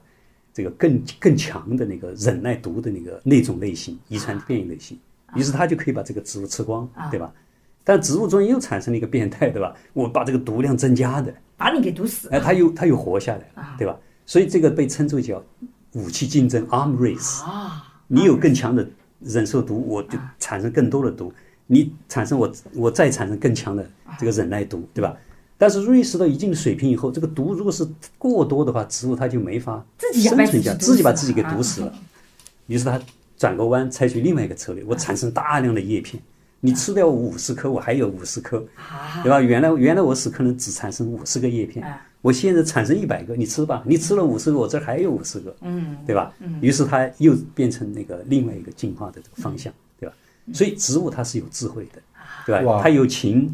Speaker 3: 这个更更强的那个忍耐毒的那个那种类型，遗传变异类型，
Speaker 5: 啊
Speaker 3: 于是它就可以把这个植物吃光，对吧？但植物中又产生了一个变态，对吧？我把这个毒量增加的，
Speaker 5: 把你给毒死，
Speaker 3: 哎，它又它又活下来
Speaker 5: 啊
Speaker 3: 了，对吧？所以这个被称作叫武器竞争 （arm race）。
Speaker 5: 啊，
Speaker 3: 你有更强的忍受毒，我就产生更多的毒；你产生我，我再产生更强的这个忍耐
Speaker 5: 啊
Speaker 3: 毒，对吧？但是瑞士到一定的水平以后，这个毒如果是过多的话，植物它就没法
Speaker 5: 自己要
Speaker 3: 生
Speaker 5: 把
Speaker 3: 存下，
Speaker 5: 自己毒
Speaker 3: 自己把
Speaker 5: 死
Speaker 3: 自己给
Speaker 5: 了啊
Speaker 3: 毒死了。于是它转个弯，采取另外一个策略，我产生大量的叶片。你吃掉五十颗，我还有五十颗，对吧？原来原来我只可能只产生五十个叶片
Speaker 5: 啊，
Speaker 3: 我现在产生一百个，你吃吧，你吃了五十个，我这儿还有五十个，嗯，对吧？于是它又变成那个另外一个进化的这个方向，
Speaker 5: 嗯
Speaker 3: 对吧？所以植物它是有智慧的，对吧？
Speaker 4: 哇
Speaker 3: 它有情，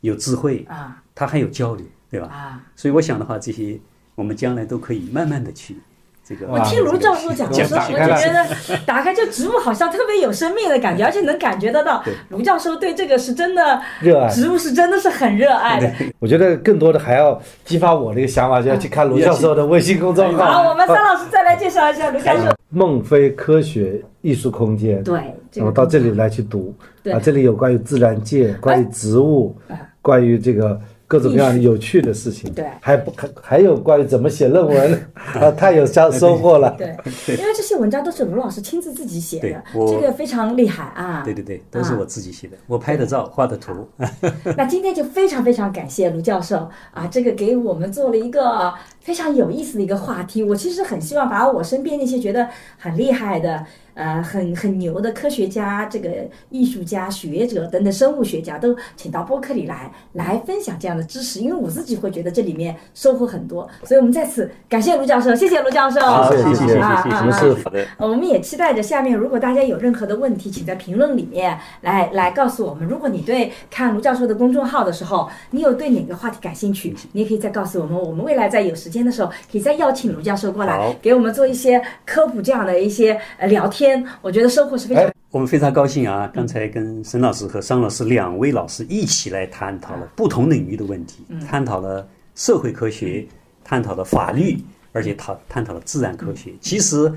Speaker 3: 有智慧
Speaker 5: 啊，
Speaker 3: 它还有交流，对吧
Speaker 5: 啊？
Speaker 3: 所以我想的话，这些我们将来都可以慢慢的去这个。
Speaker 4: 我
Speaker 5: 听卢教授讲，我
Speaker 4: 讲
Speaker 5: 说
Speaker 4: 打
Speaker 5: 我就
Speaker 4: 开了
Speaker 5: 觉得打开这植物好像特别有生命的感觉，而且能感觉得到
Speaker 3: 对
Speaker 5: 卢教授对这个是真的
Speaker 4: 热爱
Speaker 5: 植物是真的是很热爱的。
Speaker 4: 我觉得更多的还要激发我的一个想法，就要去看卢教授的微信公众
Speaker 5: 好，我
Speaker 4: 号
Speaker 5: 们桑老师再来介绍一下卢教授。
Speaker 4: “孟非科学艺术空间”。
Speaker 5: 对，这
Speaker 4: 然后
Speaker 5: 个
Speaker 4: 到这里来去读
Speaker 5: 对哎啊
Speaker 4: 啊，这里有关于自然界、关于植物、关于这个各种各样的有趣的事情，
Speaker 5: 对
Speaker 4: 还不还还有关于怎么写论 文啊，太有收收获了。
Speaker 5: 对，因为这些文章都是卢老师亲自自己写的，
Speaker 3: 对我
Speaker 5: 这个非常厉害啊。
Speaker 3: 对对对，都
Speaker 4: 嗯
Speaker 3: 是我自己写的，我拍的照，画的图。
Speaker 4: 哦
Speaker 3: 嗯
Speaker 5: 那今天就非常非常感谢卢教授啊，这个给我们做了一个非常有意思的一个话题。我其实很希望把我身边那些觉得很厉害的、呃很很牛的科学家、这个艺术家、学者等等生物学家都请到播客里来，来分享这样的知识，因为我自己会觉得这里面收获很多。所以我们再次感谢卢教授，谢谢卢教授，
Speaker 3: 好，谢
Speaker 4: 谢
Speaker 3: 谢谢谢
Speaker 5: 啊啊啊
Speaker 4: 我们
Speaker 3: 谢
Speaker 4: 是嗯
Speaker 3: 谢，好的。
Speaker 5: 我们也期待着下面，如果大家有任何的问题，请在评论里面来来告诉我们。如果你对看卢教授的公众号的时候，你有对哪个话题感兴趣，你也可以再告诉我们。我们未来在有时间的时候，可以再邀请卢教授过来
Speaker 3: 好，
Speaker 5: 给我们做一些科普这样的一些呃聊天。我觉得收获是非常
Speaker 4: 哎
Speaker 3: 我们非常高兴啊！刚才跟沈老师和商老师两位老师一起来探讨了不同领域的问题，
Speaker 4: 嗯
Speaker 3: 探讨了社会科学，探讨了法
Speaker 4: 嗯
Speaker 3: 律，而且讨探讨了自然科学。其实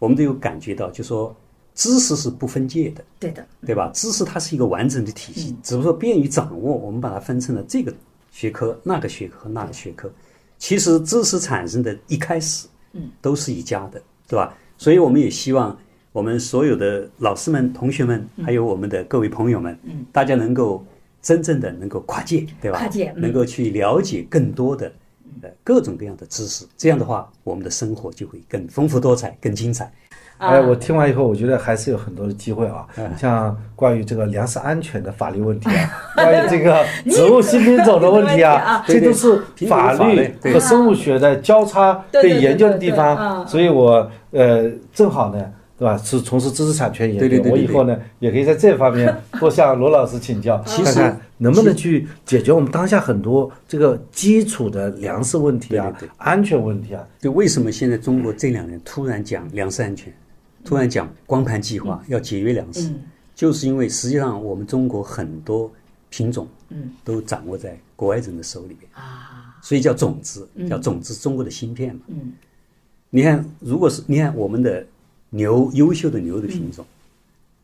Speaker 3: 我们都有感觉到，就说知识是不分界的，
Speaker 5: 对的。
Speaker 3: 对吧？知识它是一个完整的体
Speaker 5: 嗯
Speaker 3: 系，只不过便于掌握，我们把它分成了这个学科、那个学科、那个学科。其实知识产生的一开始
Speaker 5: 嗯，
Speaker 3: 都是一家的，对吧？所以我们也希望我们所有的老师们、同学们，还有我们的各位朋友们，
Speaker 5: 嗯，
Speaker 3: 大家能够真正的能够跨界，对吧？
Speaker 5: 跨界嗯
Speaker 3: 能够去了解更多的。呃，各种各样的知识，这样的话，我们的生活就会更丰富多彩、更精彩。
Speaker 5: 啊嗯
Speaker 4: 哎，我听完以后，我觉得还是有很多的机会啊，像关于这个粮食安全的法律问题 啊，关于这个植物性品种的问题啊，
Speaker 3: 你
Speaker 4: 这都是
Speaker 3: 对对
Speaker 4: 法
Speaker 3: 法
Speaker 4: 律
Speaker 3: 律对
Speaker 4: 和生物学的交叉
Speaker 5: 对
Speaker 4: 被
Speaker 5: 对对
Speaker 4: 研究的地
Speaker 5: 对对对
Speaker 4: 方。
Speaker 5: 嗯
Speaker 4: 所以我呃，正好呢，对吧？是从事知识产权研
Speaker 3: 对对
Speaker 4: 究，
Speaker 3: 对对
Speaker 4: 我
Speaker 3: 对
Speaker 4: 以后呢也可以在这方面多向罗老师请教，
Speaker 3: 其
Speaker 4: 看
Speaker 3: 实
Speaker 4: 看能不能去解决我们当下很多这个基础的粮食问题啊
Speaker 3: 对对对、
Speaker 4: 安全问题啊。
Speaker 3: 对，为什么现在中国这两年突然讲粮食安全，突然讲光盘计划要节约粮食，
Speaker 5: 嗯
Speaker 3: 就是因为实际上我们中国很多品种
Speaker 5: 嗯
Speaker 3: 都掌握在国外人的手里边，
Speaker 5: 啊
Speaker 3: 所以叫种子，叫种子中国的芯片嘛。
Speaker 5: 嗯
Speaker 3: 你看，如果是你看我们的牛，优秀的牛的
Speaker 5: 嗯
Speaker 3: 品种，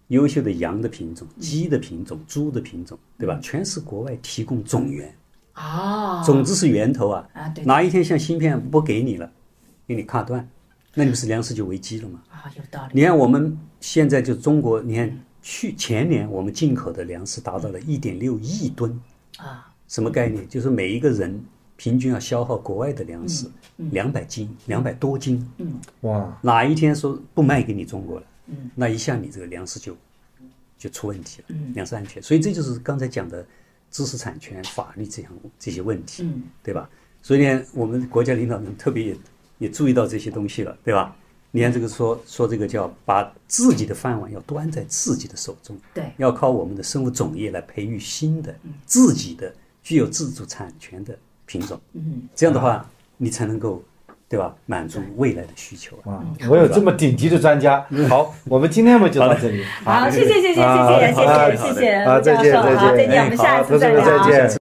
Speaker 3: 优秀的羊的品种、鸡的品种、猪的品种，对
Speaker 5: 嗯
Speaker 3: 吧？全是国外提供种源。
Speaker 5: 啊
Speaker 3: 种子是源头啊，
Speaker 5: 啊对
Speaker 3: 哪一天像芯片不给你了，给你卡断，那你不是粮食就危机了吗？
Speaker 5: 啊有道理
Speaker 3: 你看我们现在就中国，你看去前年我们进口的粮食达到了一点六亿吨，
Speaker 5: 啊
Speaker 3: 什么概念？就是每一个人平均要消耗国外的粮食
Speaker 5: 嗯
Speaker 3: 两百斤，两百多斤。
Speaker 4: 哇，
Speaker 3: 哪一天说不卖给你中国了，
Speaker 5: 嗯
Speaker 3: 那一下你这个粮食就就出问题了，
Speaker 5: 嗯
Speaker 3: 粮食安全。所以这就是刚才讲的知识产权、法律这样这些问题，
Speaker 5: 嗯
Speaker 3: 对吧？所以呢，我们国家领导人特别也也注意到这些东西了，对吧？你看这个说说这个叫把自己的饭碗要端在自己的手中，
Speaker 5: 对嗯
Speaker 3: 要靠我们的生物种业来培育新的自己的具有自主产权的品种，
Speaker 5: 嗯
Speaker 3: 这样的话你才能够，对吧？满足未来的需求啊。
Speaker 4: 啊，
Speaker 5: 嗯
Speaker 4: 我有这么顶级的专家。好，我们今天我们就到这里。
Speaker 5: 好谢谢谢谢谢谢
Speaker 4: 好
Speaker 5: 谢
Speaker 4: 好好
Speaker 5: 谢谢谢谢
Speaker 4: 好，
Speaker 5: 陆
Speaker 4: 再
Speaker 5: 教
Speaker 4: 见
Speaker 5: 授好再
Speaker 4: 再
Speaker 5: 见
Speaker 4: 见，
Speaker 5: 我们下一次再
Speaker 4: 哎好同志
Speaker 5: 聊啊
Speaker 4: 们再见。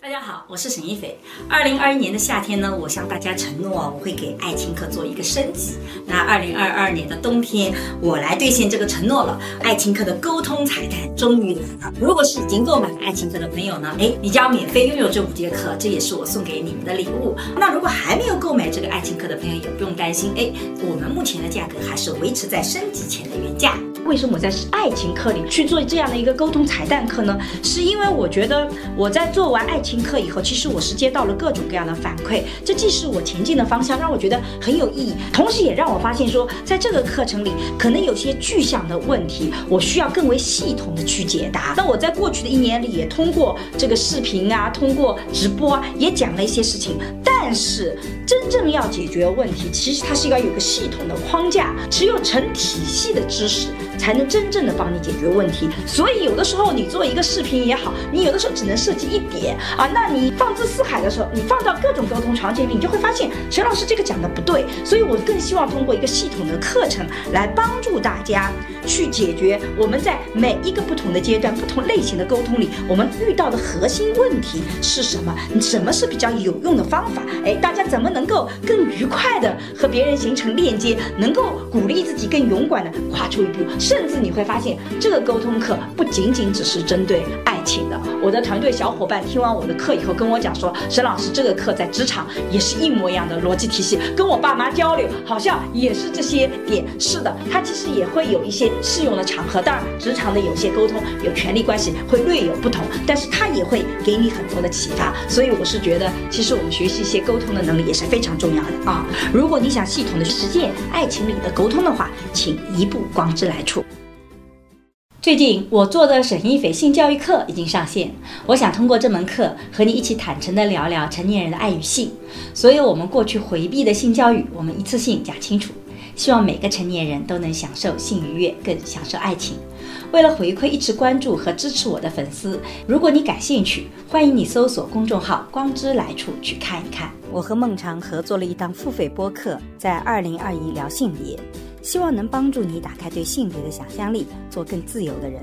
Speaker 1: 大家好，我是沈一斐。二零二一年的夏天呢，我向大家承诺啊，我会给爱情课做一个升级。那二零二二年的冬天，我来兑现这个承诺了。爱情课的沟通彩蛋终于来了！如果是已经购买了爱情课的朋友呢，哎，你将免费拥有这五节课，这也是我送给你们的礼物。那如果还没有购买这个爱情课的朋友，也不用担心，哎，我们目前的价格还是维持在升级前的原价。为什么我在爱情课里去做这样的一个沟通彩蛋课呢？是因为我觉得我在做完爱情课以后，其实我是接到了各种各样的反馈，这既是我前进的方向，让我觉得很有意义，同时也让我发现说，在这个课程里，可能有些具象的问题，我需要更为系统的去解答。那我在过去的一年里，也通过这个视频啊，通过直播啊，也讲了一些事情，但是真正要解决问题，其实它是要有个系统的框架，只有成体系的知识，才能真正的帮你解决问题。所以有的时候你做一个视频也好，你有的时候只能涉及一点啊，那你放之四海的时候，你放到各种沟通场景里，你就会发现沈老师这个讲的不对。所以我更希望通过一个系统的课程来帮助大家去解决我们在每一个不同的阶段、不同类型的沟通里，我们遇到的核心问题是什么？什么是比较有用的方法？哎，大家怎么能够更愉快的和别人形成链接，能够鼓励自己更勇敢的跨出一步？甚至你会发现，这个沟通课不仅仅只是针对爱情的。我的团队小伙伴听完我的课以后跟我讲说，沈老师这个课在职场也是一模一样的逻辑体系，跟我爸妈交流好像也是这些点。是的，它其实也会有一些适用的场合，当然职场的有些沟通有权利关系会略有不同，但是它也会给你很多的启发。所以我是觉得，其实我们学习一些沟通的能力也是非常重要的啊。如果你想系统的实践爱情里的沟通的话，请一步光之来处。最近我做的沈一斐性教育课已经上线，我想通过这门课和你一起坦诚地聊聊成年人的爱与性，所有我们过去回避的性教育，我们一次性讲清楚。希望每个成年人都能享受性愉悦，更享受爱情。为了回馈一直关注和支持我的粉丝，如果你感兴趣，欢迎你搜索公众号“光之来处”去看一看。我和孟常合作了一档付费播客，在二零二一聊性别，希望能帮助你打开对性别的想象力，做更自由的人。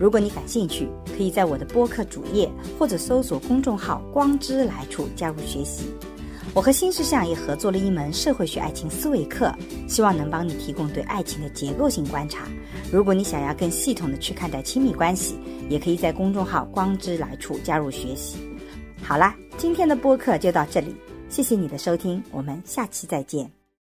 Speaker 1: 如果你感兴趣，可以在我的播客主页或者搜索公众号“光之来处”加入学习。我和新事项也合作了一门社会学爱情思维课，希望能帮你提供对爱情的结构性观察。如果你想要更系统的去看待亲密关系，也可以在公众号“光之来处”加入学习。好啦，今天的播客就到这里，谢谢你的收听，我们下期再见。